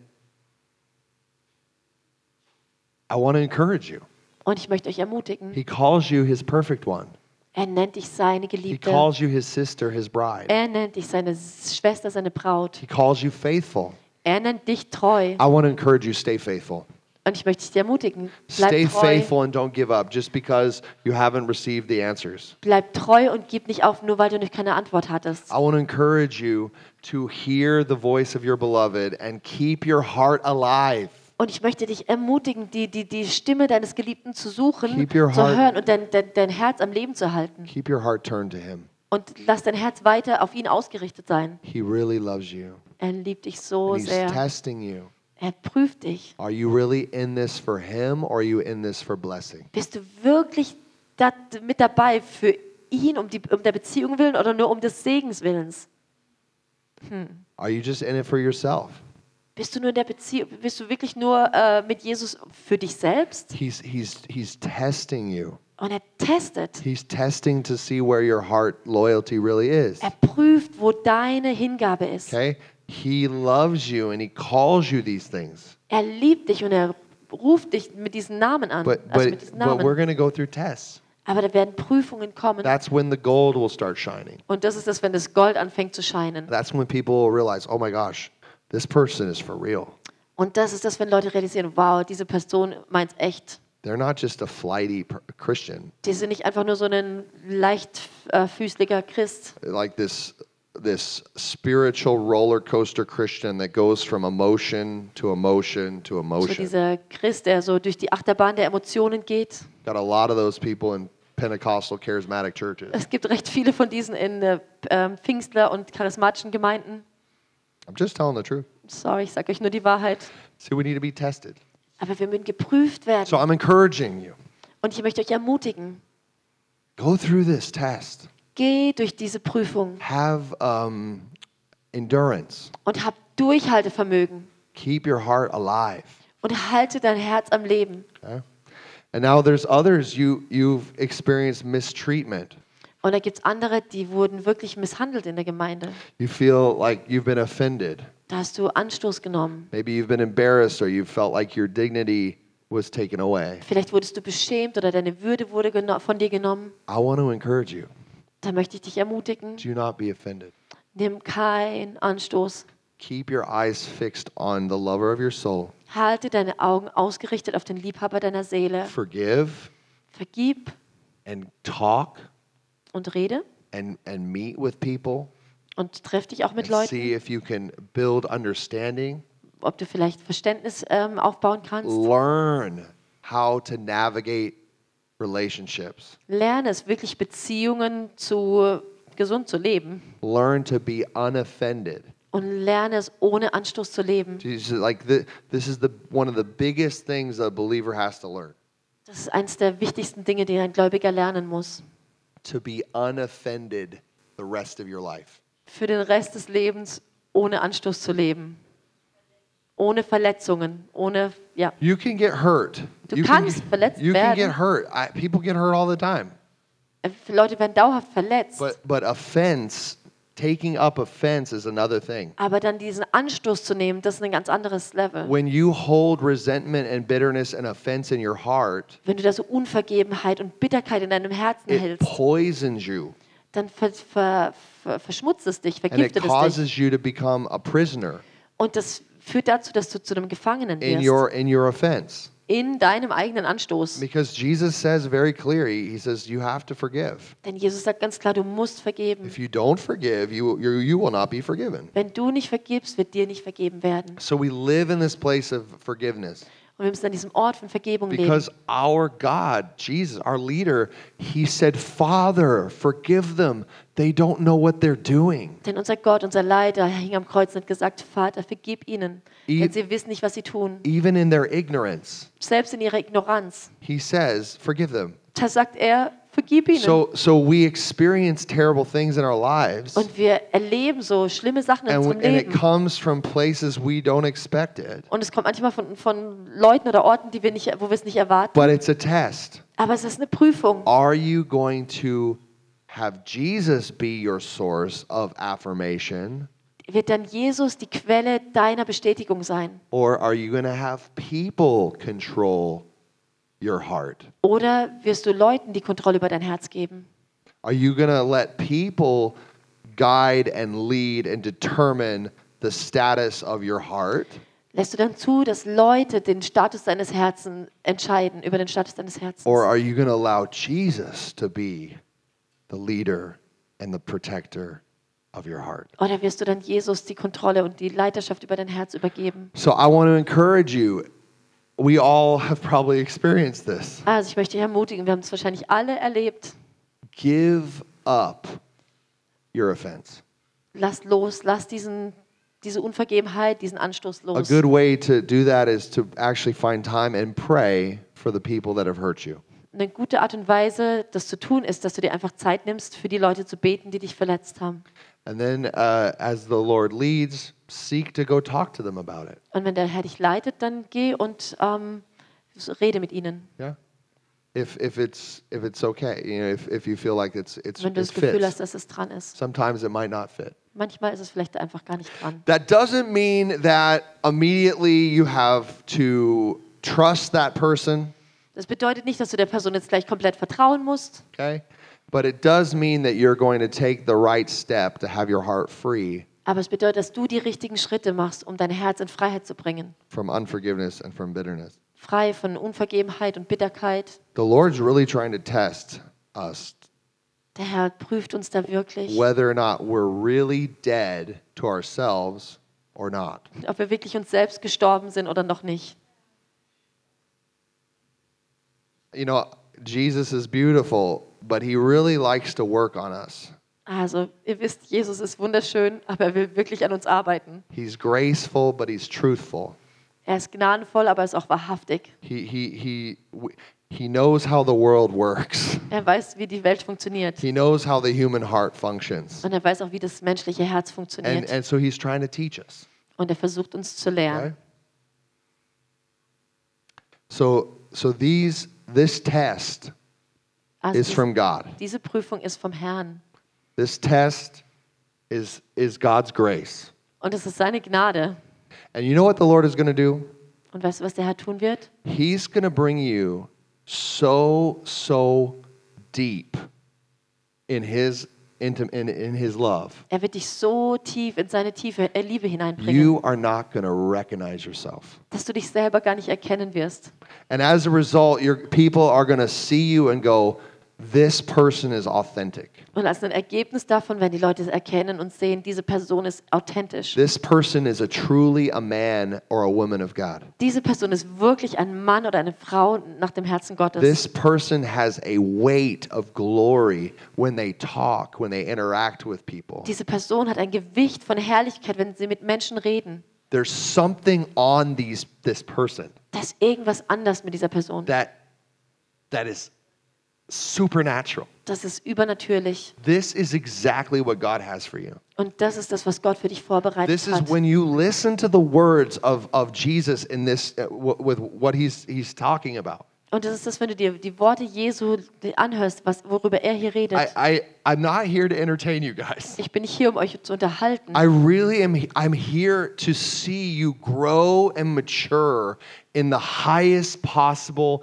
[SPEAKER 1] I want to encourage you.
[SPEAKER 2] Und ich möchte euch ermutigen.
[SPEAKER 1] He calls you his perfect one.
[SPEAKER 2] Er nennt dich seine
[SPEAKER 1] He
[SPEAKER 2] Geliebte.
[SPEAKER 1] calls you his sister, his bride.
[SPEAKER 2] Er nennt dich seine Schwester, seine Braut.
[SPEAKER 1] He calls you faithful.
[SPEAKER 2] Er nennt dich treu.
[SPEAKER 1] I want to encourage you stay faithful.
[SPEAKER 2] Und ich möchte dich ermutigen.
[SPEAKER 1] Stay
[SPEAKER 2] Bleib treu.
[SPEAKER 1] faithful and don't give up just because you haven't received the answers.
[SPEAKER 2] Bleib treu und gib nicht auf, nur weil du nicht keine Antwort hattest.
[SPEAKER 1] I want to encourage you to hear the voice of your beloved and keep your heart alive.
[SPEAKER 2] Und ich möchte dich ermutigen, die, die, die Stimme deines Geliebten zu suchen,
[SPEAKER 1] Keep your
[SPEAKER 2] zu
[SPEAKER 1] heart-
[SPEAKER 2] hören und dein, dein, dein Herz am Leben zu halten.
[SPEAKER 1] Keep your heart turned to him.
[SPEAKER 2] Und lass dein Herz weiter auf ihn ausgerichtet sein.
[SPEAKER 1] He really loves you.
[SPEAKER 2] Er liebt dich so
[SPEAKER 1] And he's
[SPEAKER 2] sehr.
[SPEAKER 1] testing you.
[SPEAKER 2] Er prüft dich.
[SPEAKER 1] Are you really in this for him or are you in this for blessing?
[SPEAKER 2] Bist du wirklich da, mit dabei für ihn, um, die, um der Beziehung willen oder nur um des Segens willens?
[SPEAKER 1] Are you just in it for yourself?
[SPEAKER 2] Bist du nur in der Beziehung, bist du wirklich nur äh, mit Jesus für dich selbst?
[SPEAKER 1] He's he's he's testing you.
[SPEAKER 2] Und er testet.
[SPEAKER 1] He's testing to see where your heart loyalty really is.
[SPEAKER 2] Er prüft, wo deine Hingabe ist.
[SPEAKER 1] Okay? He loves you and he calls you these things.
[SPEAKER 2] Er liebt dich und er ruft dich mit diesen Namen an.
[SPEAKER 1] But
[SPEAKER 2] also
[SPEAKER 1] but
[SPEAKER 2] mit diesen
[SPEAKER 1] but we're
[SPEAKER 2] Namen.
[SPEAKER 1] going to go through tests.
[SPEAKER 2] Aber da werden Prüfungen kommen.
[SPEAKER 1] That's when the gold will start shining.
[SPEAKER 2] Und das ist das, wenn das Gold anfängt zu scheinen.
[SPEAKER 1] That's when people will realize, oh my gosh, this person is for real.
[SPEAKER 2] Und das ist das, wenn Leute realisieren, wow, diese Person meint echt.
[SPEAKER 1] They're not just a flighty per- Christian,
[SPEAKER 2] Die sind nicht einfach nur so ein leichtfüßiger Christ,
[SPEAKER 1] like this this spiritual roller coaster Christian that goes from emotion to emotion to
[SPEAKER 2] so
[SPEAKER 1] emotion.
[SPEAKER 2] dieser Christ, der so durch die Achterbahn der Emotionen geht.
[SPEAKER 1] Got a lot of those people in Pentecostal charismatic churches.
[SPEAKER 2] Es gibt recht viele von diesen in äh, ähm, Pfingstler und charismatischen Gemeinden.
[SPEAKER 1] I'm just telling the truth.
[SPEAKER 2] Sorry, ich sage euch nur die Wahrheit.
[SPEAKER 1] See, we need to be tested.
[SPEAKER 2] Aber wir müssen geprüft werden.
[SPEAKER 1] So I'm encouraging you.
[SPEAKER 2] Und ich möchte euch ermutigen,
[SPEAKER 1] Go through this test.
[SPEAKER 2] geh durch diese Prüfung.
[SPEAKER 1] Have um, endurance.
[SPEAKER 2] und hab Durchhaltevermögen
[SPEAKER 1] keep your heart alive
[SPEAKER 2] und halte dein Herz am Leben.
[SPEAKER 1] okay? and now there's others you you've experienced mistreatment
[SPEAKER 2] Und da gibt es andere, die wurden wirklich misshandelt in der Gemeinde.
[SPEAKER 1] you feel like you've been offended
[SPEAKER 2] Da hast du Anstoß genommen.
[SPEAKER 1] maybe you've been embarrassed or you felt like your dignity was taken away
[SPEAKER 2] Vielleicht wurdest du beschämt oder deine Würde wurde geno- von dir genommen.
[SPEAKER 1] i want to encourage you
[SPEAKER 2] Da möchte ich dich ermutigen.
[SPEAKER 1] do not be offended
[SPEAKER 2] Nimm keinen Anstoß.
[SPEAKER 1] Keep your eyes fixed on the lover of your soul.
[SPEAKER 2] Halte deine Augen ausgerichtet auf den Liebhaber deiner Seele.
[SPEAKER 1] Forgive
[SPEAKER 2] Vergib
[SPEAKER 1] and talk
[SPEAKER 2] und rede
[SPEAKER 1] and, and meet with people.
[SPEAKER 2] und treff dich auch mit
[SPEAKER 1] and
[SPEAKER 2] Leuten,
[SPEAKER 1] see if you can build understanding.
[SPEAKER 2] ob du vielleicht Verständnis ähm, aufbauen
[SPEAKER 1] Oh.
[SPEAKER 2] kannst.
[SPEAKER 1] Learn how to navigate relationships.
[SPEAKER 2] Lerne es wirklich Beziehungen zu gesund zu leben
[SPEAKER 1] Learn to be unoffended.
[SPEAKER 2] und lerne es ohne Anstoß zu leben.
[SPEAKER 1] Jesus, like the, this is the one of the biggest things a believer has to learn
[SPEAKER 2] Das ist eines der wichtigsten Dinge, die ein Gläubiger lernen muss.
[SPEAKER 1] to be unoffended the rest of your life.
[SPEAKER 2] Für den Rest des Lebens ohne Anstoß zu leben. Ohne Verletzungen, ohne ja,
[SPEAKER 1] You can get hurt.
[SPEAKER 2] Du
[SPEAKER 1] you can,
[SPEAKER 2] kannst
[SPEAKER 1] get-
[SPEAKER 2] verletzt
[SPEAKER 1] you can
[SPEAKER 2] werden.
[SPEAKER 1] get hurt. I, people get hurt all the time.
[SPEAKER 2] Äh, Leute werden dauerhaft verletzt.
[SPEAKER 1] But but offense, taking up offense is another thing.
[SPEAKER 2] Aber dann diesen Anstoß zu nehmen, das ist ein ganz anderes Level.
[SPEAKER 1] When you hold resentment and bitterness and offense in your heart,
[SPEAKER 2] Wenn du da so Unvergebenheit und Bitterkeit in deinem Herzen
[SPEAKER 1] it
[SPEAKER 2] hältst,
[SPEAKER 1] poisons you
[SPEAKER 2] dann ver ver ver verschmutzt es dich,
[SPEAKER 1] and it
[SPEAKER 2] vergiftet es dich.
[SPEAKER 1] causes you to become a prisoner
[SPEAKER 2] Und das führt dazu, dass du zu einem Gefangenen
[SPEAKER 1] in
[SPEAKER 2] wirst.
[SPEAKER 1] your in your offense.
[SPEAKER 2] In deinem eigenen Anstoß.
[SPEAKER 1] Because Jesus says very clearly, he says you have to forgive.
[SPEAKER 2] Denn Jesus sagt ganz klar, du musst vergeben.
[SPEAKER 1] If you don't forgive, you you, you will not be forgiven.
[SPEAKER 2] Wenn du nicht vergibst, wird dir nicht vergeben werden.
[SPEAKER 1] So we live in this place of forgiveness.
[SPEAKER 2] Und wir müssen an diesem Ort von Vergebung leben.
[SPEAKER 1] Because our God, Jesus, our leader, he said, Father, forgive them. They don't know what they're doing.
[SPEAKER 2] Denn unser Gott, unser Leiter, hing am Kreuz und hat gesagt, Vater, vergib ihnen,
[SPEAKER 1] I-
[SPEAKER 2] denn sie wissen nicht, was sie tun.
[SPEAKER 1] Even in their ignorance,
[SPEAKER 2] Selbst in ihrer Ignoranz.
[SPEAKER 1] he says, forgive them.
[SPEAKER 2] Da sagt er, vergib ihnen.
[SPEAKER 1] So, so we experience terrible things in our lives,
[SPEAKER 2] und wir erleben so schlimme Sachen in
[SPEAKER 1] and,
[SPEAKER 2] unserem
[SPEAKER 1] we- and it
[SPEAKER 2] Leben.
[SPEAKER 1] comes from places we don't expect it.
[SPEAKER 2] Und es kommt manchmal von, von Leuten oder Orten, die wir nicht, wo wir es nicht erwarten.
[SPEAKER 1] But it's a test.
[SPEAKER 2] Aber es ist eine Prüfung.
[SPEAKER 1] Are you going to have Jesus be your source of affirmation,
[SPEAKER 2] Wird dann Jesus die Quelle deiner Bestätigung sein?
[SPEAKER 1] or are you going to have people control your heart?
[SPEAKER 2] Oder wirst du Leuten die Kontrolle über dein Herz geben?
[SPEAKER 1] Are you going to let people guide and lead and determine the status of your heart?
[SPEAKER 2] Lässt du dann zu, dass Leute den Status deines Herzens entscheiden, über den Status deines Herzens?
[SPEAKER 1] Or are you going to allow Jesus to be the leader and the protector of your heart?
[SPEAKER 2] Oder wirst du dann Jesus die Kontrolle und die Leiterschaft über dein Herz übergeben?
[SPEAKER 1] So I want to encourage you. We all have probably experienced this.
[SPEAKER 2] Also ich möchte dich ermutigen, wir haben es wahrscheinlich alle erlebt.
[SPEAKER 1] Give up your offense.
[SPEAKER 2] Lass los, lass diesen, diese Unvergebenheit, diesen Anstoß
[SPEAKER 1] A
[SPEAKER 2] los.
[SPEAKER 1] good way to do that is to actually find time and pray for the people that have hurt you.
[SPEAKER 2] Eine gute Art und Weise, das zu tun, ist, dass du dir einfach Zeit nimmst, für die Leute zu beten, die dich verletzt haben.
[SPEAKER 1] And then, uh, as the Lord leads, seek to go talk to them about it.
[SPEAKER 2] Und wenn der Herr dich leitet, dann geh und ähm, rede mit ihnen,
[SPEAKER 1] Yeah. If if it's if it's okay, you know, if, if you feel like it's it's
[SPEAKER 2] wenn du
[SPEAKER 1] it
[SPEAKER 2] das Gefühl
[SPEAKER 1] fits.
[SPEAKER 2] hast, dass es dran ist.
[SPEAKER 1] Sometimes it might not fit.
[SPEAKER 2] Manchmal ist es vielleicht einfach gar nicht dran.
[SPEAKER 1] That doesn't mean that immediately you have to trust that person,
[SPEAKER 2] Das bedeutet nicht, dass du der Person jetzt gleich komplett vertrauen musst,
[SPEAKER 1] okay? But it does mean that you're going to take the right step to have your heart free
[SPEAKER 2] aber es bedeutet, dass du die richtigen Schritte machst, um dein Herz in Freiheit zu bringen.
[SPEAKER 1] from unforgiveness and from bitterness.
[SPEAKER 2] Frei von Unvergebenheit und Bitterkeit.
[SPEAKER 1] The Lord's really trying to test us
[SPEAKER 2] Der Herr prüft uns da wirklich,
[SPEAKER 1] whether or not we're really dead to ourselves or not.
[SPEAKER 2] ob wir wirklich uns selbst gestorben sind oder noch nicht.
[SPEAKER 1] You know, Jesus is beautiful, but he really likes to work on us.
[SPEAKER 2] Also, ihr wisst, Jesus ist wunderschön, aber er will wirklich an uns arbeiten.
[SPEAKER 1] He's graceful, but he's truthful.
[SPEAKER 2] Er ist gnadenvoll, aber er ist auch wahrhaftig.
[SPEAKER 1] He, he, he, w- he knows how the world works, [laughs]
[SPEAKER 2] Er weiß, wie die Welt funktioniert.
[SPEAKER 1] he knows how the human heart functions.
[SPEAKER 2] Und er weiß auch, wie das menschliche Herz
[SPEAKER 1] And,
[SPEAKER 2] funktioniert.
[SPEAKER 1] and so he's trying to teach us.
[SPEAKER 2] Und er versucht uns zu
[SPEAKER 1] Okay?
[SPEAKER 2] lernen.
[SPEAKER 1] So, so these, this test
[SPEAKER 2] Also,
[SPEAKER 1] is
[SPEAKER 2] dies-
[SPEAKER 1] from God.
[SPEAKER 2] diese Prüfung ist vom Herrn.
[SPEAKER 1] This test is, is God's grace.
[SPEAKER 2] Und es ist seine Gnade.
[SPEAKER 1] And you know what the Lord is going to do?
[SPEAKER 2] Und weißt du, was der Herr tun wird?
[SPEAKER 1] He's going to bring you so so deep in his intim- in, in his love,
[SPEAKER 2] Er wird dich so tief in seine tiefe äh, Liebe hineinbringen,
[SPEAKER 1] you are not going to recognize yourself.
[SPEAKER 2] dass du dich selber gar nicht erkennen wirst.
[SPEAKER 1] And as a result, your people are going to see you and go, this person is authentic.
[SPEAKER 2] Und als ein Ergebnis davon werden die Leute es erkennen und sehen, diese Person ist authentisch.
[SPEAKER 1] This person is a truly a man or a woman of God.
[SPEAKER 2] Diese Person ist wirklich ein Mann oder eine Frau nach dem Herzen Gottes.
[SPEAKER 1] This person has a weight of glory when they talk, when they interact with people.
[SPEAKER 2] Diese Person hat ein Gewicht von Herrlichkeit, wenn sie mit Menschen reden.
[SPEAKER 1] There's something on these this person
[SPEAKER 2] Da ist irgendwas anders mit dieser Person.
[SPEAKER 1] that that is supernatural.
[SPEAKER 2] Das ist übernatürlich.
[SPEAKER 1] This is exactly what God has for you.
[SPEAKER 2] Und das ist das, was Gott für dich vorbereitet
[SPEAKER 1] This is
[SPEAKER 2] hat.
[SPEAKER 1] when you listen to the words of, of Jesus in this uh, w- with what he's he's talking about.
[SPEAKER 2] Und das ist das, wenn du dir die Worte Jesu anhörst, was, worüber er hier redet.
[SPEAKER 1] I, I I'm not here to entertain you guys.
[SPEAKER 2] ich bin nicht hier, um euch zu unterhalten.
[SPEAKER 1] I really am he- I'm here to see you grow and mature in the highest possible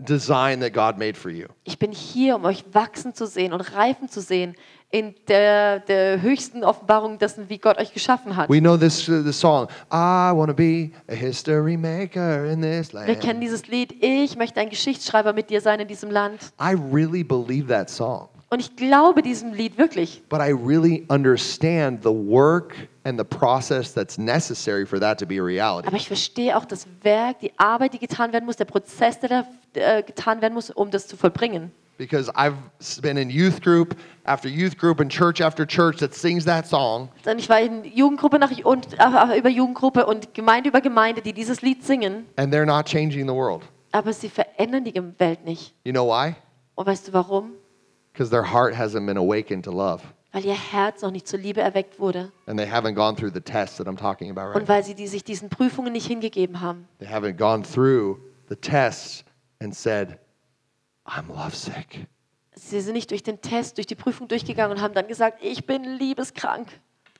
[SPEAKER 1] design that God made for you.
[SPEAKER 2] ich bin hier, um euch wachsen zu sehen und reifen zu sehen in der, der höchsten Offenbarung dessen, wie Gott euch geschaffen hat.
[SPEAKER 1] We know this uh, the song, I want to be a history maker in this
[SPEAKER 2] Wir kennen
[SPEAKER 1] land.
[SPEAKER 2] dieses Lied, ich möchte ein Geschichtsschreiber mit dir sein in diesem Land.
[SPEAKER 1] I really believe that song,
[SPEAKER 2] Und ich glaube diesem Lied wirklich.
[SPEAKER 1] but I really understand the work and the process that's necessary for that to be a reality.
[SPEAKER 2] Aber ich verstehe auch das Werk, die Arbeit, die getan werden muss, der Prozess, der da äh, getan werden muss, um das zu vollbringen.
[SPEAKER 1] Because I've s- been in youth group after youth group and church after church that sings that song.
[SPEAKER 2] Denn ich war in Jugendgruppe nach, und, äh, über Jugendgruppe und Gemeinde über Gemeinde, die dieses Lied singen,
[SPEAKER 1] and they're not changing the world.
[SPEAKER 2] aber sie verändern die Welt nicht.
[SPEAKER 1] You know why?
[SPEAKER 2] Und weißt du warum?
[SPEAKER 1] Because their heart hasn't been awakened to love,
[SPEAKER 2] Weil ihr Herz noch nicht zur Liebe erweckt wurde
[SPEAKER 1] and they haven't gone through the test that I'm talking about right
[SPEAKER 2] und
[SPEAKER 1] now.
[SPEAKER 2] weil sie die, sich diesen Prüfungen nicht hingegeben haben.
[SPEAKER 1] They haven't gone through the tests and said, "I'm lovesick.
[SPEAKER 2] Sie sind nicht durch den Test, durch die Prüfung durchgegangen und haben dann gesagt, ich bin liebeskrank.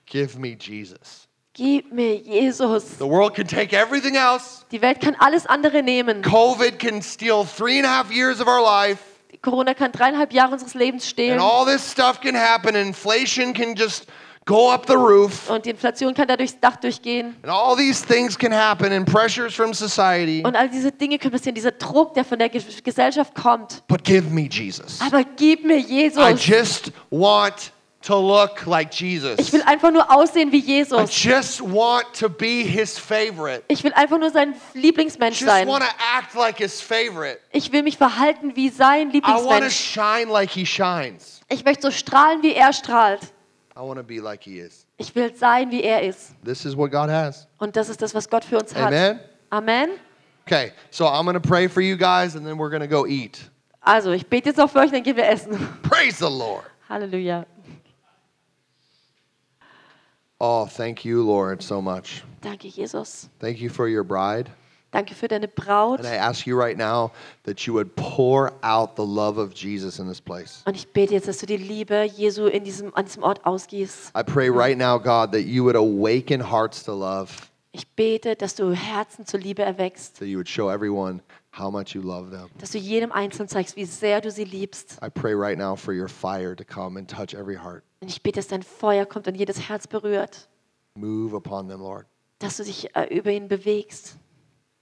[SPEAKER 1] Give me Jesus."
[SPEAKER 2] Gib mir Jesus.
[SPEAKER 1] The world can take everything else.
[SPEAKER 2] Die Welt kann alles andere nehmen.
[SPEAKER 1] COVID can steal three and a half years of our life,
[SPEAKER 2] Corona kann dreieinhalb Jahre unseres Lebens
[SPEAKER 1] and
[SPEAKER 2] stehlen
[SPEAKER 1] all this stuff can happen. Inflation can just go up the roof,
[SPEAKER 2] und die Inflation kann da durchs Dach durchgehen.
[SPEAKER 1] and all these things can happen, and pressures from society.
[SPEAKER 2] Und all diese Dinge können passieren, dieser Druck, der von der Ge- Gesellschaft kommt.
[SPEAKER 1] But give me Jesus.
[SPEAKER 2] Aber gib mir
[SPEAKER 1] I
[SPEAKER 2] Jesus.
[SPEAKER 1] just want to look like
[SPEAKER 2] Ich
[SPEAKER 1] Jesus.
[SPEAKER 2] will einfach nur aussehen wie
[SPEAKER 1] I
[SPEAKER 2] Jesus.
[SPEAKER 1] just want to be his favorite.
[SPEAKER 2] Ich will einfach nur sein Lieblingsmensch
[SPEAKER 1] Just
[SPEAKER 2] sein.
[SPEAKER 1] want to act like his favorite.
[SPEAKER 2] Ich will mich verhalten wie sein
[SPEAKER 1] I want to
[SPEAKER 2] Lieblingsmensch.
[SPEAKER 1] shine like he shines.
[SPEAKER 2] Ich möchte so strahlen, wie er strahlt.
[SPEAKER 1] I want to be like he is.
[SPEAKER 2] Ich will sein, wie er ist.
[SPEAKER 1] This is what God has.
[SPEAKER 2] Und das ist das, was Gott für uns hat.
[SPEAKER 1] Amen.
[SPEAKER 2] Amen.
[SPEAKER 1] Okay, so I'm going to pray for you guys and then we're going to go eat.
[SPEAKER 2] Also, ich bete jetzt noch für euch, dann gehen wir essen. [laughs]
[SPEAKER 1] Praise the Lord.
[SPEAKER 2] Halleluja.
[SPEAKER 1] Oh, thank you, Lord, so much.
[SPEAKER 2] Danke, Jesus.
[SPEAKER 1] Thank you for your bride.
[SPEAKER 2] Danke für deine Braut.
[SPEAKER 1] And I ask you right now that you would pour out the love of Jesus in this place.
[SPEAKER 2] Und ich bete jetzt, dass du die Liebe Jesu in diesem, an diesem Ort ausgießt.
[SPEAKER 1] I pray right now, God, that you would awaken hearts to love,
[SPEAKER 2] Ich bete, dass du Herzen zur Liebe erweckst.
[SPEAKER 1] that you would show everyone how much you love them.
[SPEAKER 2] Dass du jedem Einzelnen zeigst, wie sehr du sie liebst.
[SPEAKER 1] I pray right now for your fire to come and touch every heart.
[SPEAKER 2] Und ich bete, dass dein Feuer kommt und jedes Herz berührt.
[SPEAKER 1] Move upon them, Lord.
[SPEAKER 2] Dass du dich äh, über ihn bewegst.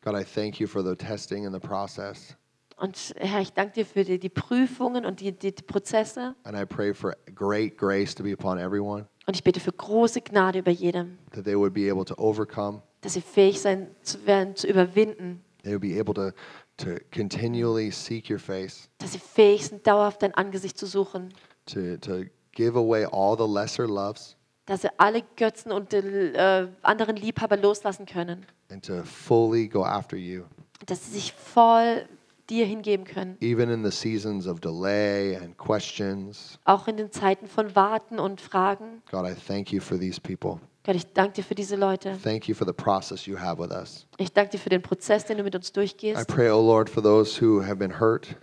[SPEAKER 1] God, I thank you for the testing and the process.
[SPEAKER 2] Und Herr, ich danke dir für die, die Prüfungen und die, die, die Prozesse.
[SPEAKER 1] And I pray for great grace to be upon everyone,
[SPEAKER 2] Und ich bete für große Gnade über jedem,
[SPEAKER 1] that they would be able to overcome,
[SPEAKER 2] dass sie fähig sein zu werden, zu überwinden,
[SPEAKER 1] they would be able to, to continually seek your face,
[SPEAKER 2] dass sie fähig sind, dauerhaft dein Angesicht zu suchen,
[SPEAKER 1] to, to give away all the lesser loves,
[SPEAKER 2] dass sie alle Götzen und äh, anderen Liebhaber loslassen können,
[SPEAKER 1] and to fully go after you.
[SPEAKER 2] dass sie sich voll dir hingeben können,
[SPEAKER 1] even in the seasons of delay and questions.
[SPEAKER 2] auch in den Zeiten von Warten und Fragen.
[SPEAKER 1] God, I thank you for these people.
[SPEAKER 2] Gott, ich danke dir für diese Leute.
[SPEAKER 1] Thank you for the process you have with us.
[SPEAKER 2] Ich danke dir für den Prozess, den du mit uns
[SPEAKER 1] I
[SPEAKER 2] durchgehst.
[SPEAKER 1] pray, O Lord, for those who have been hurt.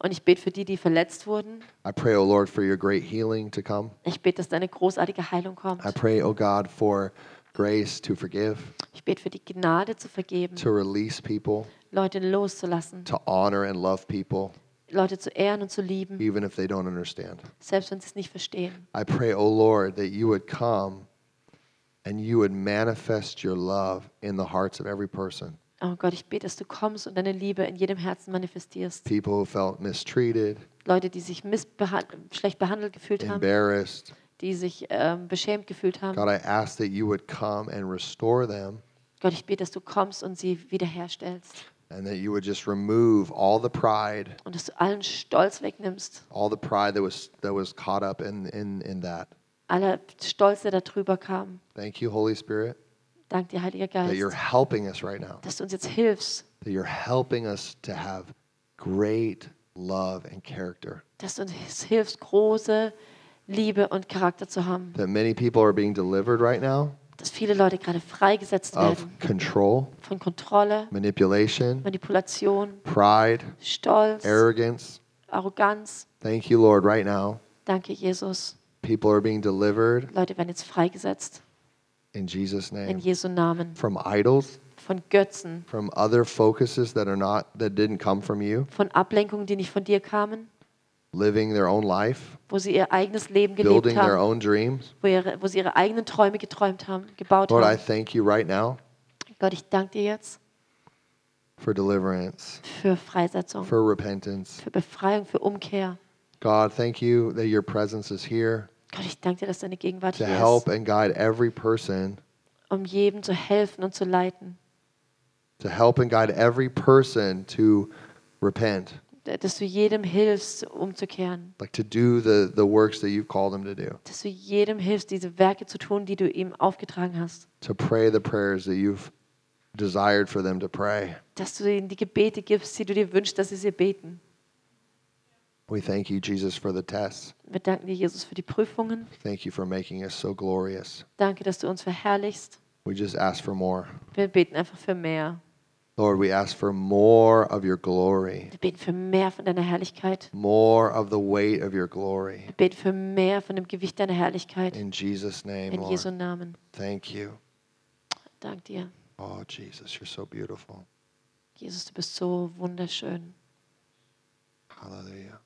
[SPEAKER 2] Und ich bete für die, die verletzt wurden.
[SPEAKER 1] I pray, O Lord, for your great healing to come.
[SPEAKER 2] Ich bete, dass deine großartige Heilung kommt.
[SPEAKER 1] I pray, O God, for grace to forgive,
[SPEAKER 2] Ich bete für die Gnade zu vergeben,
[SPEAKER 1] to release people,
[SPEAKER 2] Leute loszulassen,
[SPEAKER 1] to honor and love people,
[SPEAKER 2] Leute zu ehren und zu lieben,
[SPEAKER 1] even if they don't understand.
[SPEAKER 2] selbst wenn sie es nicht verstehen.
[SPEAKER 1] I pray, O Lord, that you would come and you would manifest your love in the hearts of every person.
[SPEAKER 2] Oh Gott, ich bete, dass du kommst und deine Liebe in jedem Herzen manifestierst.
[SPEAKER 1] People who felt mistreated,
[SPEAKER 2] Leute, die sich missbehan- schlecht behandelt gefühlt haben,
[SPEAKER 1] embarrassed.
[SPEAKER 2] die sich ähm, beschämt gefühlt haben.
[SPEAKER 1] God, I ask that you would come and restore them
[SPEAKER 2] Gott, ich bete, dass du kommst und sie wiederherstellst
[SPEAKER 1] and that you would just remove all the pride,
[SPEAKER 2] und dass du allen Stolz wegnimmst,
[SPEAKER 1] all the pride that was that was caught up in in, in that.
[SPEAKER 2] aller Stolz, der da drüber kam.
[SPEAKER 1] Thank you, Holy Spirit,
[SPEAKER 2] Dank dir, Heiliger
[SPEAKER 1] that you're
[SPEAKER 2] Geist,
[SPEAKER 1] helping us right now.
[SPEAKER 2] dass du uns jetzt hilfst,
[SPEAKER 1] That you're helping us to have great love and character.
[SPEAKER 2] dass du uns hilfst, große Liebe und Charakter zu haben.
[SPEAKER 1] That many people are being delivered right now
[SPEAKER 2] Dass viele Leute gerade freigesetzt
[SPEAKER 1] of
[SPEAKER 2] werden
[SPEAKER 1] control,
[SPEAKER 2] von Kontrolle,
[SPEAKER 1] manipulation,
[SPEAKER 2] Manipulation,
[SPEAKER 1] pride,
[SPEAKER 2] Stolz,
[SPEAKER 1] arrogance.
[SPEAKER 2] Arroganz.
[SPEAKER 1] Thank you, Lord, right now.
[SPEAKER 2] Danke, Jesus.
[SPEAKER 1] People are being delivered
[SPEAKER 2] Leute werden jetzt freigesetzt
[SPEAKER 1] in Jesus'
[SPEAKER 2] in
[SPEAKER 1] name
[SPEAKER 2] Jesu Namen
[SPEAKER 1] from idols,
[SPEAKER 2] von Götzen,
[SPEAKER 1] from other focuses that are not that didn't come from you,
[SPEAKER 2] von Ablenkungen, die nicht von dir kamen,
[SPEAKER 1] living their own life,
[SPEAKER 2] wo sie ihr eigenes Leben gelebt
[SPEAKER 1] building their
[SPEAKER 2] haben,
[SPEAKER 1] own dreams.
[SPEAKER 2] wo, ihre, wo sie ihre eigenen Träume geträumt haben, gebaut
[SPEAKER 1] Lord, I
[SPEAKER 2] haben.
[SPEAKER 1] thank you right now
[SPEAKER 2] Gott, ich danke dir jetzt
[SPEAKER 1] for deliverance,
[SPEAKER 2] für Freisetzung,
[SPEAKER 1] for repentance.
[SPEAKER 2] für Befreiung, für Umkehr.
[SPEAKER 1] God, thank you that your presence is here
[SPEAKER 2] Gott, ich danke dir, dass deine Gegenwart
[SPEAKER 1] to
[SPEAKER 2] hier
[SPEAKER 1] help
[SPEAKER 2] ist,
[SPEAKER 1] and guide every person,
[SPEAKER 2] um jedem zu helfen und zu leiten.
[SPEAKER 1] to help and guide every person to repent,
[SPEAKER 2] Dass du jedem hilfst, umzukehren.
[SPEAKER 1] like to do the, the works that you've called them to do,
[SPEAKER 2] Dass du jedem hilfst, diese Werke zu tun, die du ihm aufgetragen hast.
[SPEAKER 1] to pray the prayers that you've desired for them to pray.
[SPEAKER 2] Dass du ihnen die Gebete gibst, die du dir wünschst, dass sie sie beten.
[SPEAKER 1] We thank you, Jesus, for the tests.
[SPEAKER 2] Wir danken dir, Jesus, für die Prüfungen.
[SPEAKER 1] Thank you for making us so glorious.
[SPEAKER 2] Danke, dass du uns verherrlichst.
[SPEAKER 1] We just ask for more.
[SPEAKER 2] Wir beten einfach für mehr.
[SPEAKER 1] Lord, we ask for more of your glory,
[SPEAKER 2] Wir beten für mehr von deiner Herrlichkeit.
[SPEAKER 1] more of the weight of your glory.
[SPEAKER 2] Wir beten für mehr von dem Gewicht deiner Herrlichkeit.
[SPEAKER 1] In Jesus' name,
[SPEAKER 2] In
[SPEAKER 1] Lord.
[SPEAKER 2] Jesu Namen.
[SPEAKER 1] Thank you.
[SPEAKER 2] Dank dir.
[SPEAKER 1] Oh, Jesus, you're so beautiful.
[SPEAKER 2] Jesus, du bist so wunderschön.
[SPEAKER 1] Hallelujah.